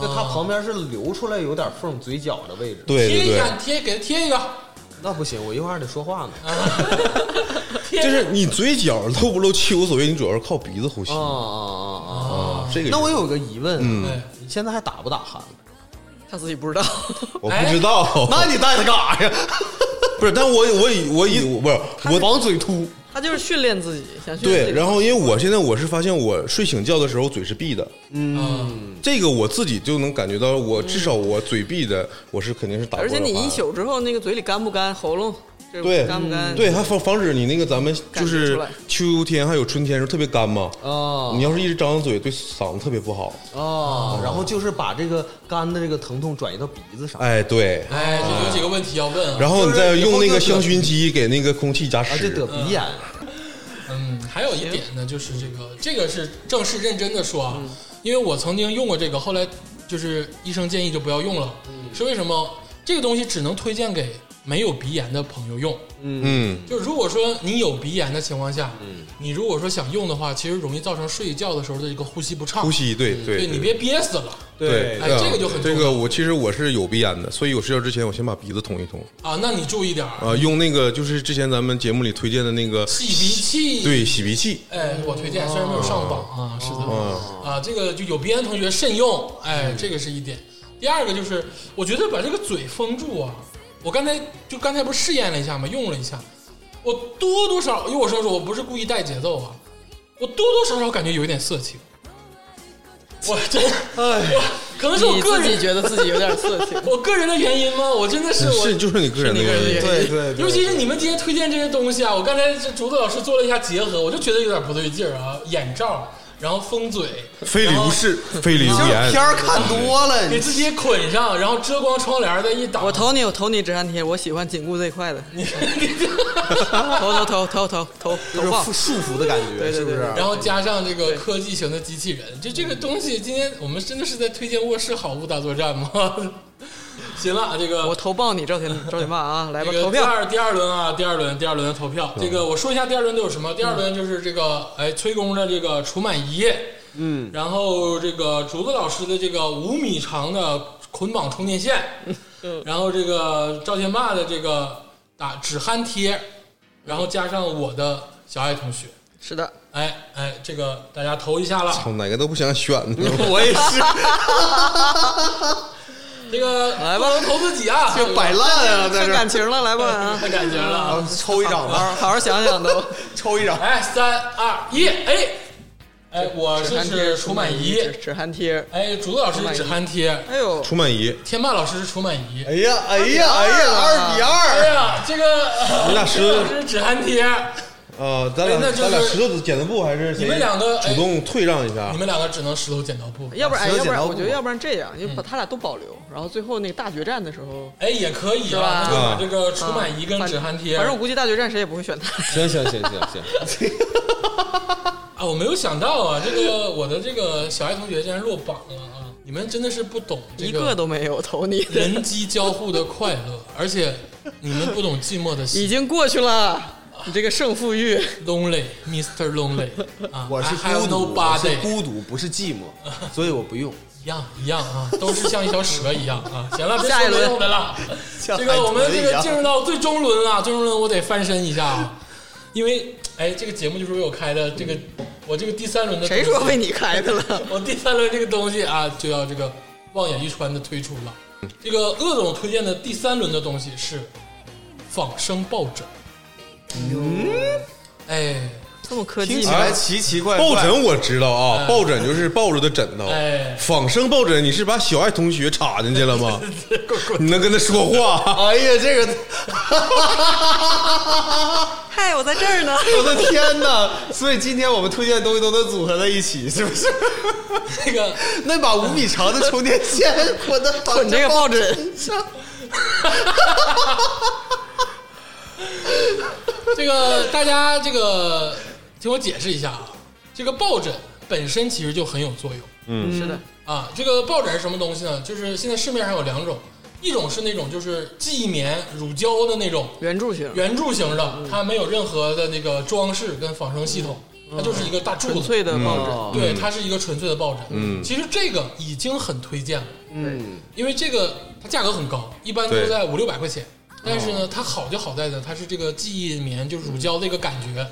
Speaker 4: 就它旁边是留出来有点缝嘴角的位置。
Speaker 1: 贴
Speaker 3: 对对哦
Speaker 1: 一
Speaker 3: 对，
Speaker 1: 下，贴给他贴一个，
Speaker 4: 那不行，我一会儿还得说话呢。
Speaker 1: 贴
Speaker 3: 就是你嘴角露不露气无所谓，你主要是靠鼻子呼吸
Speaker 4: 啊啊嗯啊啊！
Speaker 1: 哦
Speaker 3: 啊。这个
Speaker 4: 那我
Speaker 3: 是
Speaker 4: 有个疑问，
Speaker 1: 哎
Speaker 4: 你现在还打不打鼾？
Speaker 2: 他自己不知道。
Speaker 3: 我不知道，
Speaker 1: 哎
Speaker 4: 那你带它干啥呀？
Speaker 3: 不是，但我我以我以不是我
Speaker 4: 往嘴凸，
Speaker 2: 他就是训练自己，想训练自
Speaker 3: 对，
Speaker 2: 己。
Speaker 3: 然后因为我现在我是发现我睡醒觉的时候嘴是闭的，
Speaker 1: 嗯，
Speaker 3: 这个我自己就能感觉到，我至少我嘴闭的，我是肯定是打不
Speaker 2: 而且
Speaker 3: 了
Speaker 2: 你
Speaker 3: 鼾
Speaker 2: 一宿之后，那个嘴里干不干，喉咙这
Speaker 3: 对
Speaker 2: 干不干？
Speaker 3: 对，还防防止你那个咱们就
Speaker 2: 感觉
Speaker 3: 是
Speaker 2: 出来
Speaker 3: 秋天还有春天时候特别干嘛，
Speaker 4: 哦
Speaker 3: 你要是一直张着嘴，对嗓子特别不好。
Speaker 4: 哦，然后就是把这个干的这个疼痛转移到鼻子上，
Speaker 3: 哎，对，
Speaker 1: 哎，这有几个问题要问啊。
Speaker 3: 然后
Speaker 4: 就
Speaker 3: 你
Speaker 4: 是
Speaker 3: 再
Speaker 4: 以后
Speaker 3: 用那
Speaker 4: 就
Speaker 3: 个
Speaker 4: 得
Speaker 3: 香薰机给那个空气加
Speaker 4: 啊，就得
Speaker 3: 湿。
Speaker 4: 鼻炎。
Speaker 1: 嗯，还有一点呢，就是这个，这个是正式认真的说啊，
Speaker 3: 嗯
Speaker 1: 因为我曾经用过这个，后来就是医生建议就不要用了，
Speaker 3: 嗯
Speaker 1: 是为什么？这个东西只能推荐给没有鼻炎的朋友用。
Speaker 3: 嗯，
Speaker 1: 就如果说你有鼻炎的情况下，你如果说想用的话，其实容易造成睡觉的时候的这个呼吸不畅，
Speaker 3: 呼吸，对对
Speaker 1: 对你别憋死了
Speaker 3: 对，
Speaker 1: 哎
Speaker 3: 嗯
Speaker 1: 这个就很重
Speaker 3: 这
Speaker 1: 要
Speaker 3: 个我其实我是有鼻炎的，所以我睡觉之前我先把鼻子通一通，
Speaker 1: 啊，那你注意点儿，
Speaker 3: 啊，用那个就是之前咱们节目里推荐的那个，
Speaker 1: 洗鼻器。
Speaker 3: 对，洗鼻器，
Speaker 1: 哎，我推荐，虽然没有上榜啊，是
Speaker 2: 嗯
Speaker 1: 的，啊，这个就有鼻炎同学慎用，哎，这个是一点。第二个就是，我觉得把这个嘴封住啊，我刚才就刚才不是试验了一下吗？用了一下，我多多少，因为我说说我不是故意带节奏啊，我多多少少感觉有一点色情，我真，我可能是我
Speaker 2: 哎你
Speaker 1: 个
Speaker 2: 自己
Speaker 1: 人，
Speaker 2: 觉得自己有点色情
Speaker 1: 我个人的原因吗？我真的是我
Speaker 3: 是就是你个人
Speaker 2: 是
Speaker 3: 的
Speaker 2: 你个人的
Speaker 3: 原
Speaker 2: 原
Speaker 3: 因
Speaker 2: 因
Speaker 4: 对对，对
Speaker 1: 尤其是你们今天推荐这些东西啊，我刚才这竹子老师做了一下结合，我就觉得有点不对劲儿啊，眼罩，然后封嘴，
Speaker 3: 非
Speaker 1: 然后
Speaker 3: 礼勿视，非礼勿
Speaker 4: 就是
Speaker 3: 言。
Speaker 4: 片儿看多了，
Speaker 1: 给
Speaker 4: 你
Speaker 1: 自己捆上，然后遮光窗帘再一挡，
Speaker 2: 我投你，我投你止汗贴，我喜欢紧固这一块的。投投投投投投
Speaker 4: 就是
Speaker 2: 投放
Speaker 4: 束，束缚的感觉，
Speaker 2: 对对对
Speaker 4: 是不是？
Speaker 1: 然后加上这个科技型的机器人，就这个东西，今天我们真的是在推荐卧室好物大作战吗？ 行了，这个
Speaker 2: 我投爆你赵铁赵铁霸啊！来吧，
Speaker 1: 这个
Speaker 2: 投
Speaker 1: 第
Speaker 2: 票。
Speaker 1: 二第二轮啊，第二轮第二轮的投票，这个我说一下第二轮都有什么？
Speaker 2: 嗯
Speaker 1: 第二轮就是这个哎崔工的这个除螨仪，嗯，然后这个竹子老师的这个五米长的捆绑充电线，
Speaker 2: 嗯
Speaker 1: 然后这个赵天霸的这个打止鼾贴，然后加上我的小爱同学，
Speaker 2: 是的，
Speaker 1: 哎哎，这个大家投一下了。
Speaker 3: 操哪个都不想选呢，
Speaker 4: 我也是，
Speaker 1: 这个
Speaker 2: 来吧
Speaker 1: 不能投自己 啊，
Speaker 4: 就摆烂啊，在
Speaker 2: 看
Speaker 4: 这儿
Speaker 2: 感情了，来吧啊！
Speaker 1: 看感觉
Speaker 4: 啊
Speaker 1: 了。
Speaker 4: 抽一张
Speaker 2: 好
Speaker 4: 吧，
Speaker 2: 好好好想想都。
Speaker 4: 抽一张。
Speaker 1: 哎，三二一，哎哎，我
Speaker 2: 止
Speaker 1: 试
Speaker 2: 汗贴
Speaker 1: 试除螨仪。
Speaker 2: 止止汗贴。
Speaker 1: 哎，竹子老师是止鼾贴，
Speaker 2: 哎呦，
Speaker 3: 除螨仪，
Speaker 1: 天霸老师是除螨仪。
Speaker 4: 哎呀，哎呀，哎呀，二比
Speaker 1: 哎
Speaker 4: 二，
Speaker 1: 呀，这个
Speaker 3: 你俩是
Speaker 1: 竹子老师止鼾贴，
Speaker 3: 啊，咱
Speaker 1: 哎那
Speaker 3: 俩
Speaker 1: 就是
Speaker 3: 咱俩石头子剪子布还是
Speaker 1: 你
Speaker 3: 谁
Speaker 1: 们两个哎
Speaker 3: 主动退让一下
Speaker 1: 你？们两个只能石头剪刀布。
Speaker 2: 要不然哎
Speaker 4: 石头
Speaker 2: 要不
Speaker 4: 剪
Speaker 2: 然
Speaker 4: 刀嗯
Speaker 2: 我觉得
Speaker 4: 布
Speaker 2: 要不然这样，就把他俩都保留，然后最后那个大决战的时候。
Speaker 1: 哎，也可以
Speaker 2: 是吧啊
Speaker 1: 啊，那就把这个除螨仪跟止鼾贴。
Speaker 2: 反正我估计大决战谁也不会选他。
Speaker 4: 行行行行行，
Speaker 1: 啊，我没有想到啊，这个我的这个小爱同学竟然落榜了啊！你们真的是不懂这
Speaker 2: 一个都没有投你的，
Speaker 1: 人机交互的快乐，而且你们不懂寂寞的
Speaker 2: 已
Speaker 1: 喜
Speaker 2: 经过去了。你这个胜负欲，
Speaker 1: lonely Mr. Lonely 啊，
Speaker 4: 我是
Speaker 1: I have
Speaker 4: 孤独，我
Speaker 1: nobody
Speaker 4: 是孤独，不是寂 寞，所以我不用。
Speaker 1: 一样一样啊，都是像一条蛇一样 啊。行了，别
Speaker 2: 下
Speaker 1: 说
Speaker 2: 一
Speaker 1: 没
Speaker 2: 轮
Speaker 1: 用的 了。
Speaker 4: 像
Speaker 1: 这个我们这
Speaker 4: 海豚一
Speaker 1: 个
Speaker 4: 样
Speaker 1: 进入到最终轮了，最终轮我得翻身一下啊，因为哎，这个节目就是为我开的，这个我这个第三轮的
Speaker 2: 谁说
Speaker 1: 东西
Speaker 2: 为你开的 了？
Speaker 1: 我第三轮这个东西啊就要这个望眼欲穿的推出了。这个鄂总推荐的第三轮的东西是仿生抱枕。嗯，
Speaker 2: 这么科
Speaker 4: 听
Speaker 2: 技
Speaker 4: 起
Speaker 2: 吗？
Speaker 4: 来奇奇怪怪。
Speaker 3: 抱枕我知道啊，
Speaker 1: 哎
Speaker 3: 抱枕就是抱着的枕头
Speaker 1: 哎，
Speaker 3: 仿生抱枕，你是把小爱同学插进去了吗？你能跟他 说话？
Speaker 4: 哎呀，这个，
Speaker 2: 嗨，我在这儿呢。
Speaker 4: 我的天哪！所以今天我们推荐的东西都能组合在一起， 是不是？
Speaker 1: 哎，这个
Speaker 4: 那把五米长的充电线，我的
Speaker 2: 捆这个抱枕，
Speaker 1: 这个大家这个听我解释一下啊，这个抱枕本身其实就很有作用
Speaker 2: 是的，
Speaker 1: 啊。这个抱枕是什么东西呢？就是现在市面上有两种，啊一种是那种就是记忆棉乳胶的那种
Speaker 2: 圆柱形，
Speaker 1: 圆柱形的，它没有任何的那个装饰跟仿生系统，它就是一个大柱
Speaker 2: 嗯纯
Speaker 1: 子。
Speaker 2: 粹嗯的抱枕。
Speaker 4: 哦
Speaker 1: 对，它是一个纯粹的抱枕。嗯，其实这个已经很推荐了，
Speaker 4: 嗯，
Speaker 1: 因为这个它价格很高，一般都
Speaker 3: 对
Speaker 1: 在五六百块钱。但是呢，它好就好在呢，它是这个记忆棉，就是乳胶这个感觉，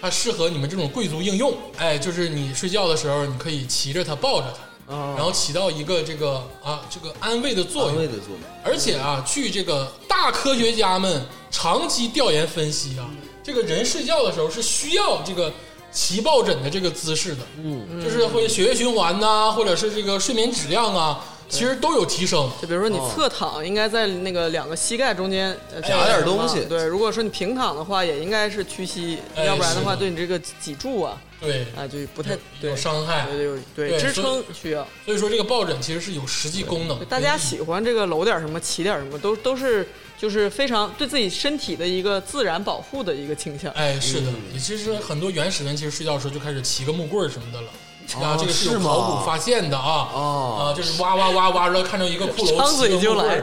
Speaker 1: 它适合你们这种贵族应用。哎，就是你睡觉的时候，你可以骑着它，抱着它，然后起到一个这个啊这个安慰的作
Speaker 4: 安慰
Speaker 1: 用。
Speaker 4: 的作用。
Speaker 1: 而且啊，据这个大科学家们长期调研分析啊，这个人睡觉的时候是需要这个骑抱枕的这个姿势的，嗯，就是会血液循环呐、或者是这个睡眠质量啊，其实都有提升。
Speaker 2: 就比如说你侧躺应该在那个两个膝盖中间呃
Speaker 4: 夹点东西
Speaker 2: 对，如果说你平躺的话，也应该是屈膝，
Speaker 1: 哎
Speaker 2: 要不然的话
Speaker 1: 是的
Speaker 2: 对你这个脊柱啊
Speaker 1: 对，
Speaker 2: 啊就不太对
Speaker 1: 有伤害。
Speaker 2: 对有对
Speaker 1: 对
Speaker 2: 支
Speaker 1: 所以
Speaker 2: 撑需要。
Speaker 1: 所以说这个抱枕其实是有实际功能的。
Speaker 2: 大家喜欢这个搂点什么，起点什么，都都是就是非常对自己身体的一个自然保护的一个倾向。
Speaker 1: 哎，是的，
Speaker 2: 嗯
Speaker 1: 也其实很多原始人其实睡觉的时候就开始骑个木棍儿什么的了。
Speaker 2: 哦
Speaker 1: 啊，这个是
Speaker 4: 是
Speaker 1: 有
Speaker 4: 吗
Speaker 1: 考古发现的啊！
Speaker 4: 哦
Speaker 1: 啊，就是哇哇哇哇，然后看着一个骷髅，
Speaker 2: 张嘴就来，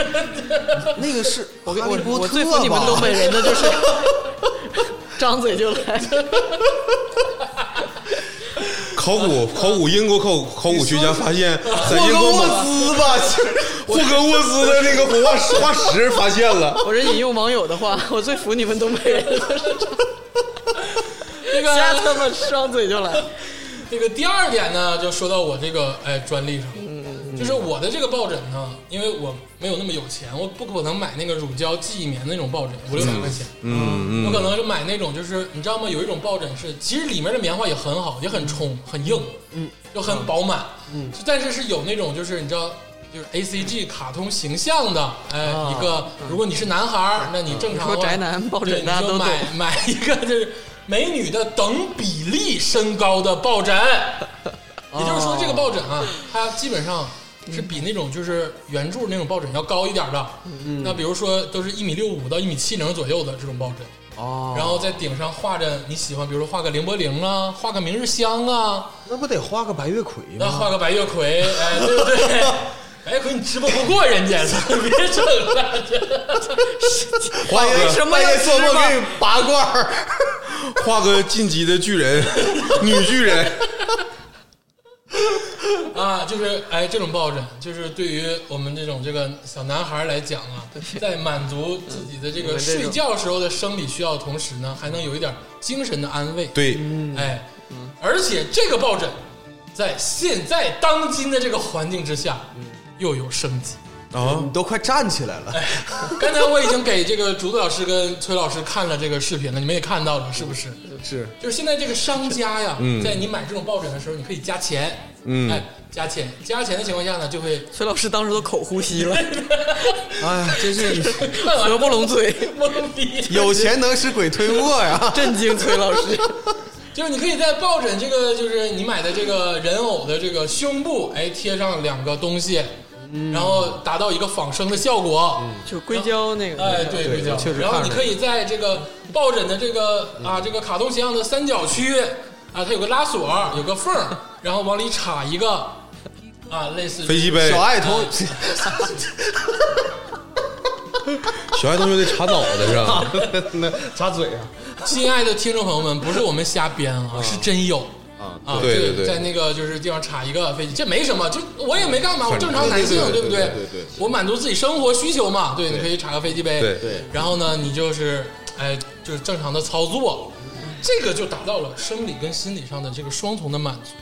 Speaker 4: 那个是我
Speaker 2: 我
Speaker 4: 哈利波
Speaker 2: 我
Speaker 4: 特
Speaker 2: 最服你们
Speaker 4: 吧
Speaker 2: 东北人的就是张嘴就来，
Speaker 3: 考古考古英国考古考古学家发现，在
Speaker 4: 霍
Speaker 3: 英
Speaker 4: 格
Speaker 3: 国
Speaker 4: 沃
Speaker 3: 某
Speaker 4: 兹吧，就是
Speaker 3: 霍格沃兹的那个活化石化石发现 了。
Speaker 2: 我是引用网友的话， 我最服你们东北人的就是
Speaker 1: 这
Speaker 2: 瞎
Speaker 1: 个
Speaker 2: 他妈张嘴就来。
Speaker 1: 这个第二点呢，就说到我这个哎专利上，嗯，就是我的这个抱枕呢，因为我没有那么有钱，我不可能买那个乳胶记忆棉那种抱枕，五六百块钱，
Speaker 3: 嗯
Speaker 1: 我
Speaker 3: 嗯，
Speaker 1: 可能是买那种，就是你知道吗？有一种抱枕是，其实里面的棉花也很好，也很冲，很硬，嗯，就很饱满，嗯，但是是有那种就是你知道。就是 A C G 卡通形象的，哎，一个，如果你是男孩儿，那你正常的话
Speaker 2: 说宅男抱
Speaker 1: 啊
Speaker 2: 枕
Speaker 1: 对你
Speaker 2: 大家
Speaker 1: 就
Speaker 2: 都懂
Speaker 1: 买买一个就是美女的等比例身高的抱 枕，也就是说这个抱枕
Speaker 2: 哦
Speaker 1: 啊，它基本上是比那种就是原著那种抱枕要高一点的，
Speaker 2: 嗯
Speaker 1: 那比如说都是一米六五到一米七零左右的这种抱枕，
Speaker 4: 哦，
Speaker 1: 然后在顶上画着你喜欢，比如说画个凌波凌啊，画个明日香
Speaker 2: 哦
Speaker 1: 啊，
Speaker 4: 那不得画个白月葵
Speaker 1: 那
Speaker 4: 吗？
Speaker 1: 画个白月葵，哎，对不 对？白月葵你直播不过人家，别整了。
Speaker 3: 画
Speaker 4: 为
Speaker 3: 个
Speaker 4: 什么夜做梦给你拔罐 儿？
Speaker 3: 画个晋级的巨人，女巨人。
Speaker 1: 啊，就是哎，这种抱枕，就是对于我们这种这个小男孩来讲啊，在满足自己的这个睡觉时候的生理需要的同时呢，还能有一点精神的安慰。，
Speaker 3: 对，
Speaker 1: 哎，而且这个抱枕在现在当今的这个环境之下，又有升级。
Speaker 3: 啊
Speaker 4: 你，都快站起来了，
Speaker 1: 刚才我已经给这个竹子老师跟崔老师看了这个视频了，你们也看到了是不是？
Speaker 4: 是
Speaker 1: 就是现在这个商家呀，
Speaker 3: 嗯
Speaker 1: 在你买这种抱枕的时候，你可以加钱，
Speaker 3: 嗯
Speaker 1: 哎，加钱，加钱的情况下呢，就会
Speaker 2: 崔老师当时都口呼吸了，
Speaker 4: 哎呀，真是你
Speaker 2: 合不拢嘴，
Speaker 1: 懵逼，
Speaker 4: 有钱能使鬼推磨呀！
Speaker 2: 震惊崔老师。
Speaker 1: 就是你可以在抱枕这个，就是你买的这个人偶的这个胸部，哎，贴上两个东西，
Speaker 4: 嗯
Speaker 1: 然后达到一个仿生的效果。
Speaker 2: 就硅胶那个，
Speaker 1: 哎，对，比较
Speaker 4: 确实看着嗯
Speaker 1: 然后你可以在这个抱枕的这个啊，这个卡通形象的三角区啊，它有个拉锁，有个缝儿，然后往里插一个啊，类似
Speaker 3: 飞机杯
Speaker 4: 小，
Speaker 1: 哎
Speaker 4: 爱同，
Speaker 3: 小爱同学得插脑袋上。
Speaker 4: 那插嘴啊！
Speaker 1: 亲爱的听众朋友们，不是我们瞎编啊，是真有。啊，
Speaker 3: 对
Speaker 1: 这个
Speaker 3: 对对
Speaker 1: 在那个就是地方插一个飞机，这没什么，就我也没干嘛，我正常男性，
Speaker 3: 对对对
Speaker 1: 不
Speaker 3: 对对对对
Speaker 1: 我满足自己生活需求嘛，对，你可以插个飞机杯，
Speaker 3: 对
Speaker 4: 对
Speaker 1: 然后呢，你就是哎，就是正常的操作，这个就达到了生理跟心理上的这个双重的满足，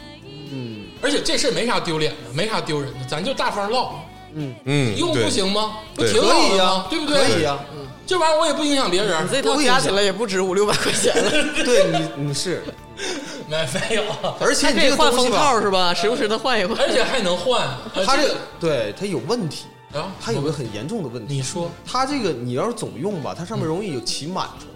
Speaker 1: 嗯，而且这事儿没啥丢脸的，没啥丢人的，咱就大方唠，
Speaker 3: 嗯，
Speaker 1: 用不
Speaker 3: 对，
Speaker 1: 行吗？不
Speaker 3: 对啊
Speaker 1: 挺好
Speaker 4: 可
Speaker 1: 的
Speaker 4: 以
Speaker 1: 吗
Speaker 4: 呀？
Speaker 1: 对不对？
Speaker 4: 可以啊呀，
Speaker 1: 这玩意儿我也不影响别人，
Speaker 2: 你这套加起来也不值五六百块钱了。
Speaker 4: 对你你是，
Speaker 1: 没没有，
Speaker 4: 而且你
Speaker 2: 可以
Speaker 4: 这个
Speaker 2: 换
Speaker 4: 东
Speaker 2: 封
Speaker 4: 西吧，
Speaker 2: 套是吧？时不时的换一换。
Speaker 1: 而且还能换，呃
Speaker 4: 它
Speaker 1: 这
Speaker 4: 这个对它有问题，
Speaker 1: 个啊，
Speaker 4: 它有个很严重的问题。
Speaker 1: 你说
Speaker 4: 它这个你要是总用吧，它上面容易有起螨虫，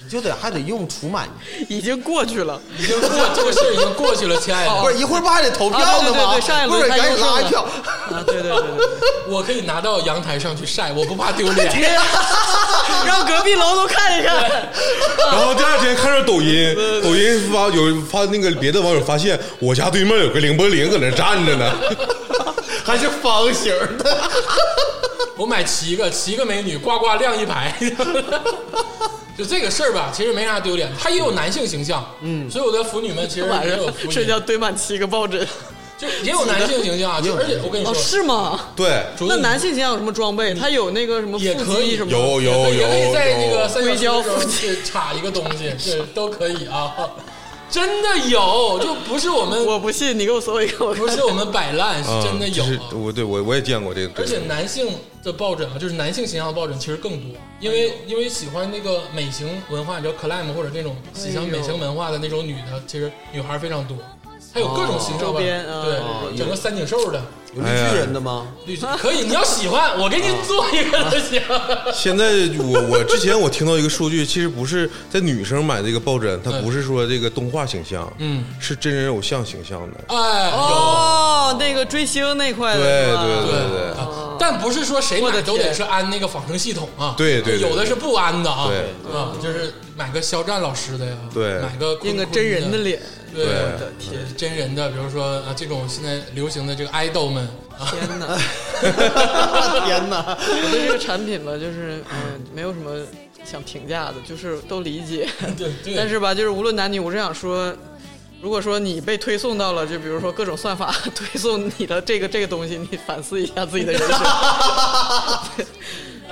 Speaker 4: 你就得还得用除螨仪。
Speaker 2: 已经过去了，
Speaker 1: 已经过这个事儿已经过去了，亲爱
Speaker 4: 不
Speaker 1: 的，
Speaker 4: 是一会儿不还得投票
Speaker 2: 啊对
Speaker 4: 呢
Speaker 2: 对
Speaker 4: 吗？
Speaker 2: 对上一
Speaker 4: 不
Speaker 2: 轮
Speaker 4: 是
Speaker 2: 太
Speaker 4: 赶紧
Speaker 2: 优秀
Speaker 4: 拉一
Speaker 2: 了
Speaker 4: 票。
Speaker 2: 啊，对对对对对，
Speaker 1: 我可以拿到阳台上去晒，我不怕丢 脸。
Speaker 2: 让隔壁楼都看一看。
Speaker 3: 然后第二天看着抖音，抖音发有发那个别的网友发现我家对面有个凌波凌搁那站着呢，
Speaker 4: 还是方形的，
Speaker 1: 我买七个，七个美女呱呱亮一排。 就这个事儿吧，其实没啥丢脸，它也有男性形象，嗯，所有的腐女们其实
Speaker 2: 晚
Speaker 1: 也有
Speaker 2: 上
Speaker 1: 腐
Speaker 2: 睡
Speaker 1: 女
Speaker 2: 觉，堆满七个抱枕。
Speaker 1: 就也有男性形象啊。就而且我跟你
Speaker 2: 哦，
Speaker 1: 说，
Speaker 2: 是吗？
Speaker 3: 对，
Speaker 1: 竹
Speaker 2: 那
Speaker 1: 子
Speaker 2: 男性形象有什么装备？他有那个什么
Speaker 1: 也
Speaker 2: 腹
Speaker 1: 可以
Speaker 2: 肌什么？
Speaker 3: 有有有
Speaker 1: 也可以在那个
Speaker 3: 有，
Speaker 1: 三角
Speaker 2: 硅胶
Speaker 1: 形的时候去插一个东西，对，都可以啊。 真的有，就不是我们
Speaker 2: 我不信，你给我搜一个，我
Speaker 1: 不
Speaker 2: 看。
Speaker 1: 是我们摆烂，是
Speaker 3: 啊
Speaker 1: 真的有
Speaker 3: 就是
Speaker 1: 啊。
Speaker 3: 我对我我也见过这个，对
Speaker 1: 而且男性的抱枕啊，就是男性形象的抱枕其实更多，因为因为喜欢那个美型文化，你知道 clam 或者这种喜欢美型文化的那种女的，其实女孩非常多，还有各种形
Speaker 2: 周
Speaker 1: 状吧，
Speaker 2: 边啊
Speaker 1: 对，整个三井寿的，
Speaker 4: 有绿巨人的吗？
Speaker 1: 绿可以，你要喜欢我给你做一个就 行。
Speaker 3: 现在我我之前我听到一个数据，其实不是在女生买这个抱枕，它不是说这个动画形象，嗯，是真人偶像形象的。
Speaker 1: 哎，有
Speaker 2: 哦，那个追星那块的，
Speaker 3: 对
Speaker 2: 是吧
Speaker 3: 对
Speaker 1: 啊但不是说谁买都得是安那个仿生系统啊，
Speaker 3: 对对对
Speaker 1: 有的是不安的啊，
Speaker 3: 对
Speaker 1: 啊，就是买个肖战老师的呀，
Speaker 3: 对
Speaker 1: 买个昆
Speaker 2: 印个真人的，脸，
Speaker 1: 对
Speaker 3: 对
Speaker 2: 我的天
Speaker 1: 真人的，比如说啊，这种现在流行的这个爱豆们啊，
Speaker 2: 天哪！
Speaker 4: 天哪！
Speaker 2: 我对这个产品吧，就是嗯，没有什么想评价的，就是都理解。
Speaker 1: 对对，
Speaker 2: 但是吧，就是无论男女，我是想说，如果说你被推送到了，就比如说各种算法 推送你的这个这个东西，你反思一下自己的人生。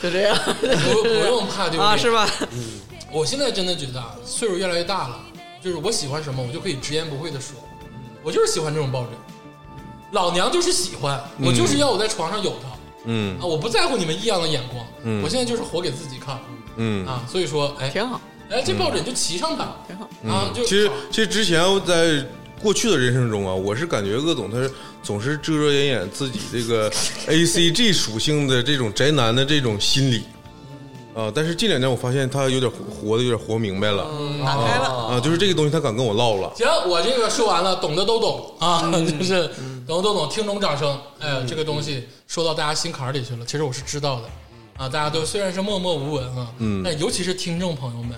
Speaker 2: 就这样
Speaker 1: 不不用怕丢脸
Speaker 2: 啊，是吧？
Speaker 1: 我现在真的觉得啊，岁数越来越大了，就是我喜欢什么，我就可以直言不讳的说，我就是喜欢这种抱枕，老娘就是喜欢，我就是要我在床上有它。
Speaker 3: 嗯
Speaker 1: 啊，我不在乎你们异样的眼光，
Speaker 3: 嗯
Speaker 1: 我现在就是活给自己看
Speaker 3: 嗯。
Speaker 1: 啊，所以说，哎，
Speaker 2: 挺好，
Speaker 1: 哎，这抱枕就骑上它，
Speaker 2: 挺好。
Speaker 1: 啊，就
Speaker 3: 其实其实之前我在过去的人生中啊，我是感觉鄂总他总是遮遮掩掩自己这个 A C G 属性的这种宅男的这种心理啊，但是近两年我发现他有点活活的有点活明白了
Speaker 2: 打开了，
Speaker 3: 啊，就是这个东西他敢跟我唠了。
Speaker 1: 行，我这个说完了，懂的都懂啊， 就是懂的都懂，听懂掌声。哎，这个东西说到大家心坎儿里去了，其实我是知道的啊，大家都虽然是默默无闻啊，嗯，但尤其是听众朋友们，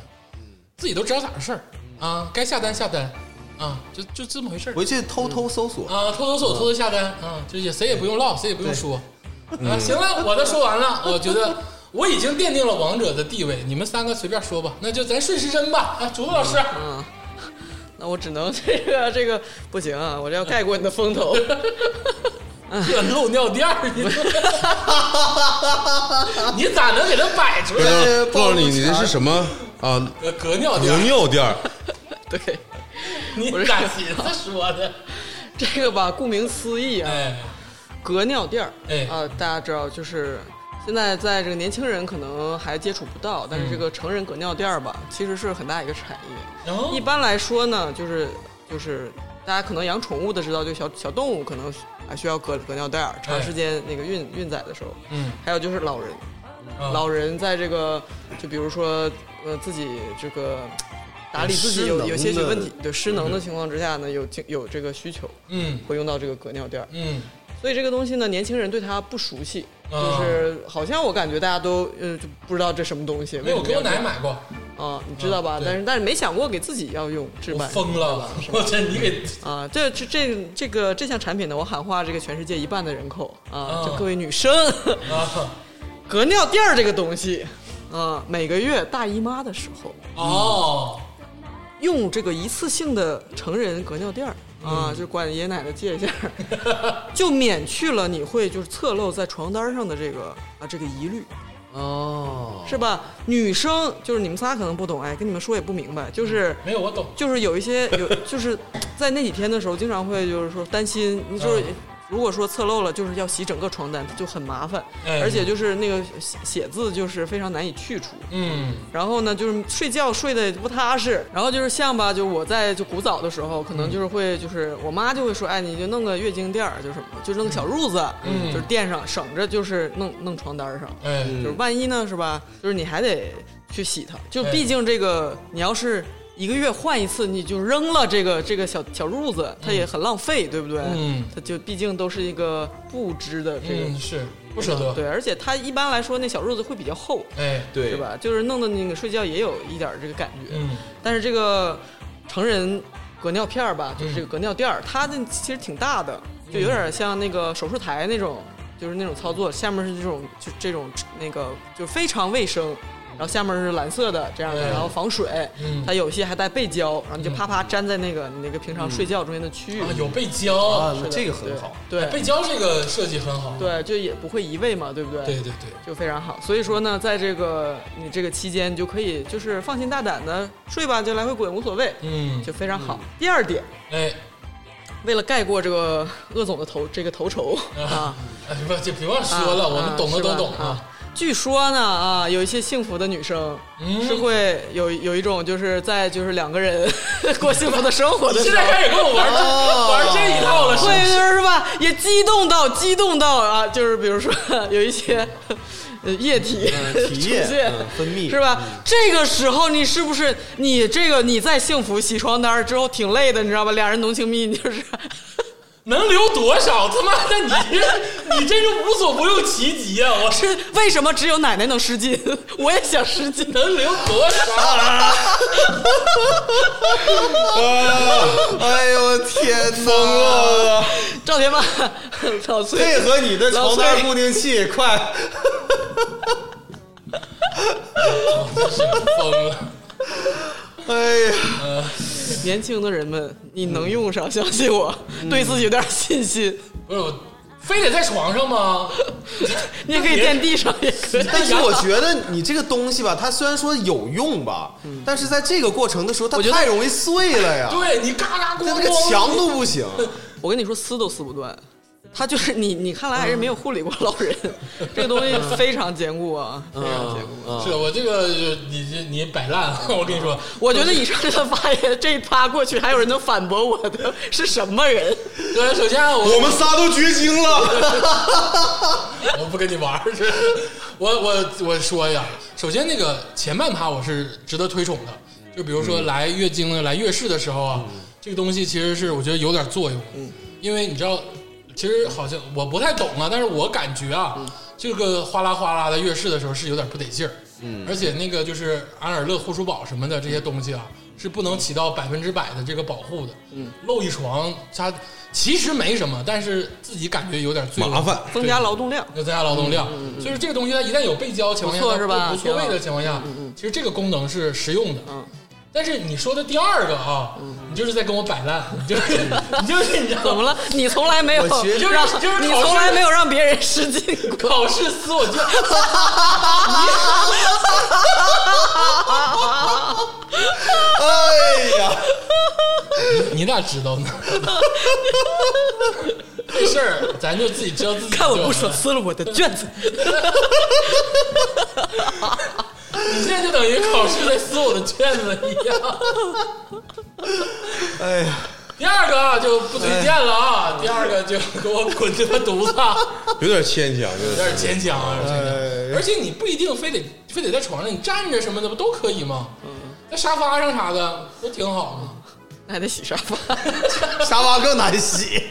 Speaker 1: 自己都知道咋回事儿啊，该下单下单啊，就就这么回事儿
Speaker 4: 回去偷偷搜索，
Speaker 1: 啊，偷偷搜，偷偷下单啊，就也谁也不用唠，谁也不用说啊，行了，我的说完了，我觉得。我已经奠定了王者的地位，你们三个随便说吧，那就咱顺时针吧。啊，竹子老师，
Speaker 2: 嗯。那我只能 这个这个不行啊！我这要盖过你的风头，
Speaker 1: 这漏尿垫儿，你 你咋能给它摆出来？
Speaker 3: 不知道你你这是什么啊？
Speaker 1: 隔尿垫
Speaker 3: 隔
Speaker 1: 儿，
Speaker 3: 尿垫儿
Speaker 2: 对
Speaker 1: 你咋寻思说的？
Speaker 2: 这个吧，顾名思义啊，
Speaker 1: 哎，
Speaker 2: 隔尿垫儿，
Speaker 1: 哎
Speaker 2: 啊、大家知道，就是现在在这个年轻人可能还接触不到，但是这个成人隔尿垫儿吧，其实是很大一个产业。
Speaker 1: 然后
Speaker 2: 一般来说呢，就是就是大家可能养宠物的知道，就小小动物可能啊需要隔隔尿垫儿，长时间那个运运载的时候，
Speaker 1: 嗯，
Speaker 2: 还有就是老人，
Speaker 1: 啊
Speaker 2: 老人在这个就比如说呃自己这个。打理自己有有些许问题，对失能的情况之下呢，有有这个需求，
Speaker 1: 嗯
Speaker 2: 会用到这个隔尿垫儿。
Speaker 1: 嗯
Speaker 2: 所以这个东西呢，年轻人对它不熟悉，
Speaker 1: 啊
Speaker 2: 就是好像我感觉大家都呃就不知道这什么东西。
Speaker 1: 没有，我
Speaker 2: 为什
Speaker 1: 给
Speaker 2: 么
Speaker 1: 我
Speaker 2: 要
Speaker 1: 奶买过，
Speaker 2: 啊，你知道吧？
Speaker 1: 对
Speaker 2: 但是但是没想过给自己要用置
Speaker 1: 我
Speaker 2: 办
Speaker 1: 疯了， 我这你给
Speaker 2: 啊！这这这这个这项产品呢，我喊话这个全世界一半的人口啊
Speaker 1: 啊，
Speaker 2: 就各位女生，
Speaker 1: 啊
Speaker 2: 隔尿垫儿这个东西啊，每个月大姨妈的时候
Speaker 1: 哦，
Speaker 2: 用这个一次性的成人隔尿垫儿。啊，就管爷爷奶奶借一下儿， 就免去了你会就是侧漏在床单上的这个啊这个疑虑。
Speaker 4: 哦，
Speaker 2: 是吧？女生就是你们仨可能不懂，哎，跟你们说也不明白，就是
Speaker 1: 没有我懂，
Speaker 2: 就是有一些有就是在那几天的时候，经常会就是说担心，你就是
Speaker 1: 嗯
Speaker 2: 如果说侧漏了，就是要洗整个床单，就很麻烦，
Speaker 1: 哎
Speaker 2: 而且就是那个写写字就是非常难以去除。
Speaker 1: 嗯
Speaker 2: 然后呢，就是睡觉睡得不踏实，然后就是像吧，就我在就古早的时候，可能
Speaker 1: 嗯
Speaker 2: 就是会就是我妈就会说，哎，你就弄个月经垫儿，就什么，就弄个小褥子，
Speaker 1: 嗯
Speaker 2: 就是垫上，省着就是弄弄床单上。
Speaker 1: 哎
Speaker 2: 就是万一呢，是吧？就是你还得去洗它，就
Speaker 1: 哎
Speaker 2: 毕竟这个你要是一个月换一次，你就扔了这个这个小小褥子，它也很浪费，对不对？
Speaker 1: 嗯
Speaker 2: 它就毕竟都是一个布织的这个，
Speaker 1: 嗯是不舍得，
Speaker 2: 对，而且它一般来说那小褥子会比较厚，
Speaker 1: 哎
Speaker 4: 对
Speaker 2: 对？吧？就是弄得那个睡觉也有一点这个感觉，
Speaker 1: 嗯
Speaker 2: 但是这个成人隔尿片儿
Speaker 4: 嗯
Speaker 2: 吧，就是这个隔尿垫儿，它的其实挺大的，就有点像那个手术台那种，就是那种操作，下面是这种就这种那个就非常卫生，
Speaker 4: 嗯
Speaker 2: 然后下面是蓝色的这样的，
Speaker 1: 嗯
Speaker 2: 然后防水，
Speaker 1: 嗯
Speaker 2: 它有些还带背胶，然后
Speaker 4: 嗯
Speaker 2: 你就啪啪粘在那个你那个平常睡觉中间的区域，
Speaker 1: 啊有背
Speaker 4: 啊
Speaker 1: 胶，，
Speaker 4: 那这个很好，
Speaker 2: 对
Speaker 1: 背胶这个设计很好，
Speaker 2: 对，就也不会移位嘛，对不对？
Speaker 1: 对对对，
Speaker 2: 就非常好。所以说呢，在这个你这个期间，你就可以就是放心大胆的睡吧，就来回滚无所谓，
Speaker 1: 嗯
Speaker 2: 就非常好。第二点，
Speaker 1: 哎
Speaker 2: 为了盖过这个鄂总的头这个头筹
Speaker 1: 啊
Speaker 2: 啊，
Speaker 1: 哎不这别忘说了，
Speaker 2: 啊
Speaker 1: 我们懂的都懂
Speaker 2: 啊是吧啊。据说呢啊，有一些幸福的女生
Speaker 1: 嗯
Speaker 2: 是会有有一种就是在就是两个人 过幸福的生活的
Speaker 1: 现
Speaker 2: 时
Speaker 1: 在
Speaker 2: 候。
Speaker 1: 开始跟我 玩这、
Speaker 4: 哦
Speaker 1: 玩这一套了，是
Speaker 2: 会
Speaker 1: 不是？
Speaker 2: 就是吧，也激动到激动到啊，就是比如说有一些呃液体
Speaker 4: 体液
Speaker 2: 出现
Speaker 4: 嗯分泌
Speaker 2: 是吧？这个时候你是不是你这个你在幸福洗床单儿之后挺累的，你知道吧？俩人浓情蜜意，就是
Speaker 1: 能留多少？他妈的，你这你这是无所不用其极啊！我是
Speaker 2: 是为什么只有奶奶能失禁？ 我也想失禁，
Speaker 1: 能留多少？
Speaker 4: 哎呦我天疯了！
Speaker 2: 赵天霸， 老崔
Speaker 4: 配合你的床单
Speaker 2: 老崔
Speaker 4: 固定器，快！
Speaker 1: 疯了！
Speaker 4: 哎呀，
Speaker 2: 年轻的人们，你能用上，相信我，
Speaker 4: 嗯
Speaker 2: 对自己有点信心。
Speaker 1: 不是我，非得在床上吗？
Speaker 2: 你也可以垫地上，也可以。
Speaker 4: 但是我觉得你这个东西吧，它虽然说有用吧，但是在这个过程的时候，它
Speaker 2: 觉得
Speaker 4: 太容易碎了呀。
Speaker 1: 对你嘎嘎咣
Speaker 4: 它
Speaker 1: 咣，
Speaker 4: 那个强度不行，
Speaker 2: 我跟你说，撕都撕不断。他就是你，你看来还是没有护理过老人，
Speaker 1: 嗯
Speaker 2: 这个东西非常坚固啊，非
Speaker 4: 嗯
Speaker 2: 常坚固。
Speaker 1: 是我这个你这你摆烂了，我跟你说，
Speaker 2: 我觉得以上这段发言，这一趴过去还有人能反驳我的，是什么人？
Speaker 1: 对，首先啊我
Speaker 3: 我们仨都绝经了。
Speaker 1: 我不跟你玩儿，是我我我说呀，首先那个前半趴我是值得推崇的，就比如说来月经的、来月事的时候啊，这个东西其实是我觉得有点作用，因为你知道，其实好像我不太懂啊，但是我感觉啊，这个哗啦哗啦的月事的时候是有点不得劲儿，嗯，而且那个就是安尔乐护舒宝什么的这些东西啊，是不能起到百分之百的这个保护的，嗯，漏一床它其实没什么，但是自己感觉有点罪恶
Speaker 3: 麻烦
Speaker 2: 增加劳动量，嗯
Speaker 1: 要增加劳动量，所以说这个东西它一旦有被交情况下，
Speaker 2: 不错
Speaker 1: 它
Speaker 2: 是吧
Speaker 1: 不错位的情况下，其实这个功能是实用的。
Speaker 2: 嗯
Speaker 1: 但是你说的第二个啊，你就是在跟我摆烂，你就是
Speaker 2: 嗯
Speaker 1: 你就是你知道
Speaker 2: 怎么了？你从来没有
Speaker 4: 我学
Speaker 1: 就是
Speaker 2: 让
Speaker 1: 就是考试
Speaker 2: 你从来没有让别人失禁过。
Speaker 1: 考试撕我卷，
Speaker 4: 哎呀，
Speaker 1: 你咋知道呢？这事儿咱就自己知道自己。
Speaker 2: 看我不爽，，撕了我的卷子。
Speaker 1: 你现在就等于考试在撕我的卷子一样。
Speaker 4: 哎呀，
Speaker 1: 第二个啊就不推荐了啊，第二个就给我滚这个犊子。啊
Speaker 3: 有点牵强，
Speaker 1: 有
Speaker 3: 有
Speaker 1: 点
Speaker 3: 点
Speaker 1: 牵强啊，有点牵
Speaker 4: 哎
Speaker 1: 强。而且你不一定非得非得在床上，你站着什么的不都可以吗？在沙发上啥的不挺好吗？
Speaker 2: 还得洗沙发，
Speaker 4: 沙发更难 洗。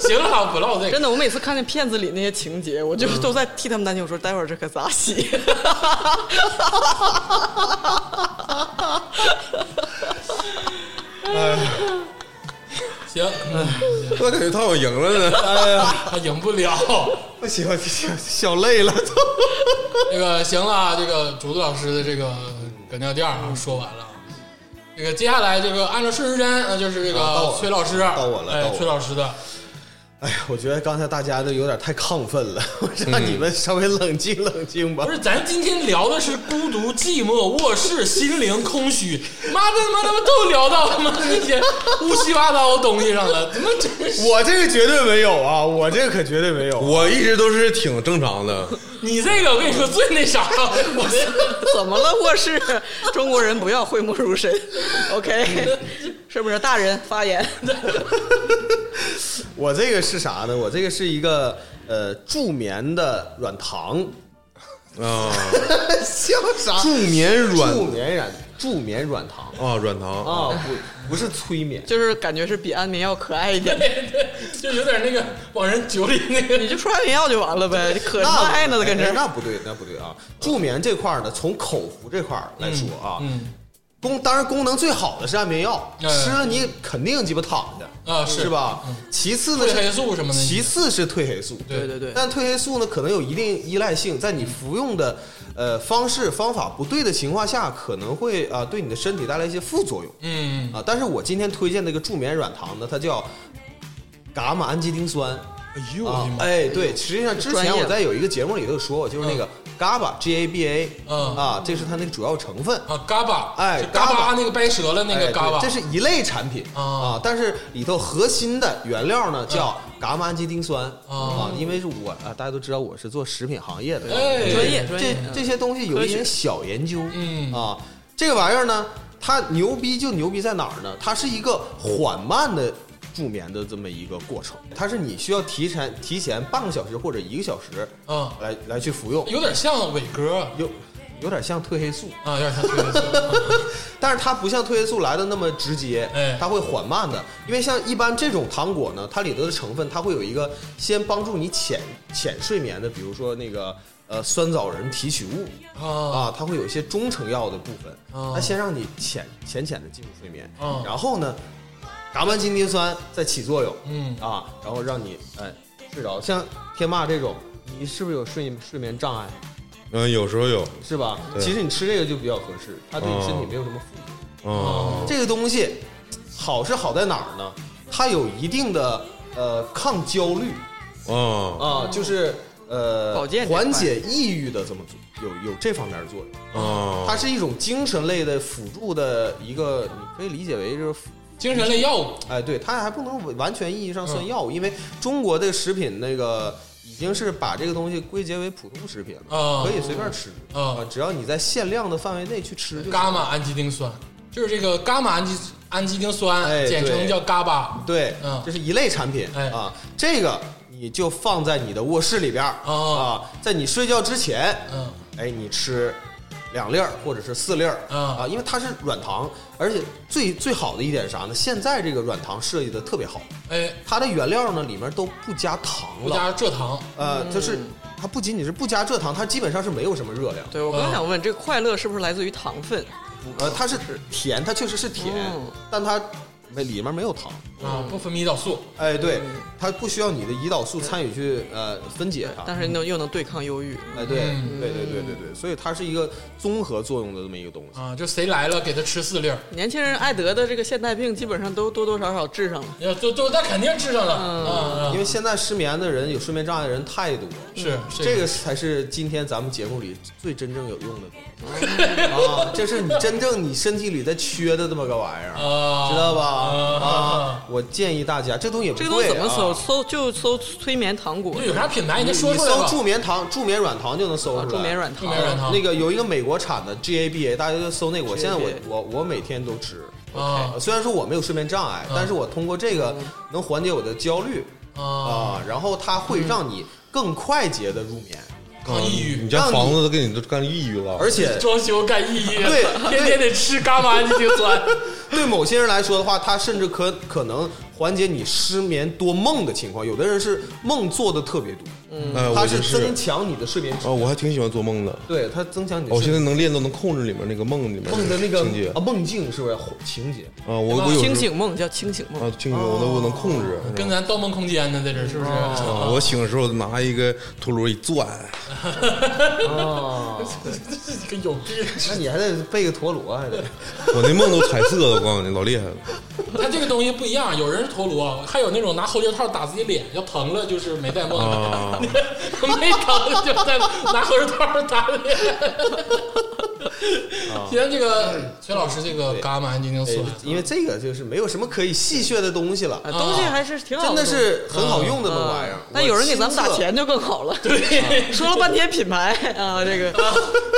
Speaker 1: 行了，不唠这个
Speaker 2: 真。的，我每次看见片子里那些情节，我
Speaker 1: 嗯
Speaker 2: 就都在替他们担心。我说待会儿这可咋洗？
Speaker 1: 行，嗯
Speaker 3: 我感觉他好像赢了呢。
Speaker 1: 他赢不了。
Speaker 4: 不行，不行，笑累了都。
Speaker 1: 这个行了啊，这个竹子老师的这个搁尿垫儿啊说完了。这个接下来这个按照顺时针，那就是这
Speaker 4: 啊到我
Speaker 1: 个
Speaker 4: 了
Speaker 1: 崔老师，
Speaker 4: 到我了到
Speaker 1: 哎
Speaker 4: 我，了
Speaker 1: 崔老师的，
Speaker 4: 哎呀，我觉得刚才大家都有点太亢奋了，我让你们稍微冷静冷静吧
Speaker 1: 不。是咱今天聊的是孤独、寂寞、卧室、心灵、空虚，妈的妈他妈都聊到他妈那些乌七八糟的东西上了，怎么真是？
Speaker 4: 我这个绝对没有啊，我这个可绝对没有。
Speaker 3: 我一直都是挺正常的，
Speaker 1: 你这个我跟你说最那啥了，我这
Speaker 2: 怎么了？卧室，中国人不要讳莫如深。OK，是
Speaker 1: 嗯
Speaker 2: 不是？大人发言，
Speaker 4: 我这个是啥呢？我这个是一个呃助眠的软糖，
Speaker 3: 啊
Speaker 4: 笑啥？
Speaker 3: 助眠软
Speaker 4: 助眠软助眠软糖
Speaker 3: 啊，软糖
Speaker 4: 啊，不不是催眠。
Speaker 2: 就是感觉是比安眠药可爱一点。
Speaker 1: 就有点那个往人酒里那
Speaker 2: 你
Speaker 1: 个。
Speaker 2: 就说安眠药就完了呗，你可
Speaker 4: 那
Speaker 2: 爱呢，跟这
Speaker 4: 哎
Speaker 2: 儿
Speaker 4: 那不对，那不对啊！助眠这块儿呢，从口服这块儿来说啊，
Speaker 1: 嗯
Speaker 4: 功当然功能最好的是安眠药，
Speaker 1: 哎
Speaker 4: 吃了你肯定鸡巴躺着
Speaker 1: 啊是
Speaker 4: 是吧？其次呢
Speaker 1: 褪
Speaker 4: 是
Speaker 1: 黑素什么的
Speaker 4: 其次是褪黑素，
Speaker 1: 对
Speaker 2: 对对对，
Speaker 4: 但褪黑素呢可能有一定依赖性，在你服用的呃方式方法不对的情况下，可能会啊、对你的身体带来一些副作用。
Speaker 1: 嗯，
Speaker 4: 啊，但是我今天推荐这个助眠软糖呢，它叫伽马氨基丁酸，
Speaker 1: 哎呦我
Speaker 4: 啊
Speaker 1: 的，妈！
Speaker 4: 哎，对，实际上之
Speaker 2: 专业
Speaker 4: 前
Speaker 2: 了
Speaker 1: 啊
Speaker 4: 我在有一个节目里头说过，就是那个 GABA G A B A，
Speaker 1: 嗯
Speaker 4: 啊，这是它那个主要成分。
Speaker 1: 啊，嘎巴，
Speaker 4: 哎
Speaker 1: 就嘎巴
Speaker 4: 嘎巴
Speaker 1: 那个掰折了那
Speaker 4: 哎
Speaker 1: 个
Speaker 4: 对
Speaker 1: 嘎巴，
Speaker 4: 这是一类产品
Speaker 1: 啊
Speaker 4: 啊，但是里头核心的原料呢叫伽马氨基丁酸
Speaker 1: 哦
Speaker 4: 啊，因为是我啊，大家都知道我是做食品行业的，
Speaker 1: 哎
Speaker 2: 专业专
Speaker 4: 这
Speaker 2: 业，
Speaker 4: 这些东西有一
Speaker 2: 科学
Speaker 4: 点小研究，
Speaker 1: 嗯
Speaker 4: 啊，这个玩意儿呢，它牛逼就牛逼在哪儿呢？它是一个缓慢的助眠的这么一个过程，它是你需要提前提前半个小时或者一个小时
Speaker 1: 嗯
Speaker 4: 来来去服用，
Speaker 1: 有点像伟哥
Speaker 4: 有有点像褪黑素，
Speaker 1: 啊，有点像推的像
Speaker 4: 但是它不像褪黑素来的那么直接，
Speaker 1: 哎
Speaker 4: 它会缓慢的，因为像一般这种糖果呢，它里头的成分它会有一个先帮助你浅浅睡眠的，比如说那个呃酸枣仁提取物，
Speaker 1: 啊
Speaker 4: 啊，它会有一些中成药的部分，
Speaker 1: 哦
Speaker 4: 它先让你浅浅浅的进入睡眠
Speaker 1: 哦，
Speaker 4: 然后呢，伽马金丁酸再起作用，
Speaker 1: 嗯
Speaker 4: 啊，然后让你哎睡着。像天霸这种，你是不是有睡睡眠障碍？
Speaker 3: 嗯，有时候有，
Speaker 4: 是吧？
Speaker 3: 对
Speaker 4: 其实你吃这个就比较合适，它对你身体没有什么负担。
Speaker 3: 哦，
Speaker 4: 这个东西好是好在哪儿呢？它有一定的呃抗焦虑
Speaker 3: 哦，
Speaker 4: 啊，就是呃
Speaker 2: 保健这块
Speaker 4: 缓解抑郁的这么作有有这方面的作用。
Speaker 3: 哦，
Speaker 4: 它是一种精神类的辅助的一个，你可以理解为就是辅，
Speaker 1: 精神类药物
Speaker 4: 哎，对，它还不能完全意义上算药
Speaker 2: 嗯
Speaker 4: 物，因为中国的食品那个已经是把这个东西归结为普通食品了，
Speaker 1: 啊
Speaker 2: 哦
Speaker 4: 可以随便吃
Speaker 1: 啊
Speaker 4: 只要你在限量的范围内去吃就行。
Speaker 1: 伽马氨基丁酸，就是这个伽马氨基氨基丁酸，
Speaker 4: 哎
Speaker 1: 简称
Speaker 4: 对
Speaker 1: 叫嘎巴。
Speaker 4: 对
Speaker 1: 嗯，
Speaker 4: 这是一类产品
Speaker 1: 哎
Speaker 4: 啊，这个你就放在你的卧室里边儿
Speaker 1: 哦
Speaker 4: 啊，在你睡觉之前，
Speaker 1: 嗯，
Speaker 4: 哎，你吃两粒儿或者是四粒儿
Speaker 1: 啊
Speaker 4: 啊，因为它是软糖，而且最最好的一点是啥呢？现在这个软糖设计的特别好，
Speaker 1: 哎，
Speaker 4: 它的原料呢里面都不加糖
Speaker 1: 不
Speaker 4: 了，
Speaker 1: 加蔗糖，啊
Speaker 4: 呃，就是它不仅仅是不加蔗糖，它基本上是没有什么热量，
Speaker 2: 嗯对我刚想问，这个快乐是不是来自于糖分？
Speaker 4: 呃，它是甜，它确实是甜
Speaker 2: 嗯，
Speaker 4: 但它没里面没有糖。
Speaker 1: 啊，不分泌胰岛素，
Speaker 4: 哎，对，
Speaker 2: 嗯
Speaker 4: 它不需要你的胰岛素参与去呃分解它，
Speaker 2: 但是能又能对抗忧郁，
Speaker 4: 哎，对，
Speaker 1: 嗯
Speaker 4: 对对对对对，所以它是一个综合作用的这么一个东西。
Speaker 1: 啊，就谁来了给他吃四粒儿，
Speaker 2: 年轻人爱得的这个现代病，基本上都多多少少治上了。
Speaker 1: 要就就那肯定治上了，啊，
Speaker 4: 因
Speaker 1: 啊
Speaker 4: 为现在失眠的人有睡眠障碍的人太多，
Speaker 1: 是
Speaker 4: 嗯这个才是今天咱们节目里最真正有用的 东西啊！这是你真正你身体里在缺的这么个玩意儿，
Speaker 1: 啊，
Speaker 4: 知道吧？
Speaker 1: 啊
Speaker 4: 啊，我建议大家，这东西也不
Speaker 2: 这
Speaker 4: 贵
Speaker 2: 个
Speaker 4: 啊。
Speaker 2: 东西怎么搜？搜就搜催眠糖果
Speaker 1: 这，有啥品牌你就
Speaker 4: 你
Speaker 1: 说出来
Speaker 4: 搜
Speaker 1: 吧。
Speaker 4: 助眠糖、助眠软糖就能搜
Speaker 2: 啊
Speaker 4: 出来。
Speaker 2: 助眠软
Speaker 1: 助
Speaker 2: 糖
Speaker 1: 眠，软糖
Speaker 4: 那个有一个美国产的 GABA，大家就搜那个。我现在我
Speaker 2: GABA
Speaker 4: 我我每天都吃，呃
Speaker 1: 啊
Speaker 4: 虽然说我没有睡眠障碍，但是我通过这个能缓解我的焦虑
Speaker 1: 啊，
Speaker 4: 啊，然后它会让你更快捷的入眠，
Speaker 1: 抗抑
Speaker 3: 你
Speaker 4: 嗯
Speaker 1: 郁，
Speaker 3: 家房子都给你都干抑郁了，
Speaker 4: 而且
Speaker 1: 装修干抑郁，
Speaker 4: 对
Speaker 1: 天天得吃伽马氨基丁酸，
Speaker 4: 对某些人来说的话，它甚至可可能缓解你失眠多梦的情况。有的人是梦做的特别多，
Speaker 3: 哎，
Speaker 4: 它
Speaker 3: 我就是是
Speaker 4: 增强你的睡眠质
Speaker 3: 啊，我还挺喜欢做梦的。
Speaker 4: 对，它增强你的
Speaker 3: 我现
Speaker 4: 睡
Speaker 3: 在
Speaker 4: 眠。
Speaker 3: 能练到能控制里面那个梦里面
Speaker 4: 梦的那个
Speaker 3: 情节
Speaker 4: 啊梦境是不是情节？
Speaker 3: 啊，我我有时候
Speaker 2: 清醒梦叫清醒
Speaker 3: 啊
Speaker 2: 梦，，
Speaker 3: 清醒我能我能控制。嗯
Speaker 1: 跟咱《盗梦空间》呢，在这儿是不是？
Speaker 4: 嗯
Speaker 3: 啊，我醒的时候拿一个陀螺一转，
Speaker 4: 哦，
Speaker 1: 这是个有病。
Speaker 4: 那你还得背个陀螺，啊还得
Speaker 3: 我那梦都彩色的，我告诉你，老厉害了。
Speaker 1: 它这个东西不一样，有人是陀螺，还有那种拿后脚套打自己脸，要疼了就是没戴梦，
Speaker 3: 啊
Speaker 1: 没疼就在拿后脚套打脸。今天这个薛老师这个伽马氨基丁酸
Speaker 4: 对，因为这个就是没有什么可以戏谑的东西了，
Speaker 2: 啊东西还是挺好
Speaker 4: 真的
Speaker 2: 的
Speaker 4: 是很好用的那玩意儿
Speaker 2: 啊。那有人给咱们打
Speaker 4: 我亲
Speaker 2: 钱就更好了。
Speaker 1: 对，
Speaker 2: 说了半天品牌啊，这个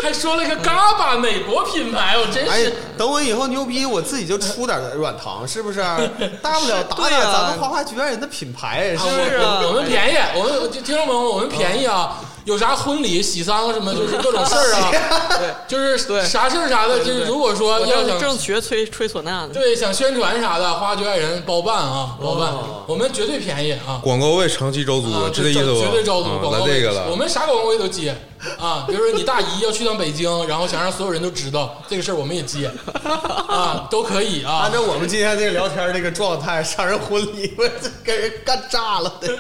Speaker 1: 还说了一个伽马美国品牌，我真
Speaker 4: 自。
Speaker 1: 是
Speaker 4: 哎。，等我以后牛逼，我自己就出点软糖，是不是？ 大不了打
Speaker 2: 对
Speaker 4: 打
Speaker 2: 啊
Speaker 4: 咱们花花学院人的品牌，是不
Speaker 2: 是
Speaker 4: 是？
Speaker 2: 啊
Speaker 1: 我我们便宜，我们我就听众朋友们，我们便宜啊！有啥婚礼、喜丧什么，就是各种事儿啊，就是
Speaker 2: 对
Speaker 1: 啥事儿啥的，就是如果说
Speaker 2: 我
Speaker 1: 要
Speaker 2: 正
Speaker 1: 想
Speaker 2: 正学吹吹唢呐呢，
Speaker 1: 对，想宣传啥的，花卷爱人包办
Speaker 3: 哦
Speaker 1: 啊，包办，我们绝对便宜啊。
Speaker 3: 广告位长期招租
Speaker 1: 啊，，
Speaker 3: 是这意思吧？
Speaker 1: 绝对招租
Speaker 3: 啊
Speaker 1: 广告
Speaker 3: 来
Speaker 1: 位
Speaker 3: 这个
Speaker 1: 我
Speaker 3: 了，
Speaker 1: 们啥广告位都接啊。比如说你大姨要去趟北京，然后想让所有人都知道这个事儿，我们也接啊，都可以啊
Speaker 4: 按。照我们今天这个聊天这个状态，上人婚礼，我这给人干炸了，得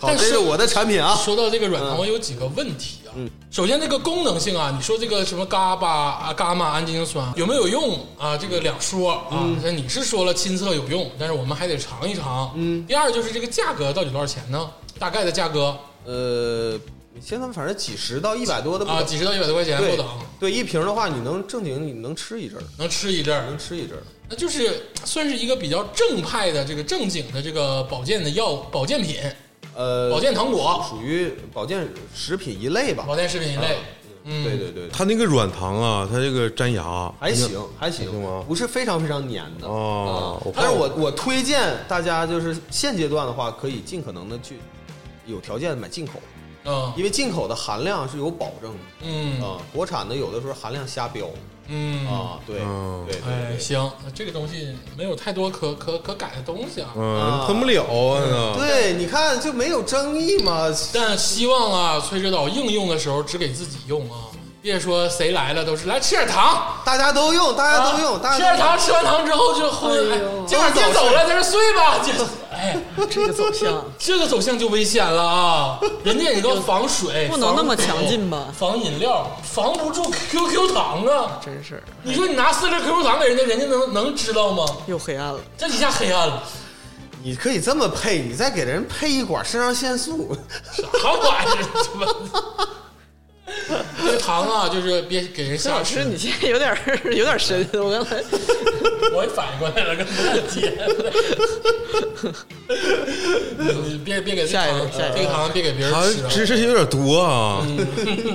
Speaker 4: 好，这是我的产品啊。
Speaker 1: 说到这个软糖，我有几个问题啊。首先，这个功能性啊，你说这个什么伽巴啊、伽马氨基丁酸有没有用啊？这个两说啊。那、你是说了亲测有用，但是我们还得尝一尝。嗯。第二就是这个价格到底多少钱呢？大概的价格
Speaker 4: 呃，现在反正几十到一百多的不
Speaker 1: 啊，
Speaker 4: 等
Speaker 1: 几十到一百多块钱不
Speaker 4: 对
Speaker 1: 等，
Speaker 2: 啊
Speaker 4: 对，一瓶的话，你能正经你能吃一阵儿，
Speaker 1: 能吃一阵儿。
Speaker 4: 能吃一阵儿。
Speaker 1: 那就是算是一个比较正派的这个正经的这个保健的药保健品、
Speaker 4: 呃，
Speaker 1: 保健糖果、
Speaker 4: 属于保健食品一类吧
Speaker 1: 保。健食品一类。嗯，
Speaker 4: 啊对对对，
Speaker 3: 它那个软糖啊，它这个粘牙
Speaker 4: 还行还行
Speaker 3: 行吗，
Speaker 4: 不是非常非常黏的。
Speaker 3: 哦，我
Speaker 4: 但是
Speaker 3: 怕
Speaker 4: 我啊我推荐大家就是现阶段的话，可以尽可能的去有条件买进口，
Speaker 1: 嗯
Speaker 4: 因为进口的含量是有保证的
Speaker 1: 嗯
Speaker 4: 啊。国产的有的时候含量瞎标
Speaker 1: 嗯
Speaker 4: 啊，对
Speaker 3: 嗯
Speaker 4: 对对
Speaker 1: 哎，
Speaker 4: 对
Speaker 1: 行，那这个东西没有太多可可可改的东西啊。
Speaker 3: 嗯，喷不了啊，
Speaker 4: 对，你看就没有争议嘛。
Speaker 1: 但希望啊，崔指导应用的时候只给自己用啊，别说谁来了都是来吃点糖，
Speaker 4: 大家都用，大家都用，
Speaker 1: 啊吃点
Speaker 4: 大家都用
Speaker 1: 糖，吃完糖之后就昏，哎
Speaker 2: 哎呦
Speaker 1: 今晚别走了，在这睡吧。这哎，
Speaker 2: 这个走向。
Speaker 1: 这个走向就危险了 啊！人家也叫防水，
Speaker 2: 不能那么
Speaker 1: 防
Speaker 2: 强劲吧
Speaker 1: 防饮料，防不住 QQ 糖啊！
Speaker 2: 真是
Speaker 1: 你说你拿四粒 QQ 糖给人家，人家能能知道吗？
Speaker 2: 又黑暗了，
Speaker 1: 这一下黑暗了，
Speaker 4: 你可以这么配，你再给人配一管肾上腺素，
Speaker 1: 啥玩意儿？什么？这个糖啊，就是别给人
Speaker 2: 孙
Speaker 1: 瞎
Speaker 2: 老
Speaker 1: 吃
Speaker 2: 师，。你现在有点儿有点儿神，我刚才
Speaker 1: 我也反应过来了，跟不太接了。你你别别给这
Speaker 2: 下一
Speaker 1: 糖
Speaker 2: 个下一，个
Speaker 1: 这个糖别给别人
Speaker 3: 它
Speaker 1: 吃了。
Speaker 3: 知识有点多啊。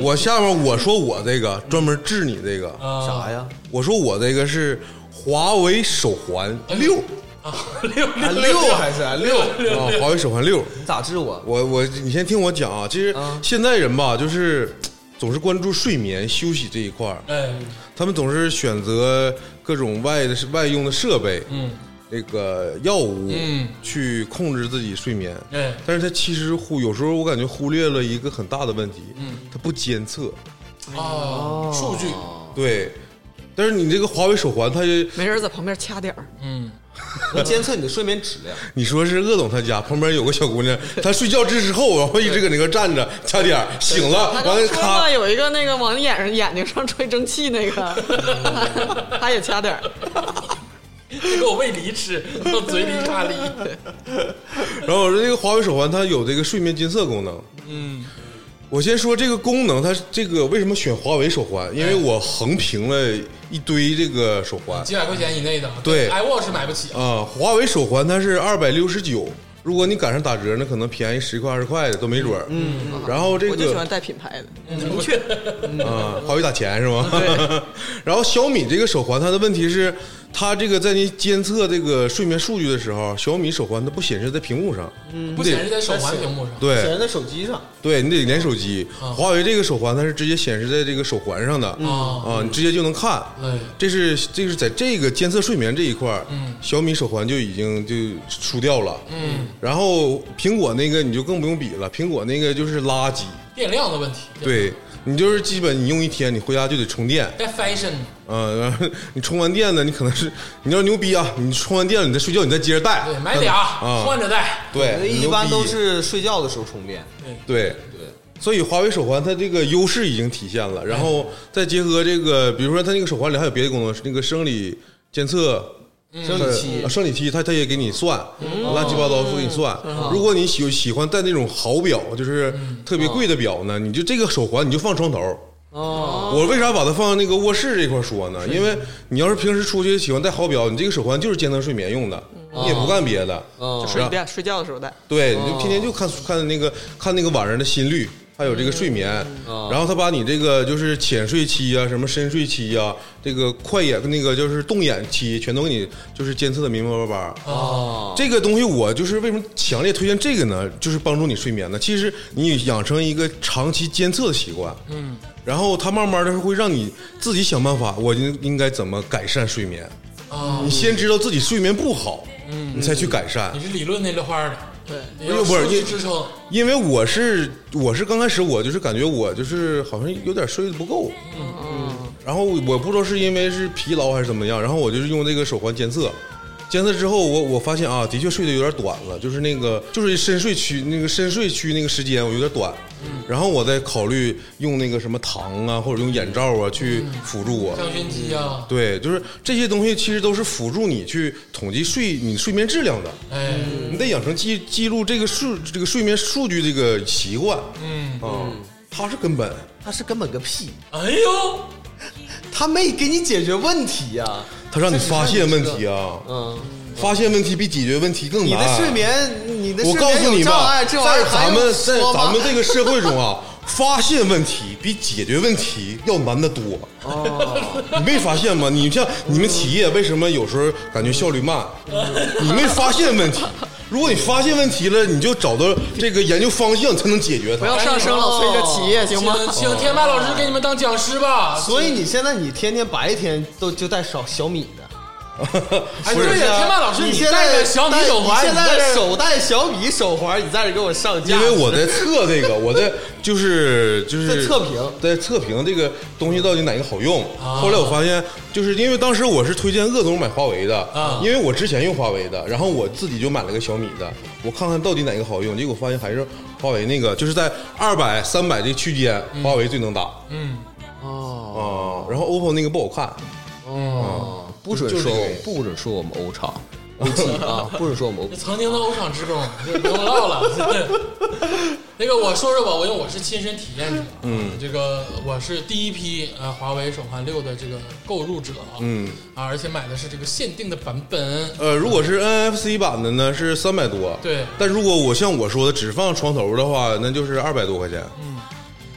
Speaker 3: 我下面我说我这个专门治你这个，
Speaker 1: 嗯啊
Speaker 4: 啥呀？
Speaker 3: 我说我这个是华为手环六
Speaker 1: 啊，六
Speaker 4: 啊
Speaker 1: 六
Speaker 4: 六还是啊六？
Speaker 3: 啊，华为手环六。
Speaker 4: 你咋治我？
Speaker 3: 我我你先听我讲啊，其实
Speaker 4: 啊
Speaker 3: 现在人吧，就是总是关注睡眠休息这一块儿，
Speaker 1: 哎，
Speaker 3: 他们总是选择各种外的外用的设备，
Speaker 1: 嗯，
Speaker 3: 那个药物，
Speaker 1: 嗯
Speaker 3: 去控制自己睡眠。
Speaker 1: 哎，
Speaker 3: 但是他其实忽有时候我感觉忽略了一个很大的问题，嗯，他不监测，
Speaker 1: 啊，数据，
Speaker 3: 对。但是你这个华为手环，他
Speaker 2: 没人在旁边掐点儿，
Speaker 1: 嗯，
Speaker 4: 能监测你的睡眠质量。
Speaker 3: 你说是鄂总他家旁边有个小姑 娘，她睡觉之后，然后一直搁那个站着，掐点儿醒了，
Speaker 2: 他
Speaker 3: 完
Speaker 2: 刚
Speaker 3: 了
Speaker 2: 说了
Speaker 3: 咔，
Speaker 2: 有一个那个往眼上眼睛上吹蒸汽那
Speaker 3: 嗯
Speaker 2: 个，他也掐点儿，
Speaker 1: 这哎给我喂梨吃，往嘴里卡梨。
Speaker 3: 然后我说这个华为手环它有这个睡眠监测功能，
Speaker 1: 嗯，
Speaker 3: 我先说这个功能，它这个为什么选华为手环？
Speaker 1: 哎
Speaker 3: 因为我横评了一堆这个手环
Speaker 1: 几百块钱以内的，
Speaker 3: 对
Speaker 1: ，iWatch 买不起啊。
Speaker 3: 啊，华为手环它是二百六十九，如果你赶上打折，那可能便宜十块二十块的都没准儿。嗯，然后这
Speaker 2: 我就喜欢
Speaker 3: 个
Speaker 2: 带品牌的，
Speaker 1: 明确，
Speaker 3: 啊，华为打钱是吗？ 然后小米这个手环，它的问题是，它这个在你监测这个睡眠数据的时候，小米手环它不显示在屏幕上，嗯，
Speaker 1: 不显示在手环屏幕上。
Speaker 3: 对，
Speaker 4: 显示在手机上，
Speaker 3: 对你得连手机，华为这个手环它是直接显示在这个手环上的啊，你直接就能看
Speaker 1: 哎。
Speaker 3: 这是这是在这个监测睡眠这一块儿，小米手环就已经就输掉了。嗯，然后苹果那个你就更不用比了，苹果那个就是垃圾，
Speaker 1: 电量的问题，，
Speaker 3: 对你就是基本你用一天，你回家就得充电。
Speaker 1: 带 fashion
Speaker 3: 嗯，然后 你充完电呢，你可能是你要牛逼啊，你充完电了你再睡觉，你再接着戴，
Speaker 1: 对，买俩
Speaker 3: 啊，
Speaker 1: 换着戴，
Speaker 3: 对，
Speaker 4: 一般都是睡觉的时候充电。
Speaker 3: 对
Speaker 4: 对。
Speaker 3: 所以华为手环它这个优势已经体现了，然后再结合这个，比如说它那个手环里还有别的功能，是那个生理监测。
Speaker 4: 生理期
Speaker 3: 呃生理期，它它也给你算，乱七八糟都给你算。如果你喜喜欢戴那种好表，就是特别贵的表呢，你就这个手环你就放床头。哦，我为啥把它放那个卧室这块说呢？因为你要是平时出去喜欢戴好表，你这个手环就是监测睡眠用的，你也不干别的。
Speaker 4: 嗯
Speaker 3: 就
Speaker 2: 睡觉睡觉的时候带。
Speaker 3: 对，你就天天就看看那个看那个晚上的心率，还有这个睡眠，然后他把你这个就是浅睡期啊，什么深睡期啊，这个快眼那个就是动眼期，全都给你就是监测的明明白白。
Speaker 1: 啊
Speaker 4: 哦，
Speaker 3: 这个东西我就是为什么强烈推荐这个呢？就是帮助你睡眠呢。其实你养成一个长期监测的习惯，嗯，然后它慢慢的会让你自己想办法，我应应该怎么改善睡眠。
Speaker 1: 哦
Speaker 3: 你先知道自己睡眠不好，嗯，你才去改善。
Speaker 1: 你是理论那溜花的，
Speaker 2: 对，
Speaker 1: 你有
Speaker 3: 不是
Speaker 1: 数据
Speaker 3: 你
Speaker 1: 支撑，
Speaker 3: 因为我是我是刚开始我就是感觉我就是好像有点睡得不够，然后我不知道是因为是疲劳还是怎么样，然后我就是用这个手环监测，监测之后，我我发现啊，的确睡得有点短了，就是那个就是深睡区那个深睡区那个时间我有点短，然后我再考虑用那个什么糖啊或者用眼罩啊去辅助我。
Speaker 1: 像熏鸡啊，
Speaker 3: 对，就是这些东西其实都是辅助你去统计睡你睡眠质量的，
Speaker 1: 哎，
Speaker 2: 嗯
Speaker 3: 你得养成记记录这个数这个睡眠数据这个习惯
Speaker 1: 嗯，
Speaker 3: 啊，它是根本。
Speaker 4: 他是根本个屁，
Speaker 1: 哎呦，
Speaker 4: 他没给你解决问题呀、
Speaker 3: 它让你发现问题啊，
Speaker 4: 嗯，
Speaker 3: 发现问题比解决问题更难。
Speaker 4: 你的睡眠，你的睡
Speaker 3: 我告
Speaker 4: 眠
Speaker 3: 诉
Speaker 4: 有
Speaker 3: 你
Speaker 4: 障
Speaker 3: 吧，
Speaker 4: 碍，这玩意儿
Speaker 3: 在
Speaker 4: 还
Speaker 3: 咱
Speaker 4: 用
Speaker 3: 们在
Speaker 4: 说吗
Speaker 3: 咱们这个社会中啊，发现问题比解决问题要难得多。你没发现吗？你像你们企业为什么有时候感觉效率慢？你没发现问题。如果你发现问题了，你就找到这个研究方向，才能解决
Speaker 2: 不要
Speaker 3: 它。
Speaker 2: 上升了，崔着企业行吗？哦
Speaker 1: 请请天霸老师给你们当讲师吧。
Speaker 4: 所以你现在你天天白天都就带小小米的，
Speaker 1: 哎，
Speaker 3: 不
Speaker 1: 对
Speaker 3: 是
Speaker 1: 呀，天霸老师，
Speaker 4: 你
Speaker 1: 你
Speaker 4: 现
Speaker 1: 戴
Speaker 4: 在
Speaker 1: 个小米
Speaker 4: 戴
Speaker 1: 手环，
Speaker 4: 你现
Speaker 1: 你戴
Speaker 4: 在
Speaker 1: 着
Speaker 4: 手戴小米手环，你在这给我上架，
Speaker 3: 因为我在测这个，我在就是就是
Speaker 4: 在测评
Speaker 3: 在测评这个东西到底哪个好用。后来我发现，就是因为当时我是推荐鄂总买华为的，
Speaker 1: 啊
Speaker 3: 因为我之前用华为的，然后我自己就买了个小米的，我看看到底哪个好用，结果发现还是华为那个，就是在二百三百这区间，华为最能打啊、
Speaker 1: 嗯，
Speaker 3: 然后 OPPO 那个不好看，
Speaker 7: 哦，不准
Speaker 3: 就是
Speaker 7: 说
Speaker 3: 这个
Speaker 7: 我们不准说我们欧厂 OT 啊，不准说我们欧
Speaker 1: 这曾经的欧场职工，这不用唠了。 那个我说说吧，我因为我是亲身体验者，嗯，这个我是第一批呃华为手环六的这个购入者，
Speaker 3: 嗯。
Speaker 1: 啊，而且买的是这个限定的版本，
Speaker 3: 呃，如果是 NFC 版的呢，是三百多。
Speaker 1: 对
Speaker 3: 但如果我像我说的只放床头的话，那就是二百多块钱。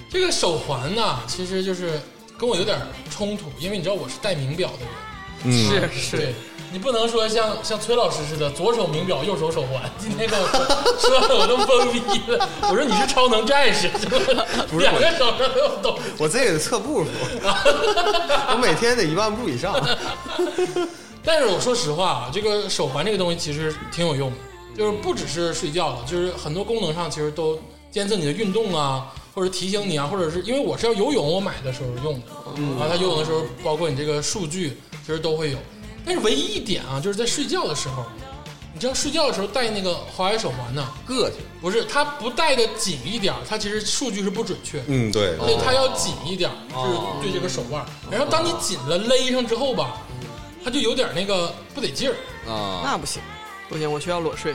Speaker 1: 这个手环呢，其实就是跟我有点冲突，因为你知道我是戴名表的人，
Speaker 3: 嗯，
Speaker 2: 是是，
Speaker 1: 对你不能说像像崔老师似的，左手名表，右手手环。今天跟我说说的我都懵逼了，我说你是超能战士，是吧
Speaker 4: 不是
Speaker 1: 两
Speaker 4: 我
Speaker 1: 个手上都有东西。
Speaker 4: 我自己得测步数， 我每天得一万步以上。
Speaker 1: 但是我说实话啊，这个手环这个东西其实挺有用的，就是不只是睡觉了，就是很多功能上其实都监测你的运动啊，或者提醒你啊，或者是因为我是要游泳，我买的时候用的，然后它游泳的时候包括你这个数据，其实都会有。但是唯一一点啊，就是在睡觉的时候，你知道睡觉的时候戴那个华为手环呢，
Speaker 4: 硌去，
Speaker 1: 不是它不戴的紧一点儿，它其实数据是不准确的。
Speaker 3: 嗯，对。
Speaker 1: 对，它要紧一点儿，
Speaker 2: 哦
Speaker 1: 就是对这个手腕儿。然后当你紧了勒上之后吧，它就有点那个不得 劲儿。
Speaker 3: 哦
Speaker 7: 啊，
Speaker 2: 那不行，不行，我需要裸睡，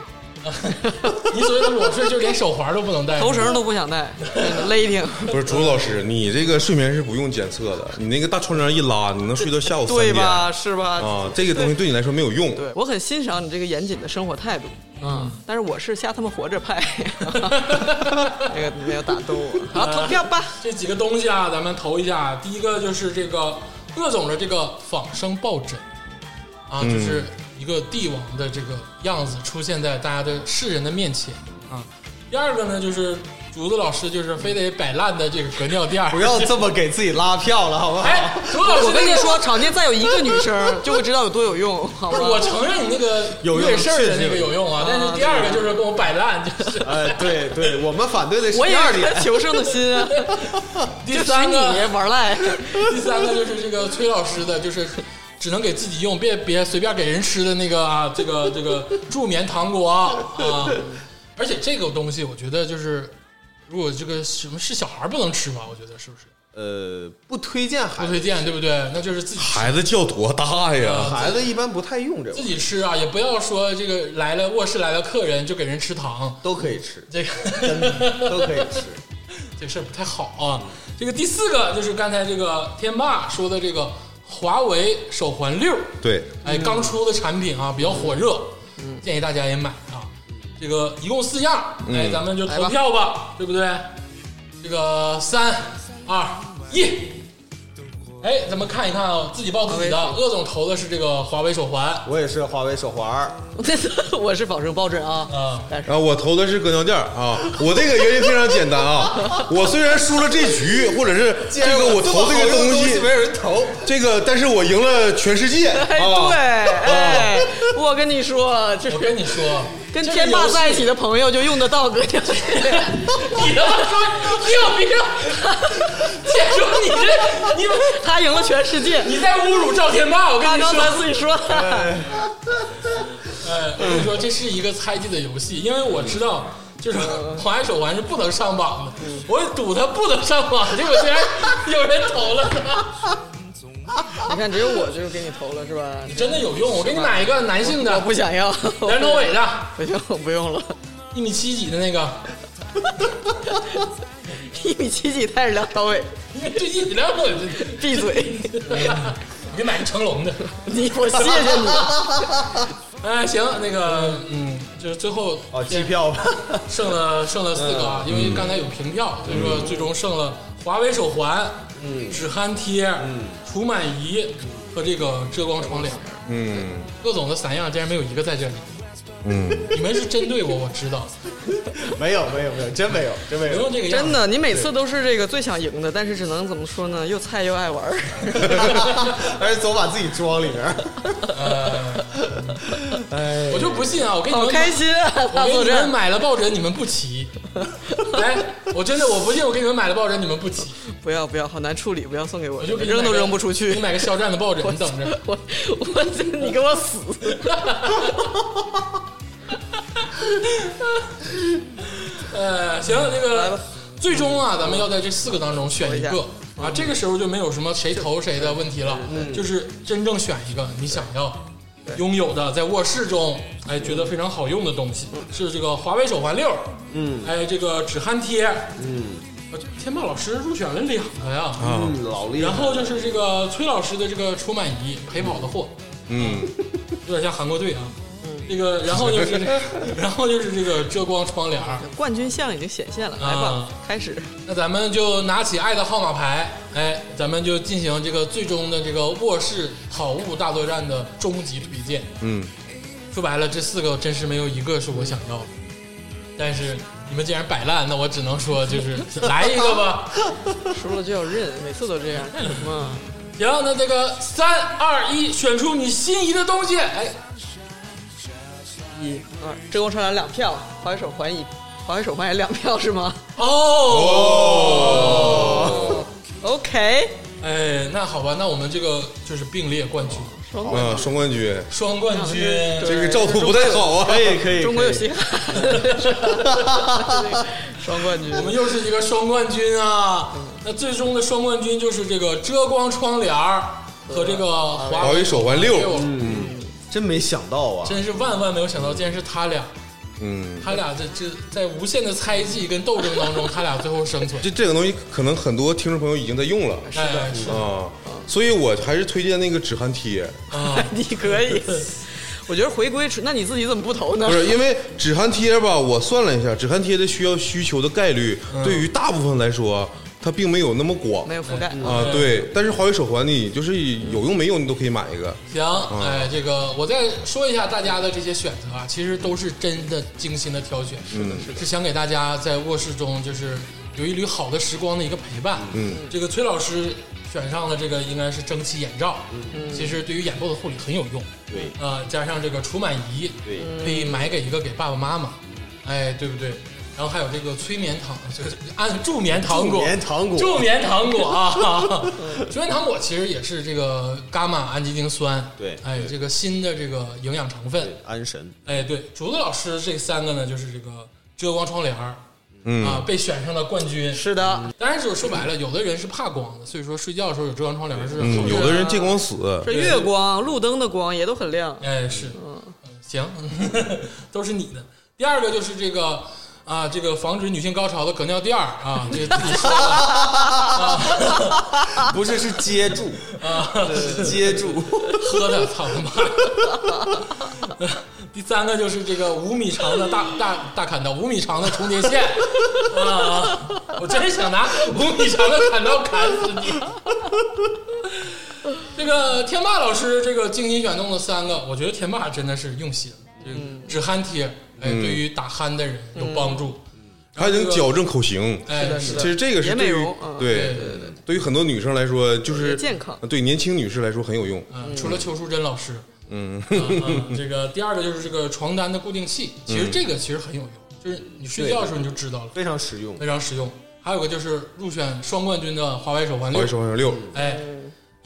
Speaker 1: 你所谓的裸睡，就是连手环都不能戴，
Speaker 3: 哎
Speaker 2: 头绳都不想戴，真的勒挺。
Speaker 3: 不是，朱老师，你这个睡眠是不用检测的，你那个大窗帘一拉，你能睡到下午三
Speaker 2: 对
Speaker 3: 点
Speaker 2: 吧？是吧？
Speaker 3: 啊，这个东西对你来说没有用。
Speaker 2: 对我很欣赏你这个严谨的生活态度，
Speaker 1: 嗯，
Speaker 2: 但是我是瞎他妈活着派， 那个没有打动我。好，投票吧。
Speaker 1: 这几个东西啊，咱们投一下。第一个就是这个鄂总的这个仿生抱枕啊，就是
Speaker 2: 嗯
Speaker 1: 一个帝王的这个样子出现在大家的世人的面前啊。第二个呢，就是竹子老师就是非得摆烂的这个隔尿垫儿，
Speaker 4: 不要这么给自己拉票了，好不好？
Speaker 1: 哎，竹子老师，
Speaker 2: 我跟你说，，场间再有一个女生，就会知道有多有用，好
Speaker 1: 不
Speaker 2: 吗
Speaker 1: 是，？我承认你那个
Speaker 4: 有用
Speaker 1: 乐事儿的
Speaker 4: 确实
Speaker 1: 那个有用啊，但是第二个就是跟我摆烂，就是
Speaker 4: 哎，对对，我们反对的是
Speaker 2: 我
Speaker 4: 第
Speaker 2: 也
Speaker 4: 二
Speaker 2: 是
Speaker 4: 点
Speaker 2: 他，求胜的心啊，
Speaker 1: 第
Speaker 2: 就许
Speaker 1: 三
Speaker 2: 你
Speaker 1: 个，
Speaker 2: 玩赖。
Speaker 1: 第三个就是这个崔老师的，就是只能给自己用，别别随便给人吃的那个啊，这个这个助眠糖果啊，而且这个东西我觉得就是，如果这个什么是小孩不能吃吧，我觉得是不是
Speaker 4: 呃，不推荐孩
Speaker 1: 不
Speaker 4: 子，
Speaker 1: 推荐，对不对？那就是自己吃
Speaker 3: 孩子叫多大呀？
Speaker 4: 孩子一般不太用这
Speaker 1: 自
Speaker 4: 个，
Speaker 1: 己吃啊，也不要说这个来了卧室来了客人就给人吃糖，
Speaker 4: 都可以吃，
Speaker 1: 这个。
Speaker 4: 真的都可以吃。
Speaker 1: 这事儿不太好啊。这个第四个就是刚才这个天霸说的这个华为手环六，
Speaker 3: 对，
Speaker 1: 哎，刚出的产品啊，比较火热，建议大家也买啊。这个一共四样，哎，咱们就投票吧，对不对？这个三二一。哎，咱们看一看啊，自己报自己的。鄂总投的是这个华为手环
Speaker 4: 我也是华为手环儿，
Speaker 2: 我是仿生抱枕啊，
Speaker 1: 啊，
Speaker 2: 但是
Speaker 3: 啊，我投的是隔尿垫儿啊，我这个原因非常简单啊，我虽然输了这局，或者是这个我投这个东
Speaker 4: 西没
Speaker 3: 西，
Speaker 4: 有人投，
Speaker 3: 这个，但是我赢了全世界
Speaker 2: 哎，对，
Speaker 3: 啊。
Speaker 2: 哎，我跟你说，就
Speaker 1: 我
Speaker 2: 是
Speaker 1: 跟你说，
Speaker 2: 跟天霸在一起的朋友就用得到哥俩。
Speaker 1: 你他妈说硬逼着， 姐说你这你们
Speaker 2: 他赢了全世界，
Speaker 1: 你在侮辱赵天霸，我跟
Speaker 2: 他
Speaker 1: 你
Speaker 2: 刚才
Speaker 1: 说，
Speaker 2: 自己说的。
Speaker 1: 呃，我跟你说，这是一个猜忌的游戏，因为我知道。就是
Speaker 2: 嗯
Speaker 1: 狂爱手环是不能上榜的，我赌它不能上榜，结果竟然 有人投了它，
Speaker 2: 你看，只有我就是给你投了是吧？
Speaker 1: 真的有用。我给你买一个男性
Speaker 2: 我
Speaker 1: 的，
Speaker 2: 不想要，
Speaker 1: 梁朝伟的，
Speaker 2: 不用不用了，
Speaker 1: 一米七几的那 个，
Speaker 2: 一米七几，他是梁朝伟，
Speaker 1: 这一米两米，
Speaker 2: 闭嘴！
Speaker 1: 你给买个成龙的。
Speaker 2: 你我谢谢你，
Speaker 1: 哎，行，那个，嗯，就是最后
Speaker 4: 哦，机票吧，
Speaker 1: 剩了剩了四个啊，因为刚才有平票，所以说最终剩了华为手环、止鼾贴、除螨仪和这个遮光窗帘。
Speaker 3: 嗯，
Speaker 1: 各种的散样竟然没有一个在这里。嗯，你们是针对我，我知道，
Speaker 4: 没有没有没有，真没有真没
Speaker 1: 不
Speaker 4: 有。
Speaker 1: 用这个样
Speaker 2: 真
Speaker 1: 子。
Speaker 2: 的，你每次都是这个最想赢的，但是只能怎么说呢？又菜又爱玩 儿，
Speaker 4: 而且总把自己装里面。
Speaker 1: 我就不信啊！我给你
Speaker 2: 好
Speaker 1: 们
Speaker 2: 开心啊！大
Speaker 1: 我给
Speaker 2: 作
Speaker 1: 你们
Speaker 2: 战，
Speaker 1: 买了抱枕，你们不 骑。哎，我真的我不信，我给你们买了抱枕，你们不骑，
Speaker 2: 不要不要，好难处理，不要送给我，
Speaker 1: 我就给你
Speaker 2: 扔
Speaker 1: 买
Speaker 2: 都
Speaker 1: 个
Speaker 2: 扔不出
Speaker 1: 你
Speaker 2: 去。
Speaker 1: 买个肖战的抱枕，你等着。
Speaker 2: 我我，你给我死！
Speaker 1: 呃，行，那
Speaker 2: 来
Speaker 1: 个
Speaker 2: 吧
Speaker 1: 最终啊，咱们要在这四个当中选一个
Speaker 2: 投一下嗯
Speaker 1: 啊。这个时候就没有什么谁投谁的问题了，就是真正选一个你想要拥有的，在卧室中哎觉得非常好用的东西，是这个华为手环六，嗯，哎这个止鼾贴，嗯，天霸老师入选了两个呀，
Speaker 2: 啊
Speaker 4: 嗯，老厉
Speaker 1: 然后就是这个崔老师的这个除螨仪陪跑的货，
Speaker 3: 嗯，
Speaker 1: 有点像韩国队啊。
Speaker 2: 嗯
Speaker 1: 这个，然后就是，然后就是这个遮光窗帘儿，
Speaker 2: 冠军相已经显现了，来
Speaker 1: 啊
Speaker 2: 吧，开始。
Speaker 1: 那咱们就拿起爱的号码牌，哎，咱们就进行这个最终的这个卧室好物大作战的终极推荐。
Speaker 3: 嗯，
Speaker 1: 说白了，这四个真是没有一个是我想要的，但是你们既然摆烂，那我只能说就是来一个吧。
Speaker 2: 输了就要认，每次都这样，干什 么？
Speaker 1: 行，那这个三二一，选出你心仪的东西。哎，
Speaker 2: 一二，遮光窗帘两票，华为手环一，华为手环也两票是吗
Speaker 3: 哦
Speaker 1: 哦，
Speaker 2: ？OK，
Speaker 1: 哎，那好吧，那我们这个就是并列冠军，
Speaker 2: 双冠
Speaker 3: 啊，双冠军，
Speaker 1: 双冠军。
Speaker 3: 这个照图不太好啊。
Speaker 4: 可以可以，
Speaker 2: 中国有
Speaker 4: 可以
Speaker 2: 嘻哈， 双冠军
Speaker 1: 我。们又是一个双冠军啊！那最终的双冠军就是这个遮光窗帘儿和这个华
Speaker 3: 华为手环六，
Speaker 1: 嗯
Speaker 4: 真没想到啊！
Speaker 1: 真是万万没有想到，竟然是他俩，
Speaker 3: 嗯，
Speaker 1: 他俩这这在无限的猜忌跟斗争当中，他俩最后生存。
Speaker 3: 这这个东西可能很多听众朋友已经在用了
Speaker 1: 哎， 是
Speaker 3: 啊，所以我还是推荐那个止鼾贴，
Speaker 1: 啊，
Speaker 2: 你可 以，我觉得回归出，那你自己怎么不投呢
Speaker 3: 不？是因为止鼾贴吧？我算了一下，止鼾贴的需要需求的概率，对于大部分来说，它并没有那么广
Speaker 2: 没有覆盖，
Speaker 3: 啊。对，但是华为手环你就是有用没用你都可以买一个。
Speaker 1: 行，哎，这个我再说一下大家的这些选择啊，其实都是真的精心的挑选，是的，是想给大家在卧室中就是有一缕好的时光的一个陪伴。嗯，这个崔老师选上的这个应该是蒸汽眼罩，嗯，其实对于眼部的护理很有用。
Speaker 4: 对，
Speaker 1: 呃，加上这个除螨仪，
Speaker 4: 对，
Speaker 1: 可以买给一个给爸爸妈妈，哎，对不对？然后还有这个催眠糖，就是按助眠糖果，
Speaker 4: 助眠糖果
Speaker 1: 助眠糖果啊，助眠糖果其实也是这个伽马氨基丁酸，
Speaker 4: 对
Speaker 1: 哎，这个新的这个营养成分，
Speaker 4: 安神，
Speaker 1: 哎，对，竹子老师这三个呢，就是这个遮光窗帘儿，
Speaker 3: 嗯
Speaker 1: 啊，被选上了冠军。
Speaker 2: 是的，
Speaker 1: 当然，就是说白了，有的人是怕光的，所以说睡觉的时候有遮光窗帘儿是好啊
Speaker 3: 嗯，
Speaker 1: 用的
Speaker 3: 有的人见光死，
Speaker 2: 这月光、路灯的光也都很亮。
Speaker 1: 哎，是，嗯，行， 都是你的。第二个就是这个啊，这个防止女性高潮的隔尿垫儿啊，这个自己说了
Speaker 4: 不是是接住啊，是接住，
Speaker 1: 喝的，操他妈！ 第三个就是这个五米长的大大大砍刀，五米长的重叠线啊！我真想拿五米长的砍刀砍死你！这个天霸老师这个精心选中的三个，我觉得天霸真的是用心，这个止鼾贴，哎，对于打鼾的人有帮助。
Speaker 3: 还能矫正口型。
Speaker 1: 哎，是
Speaker 3: 其实这个是
Speaker 2: 也美
Speaker 3: 对于
Speaker 2: 容嗯
Speaker 3: 对对于很多女生来说，就是啊
Speaker 2: 健 康
Speaker 3: 对年轻女士来说很有用。
Speaker 1: 嗯，除了邱淑贞老师，嗯、嗯这个第二个就是这个床单的固定器，其实这个其实很有用，就是你睡嗯觉的时候你就知道了，
Speaker 4: 非常实用。
Speaker 1: 非常实用。还有个就是入选双冠军的华为手环嗯
Speaker 3: 华
Speaker 1: 六
Speaker 3: 为，手环六，
Speaker 1: 哎，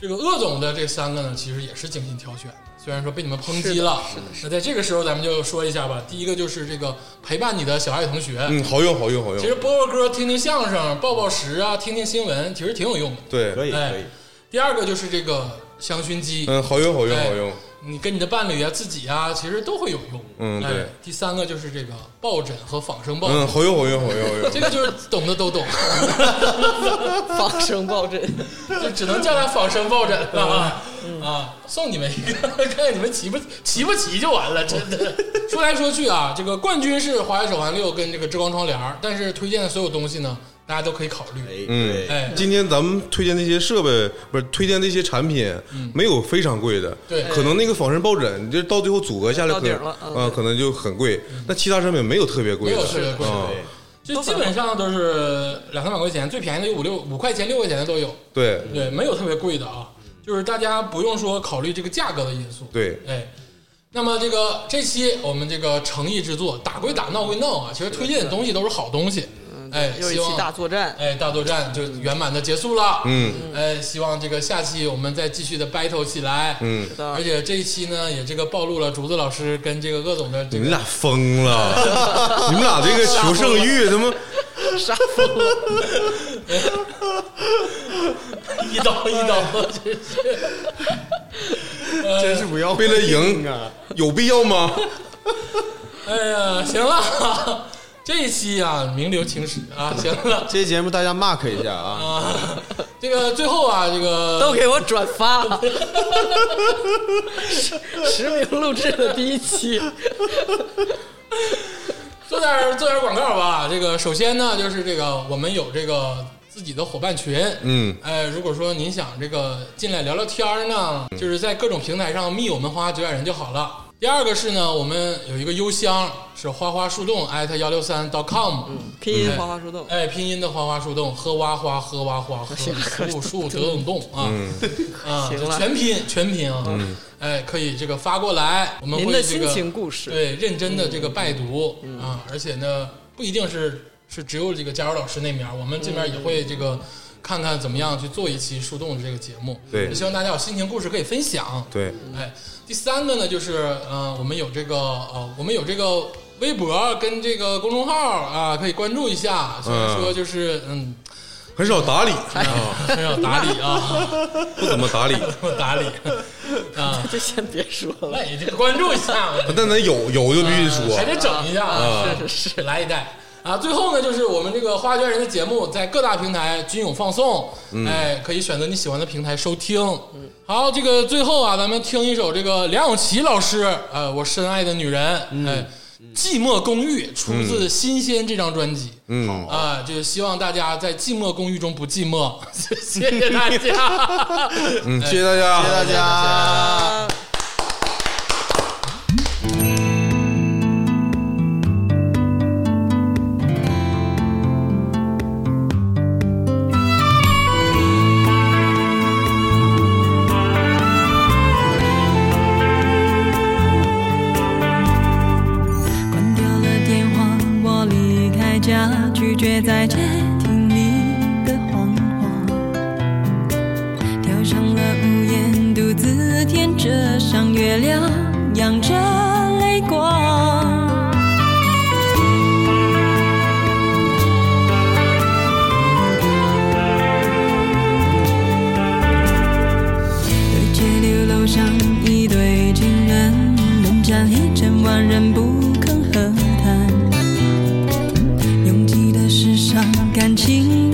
Speaker 1: 这个鄂总的这三个呢，其实也是精心挑选的，虽然说被你们抨击了，那在这个时候咱们就说一下吧。第一个就是这个陪伴你的小爱同学，
Speaker 3: 嗯，好用，好用，好
Speaker 1: 其
Speaker 3: 用。
Speaker 1: 实播播歌、听听相声、报报时啊，听听新闻，其实挺有用的。
Speaker 4: 可
Speaker 3: 对，
Speaker 4: 以
Speaker 1: 哎
Speaker 4: 可以，
Speaker 1: 第二个就是这个香薰机，
Speaker 3: 嗯，好用，好用，
Speaker 1: 哎
Speaker 3: 好用。
Speaker 1: 你跟你的伴侣啊、自己啊，其实都会有用。
Speaker 3: 嗯
Speaker 1: 哎
Speaker 3: 对
Speaker 1: 第三个就是这个抱枕和仿生抱枕，
Speaker 3: 嗯，好用，好用，好用，好用
Speaker 1: 这。个就是懂的都懂，
Speaker 2: 放生抱枕，
Speaker 1: 就只能叫它仿生抱枕了啊
Speaker 3: 嗯
Speaker 1: 啊！送你们一个，看看你们齐不齐不齐就完了。真的， 说来说去啊，这个冠军是华为手环六跟这个之光窗帘儿，但是推荐的所有东西呢，大家都可以考虑。
Speaker 4: 哎，
Speaker 3: 嗯
Speaker 4: 对，
Speaker 1: 哎，
Speaker 3: 今天咱们推荐那些设备，不是推荐那些产品，没有非常贵的，
Speaker 1: 嗯对
Speaker 3: 可能那个仿生抱枕，就到最后组合下来
Speaker 2: 到
Speaker 3: 可
Speaker 2: 顶
Speaker 3: 能
Speaker 2: 了嗯
Speaker 3: 啊，可能就很贵。那其他产品没有特别
Speaker 1: 嗯
Speaker 3: 贵
Speaker 1: 没
Speaker 3: 的，
Speaker 1: 有特别贵的
Speaker 3: 啊
Speaker 4: 对
Speaker 1: 就基本上都是两三百块钱，最便宜的有五六五块钱、六块钱的都有。
Speaker 3: 对
Speaker 1: 对，没有特别贵的啊，
Speaker 2: 嗯
Speaker 1: 就是大家不用说考虑这个价格的因素。，
Speaker 3: 对，
Speaker 1: 哎，那么这个这期我们这个诚意制作，打归打，闹归闹啊，其实推荐的东西都是好东西。哎，
Speaker 2: 嗯又一
Speaker 1: 希
Speaker 2: 期
Speaker 1: 望
Speaker 2: 大作战，
Speaker 1: 哎大作战就圆满的结束了。
Speaker 3: 嗯，
Speaker 1: 哎，希望这个下期我们再继续的 battle 起来。
Speaker 3: 嗯
Speaker 2: 是的
Speaker 1: 而且这一期呢，也这个暴露了竹子老师跟这个鄂总的这
Speaker 3: 你
Speaker 1: 个
Speaker 3: 们俩疯 了，你们俩这个求胜欲，他妈
Speaker 2: 杀疯了，嗯
Speaker 1: 一 刀一刀，真是
Speaker 4: 真是不要
Speaker 3: 为了赢
Speaker 4: 命啊！
Speaker 3: 有必要吗？
Speaker 1: 哎呀，行了， 这一期啊名留青史啊，行了
Speaker 4: 这期节目大家 mark 一下啊，
Speaker 1: 啊，这个最后啊，这
Speaker 2: 都
Speaker 1: 个
Speaker 2: 给我转 发。实名录制的第一期，
Speaker 1: 做点儿做点儿广告吧。这个首先呢，就是这个我们有这个自己的伙伴群，
Speaker 3: 嗯，
Speaker 1: 哎，如果说您想这个进来聊聊天儿呢，就是在各种平台上密我们花九百人就好了。第二个是呢，我们有一个邮箱是花花树洞艾特幺六三 .com，
Speaker 2: 拼音花花树洞，
Speaker 1: 哎，拼音的花花树洞，喝哇花，喝哇花，喝树树得洞洞啊， 啊，
Speaker 2: 行
Speaker 1: 就
Speaker 2: 了
Speaker 1: 全拼全拼啊，哎，可以这个发过来，我们
Speaker 2: 您
Speaker 1: 会
Speaker 2: 的
Speaker 1: 这
Speaker 2: 心
Speaker 1: 个
Speaker 2: 情故事，嗯
Speaker 1: 对认真的这个拜读啊，而且呢，不一定是是只有这个加油老师那面儿，我们这边也会
Speaker 2: 嗯
Speaker 1: 这个。看看怎么样去做一期树洞的这个节目，
Speaker 3: 对
Speaker 1: 也希望大家有心情故事可以分享。
Speaker 3: 对，
Speaker 1: 哎，第三个呢，就是呃，我们有这个呃，我们有这个微博跟这个公众号啊、可以关注一下。虽然说就是嗯，
Speaker 3: 很少打理，
Speaker 1: 很少打理啊，
Speaker 3: 不怎么打理，
Speaker 1: 不打理啊，
Speaker 2: 就先别说了。
Speaker 1: 那也就关注一下嘛，
Speaker 3: 但咱有有就必须
Speaker 1: 还得
Speaker 3: 说，
Speaker 1: 整一下
Speaker 2: 啊是是
Speaker 1: 是，来一袋。啊，最后呢，就是我们这个花卷人的节目在各大平台均有放送，哎，可以选择你喜欢的平台收听。好，这个最后啊，咱们听一首这个梁咏琪老师，呃，我深爱的女人，哎，寂寞公寓出自《新鲜》这张专辑。
Speaker 3: 嗯，
Speaker 1: 啊，就是希望大家在寂寞公寓中不寂寞。 谢谢大家。
Speaker 3: 嗯，
Speaker 1: 哎
Speaker 3: 谢谢大家，
Speaker 4: 谢谢大家。
Speaker 8: 关掉了电话，我离开家，拒绝在街听你的谎话。跳上了屋檐，独自舔着上月亮，仰着泪光。对街六楼上一对情人，冷战一整晚仍不肯和谈。拥挤的世上，感情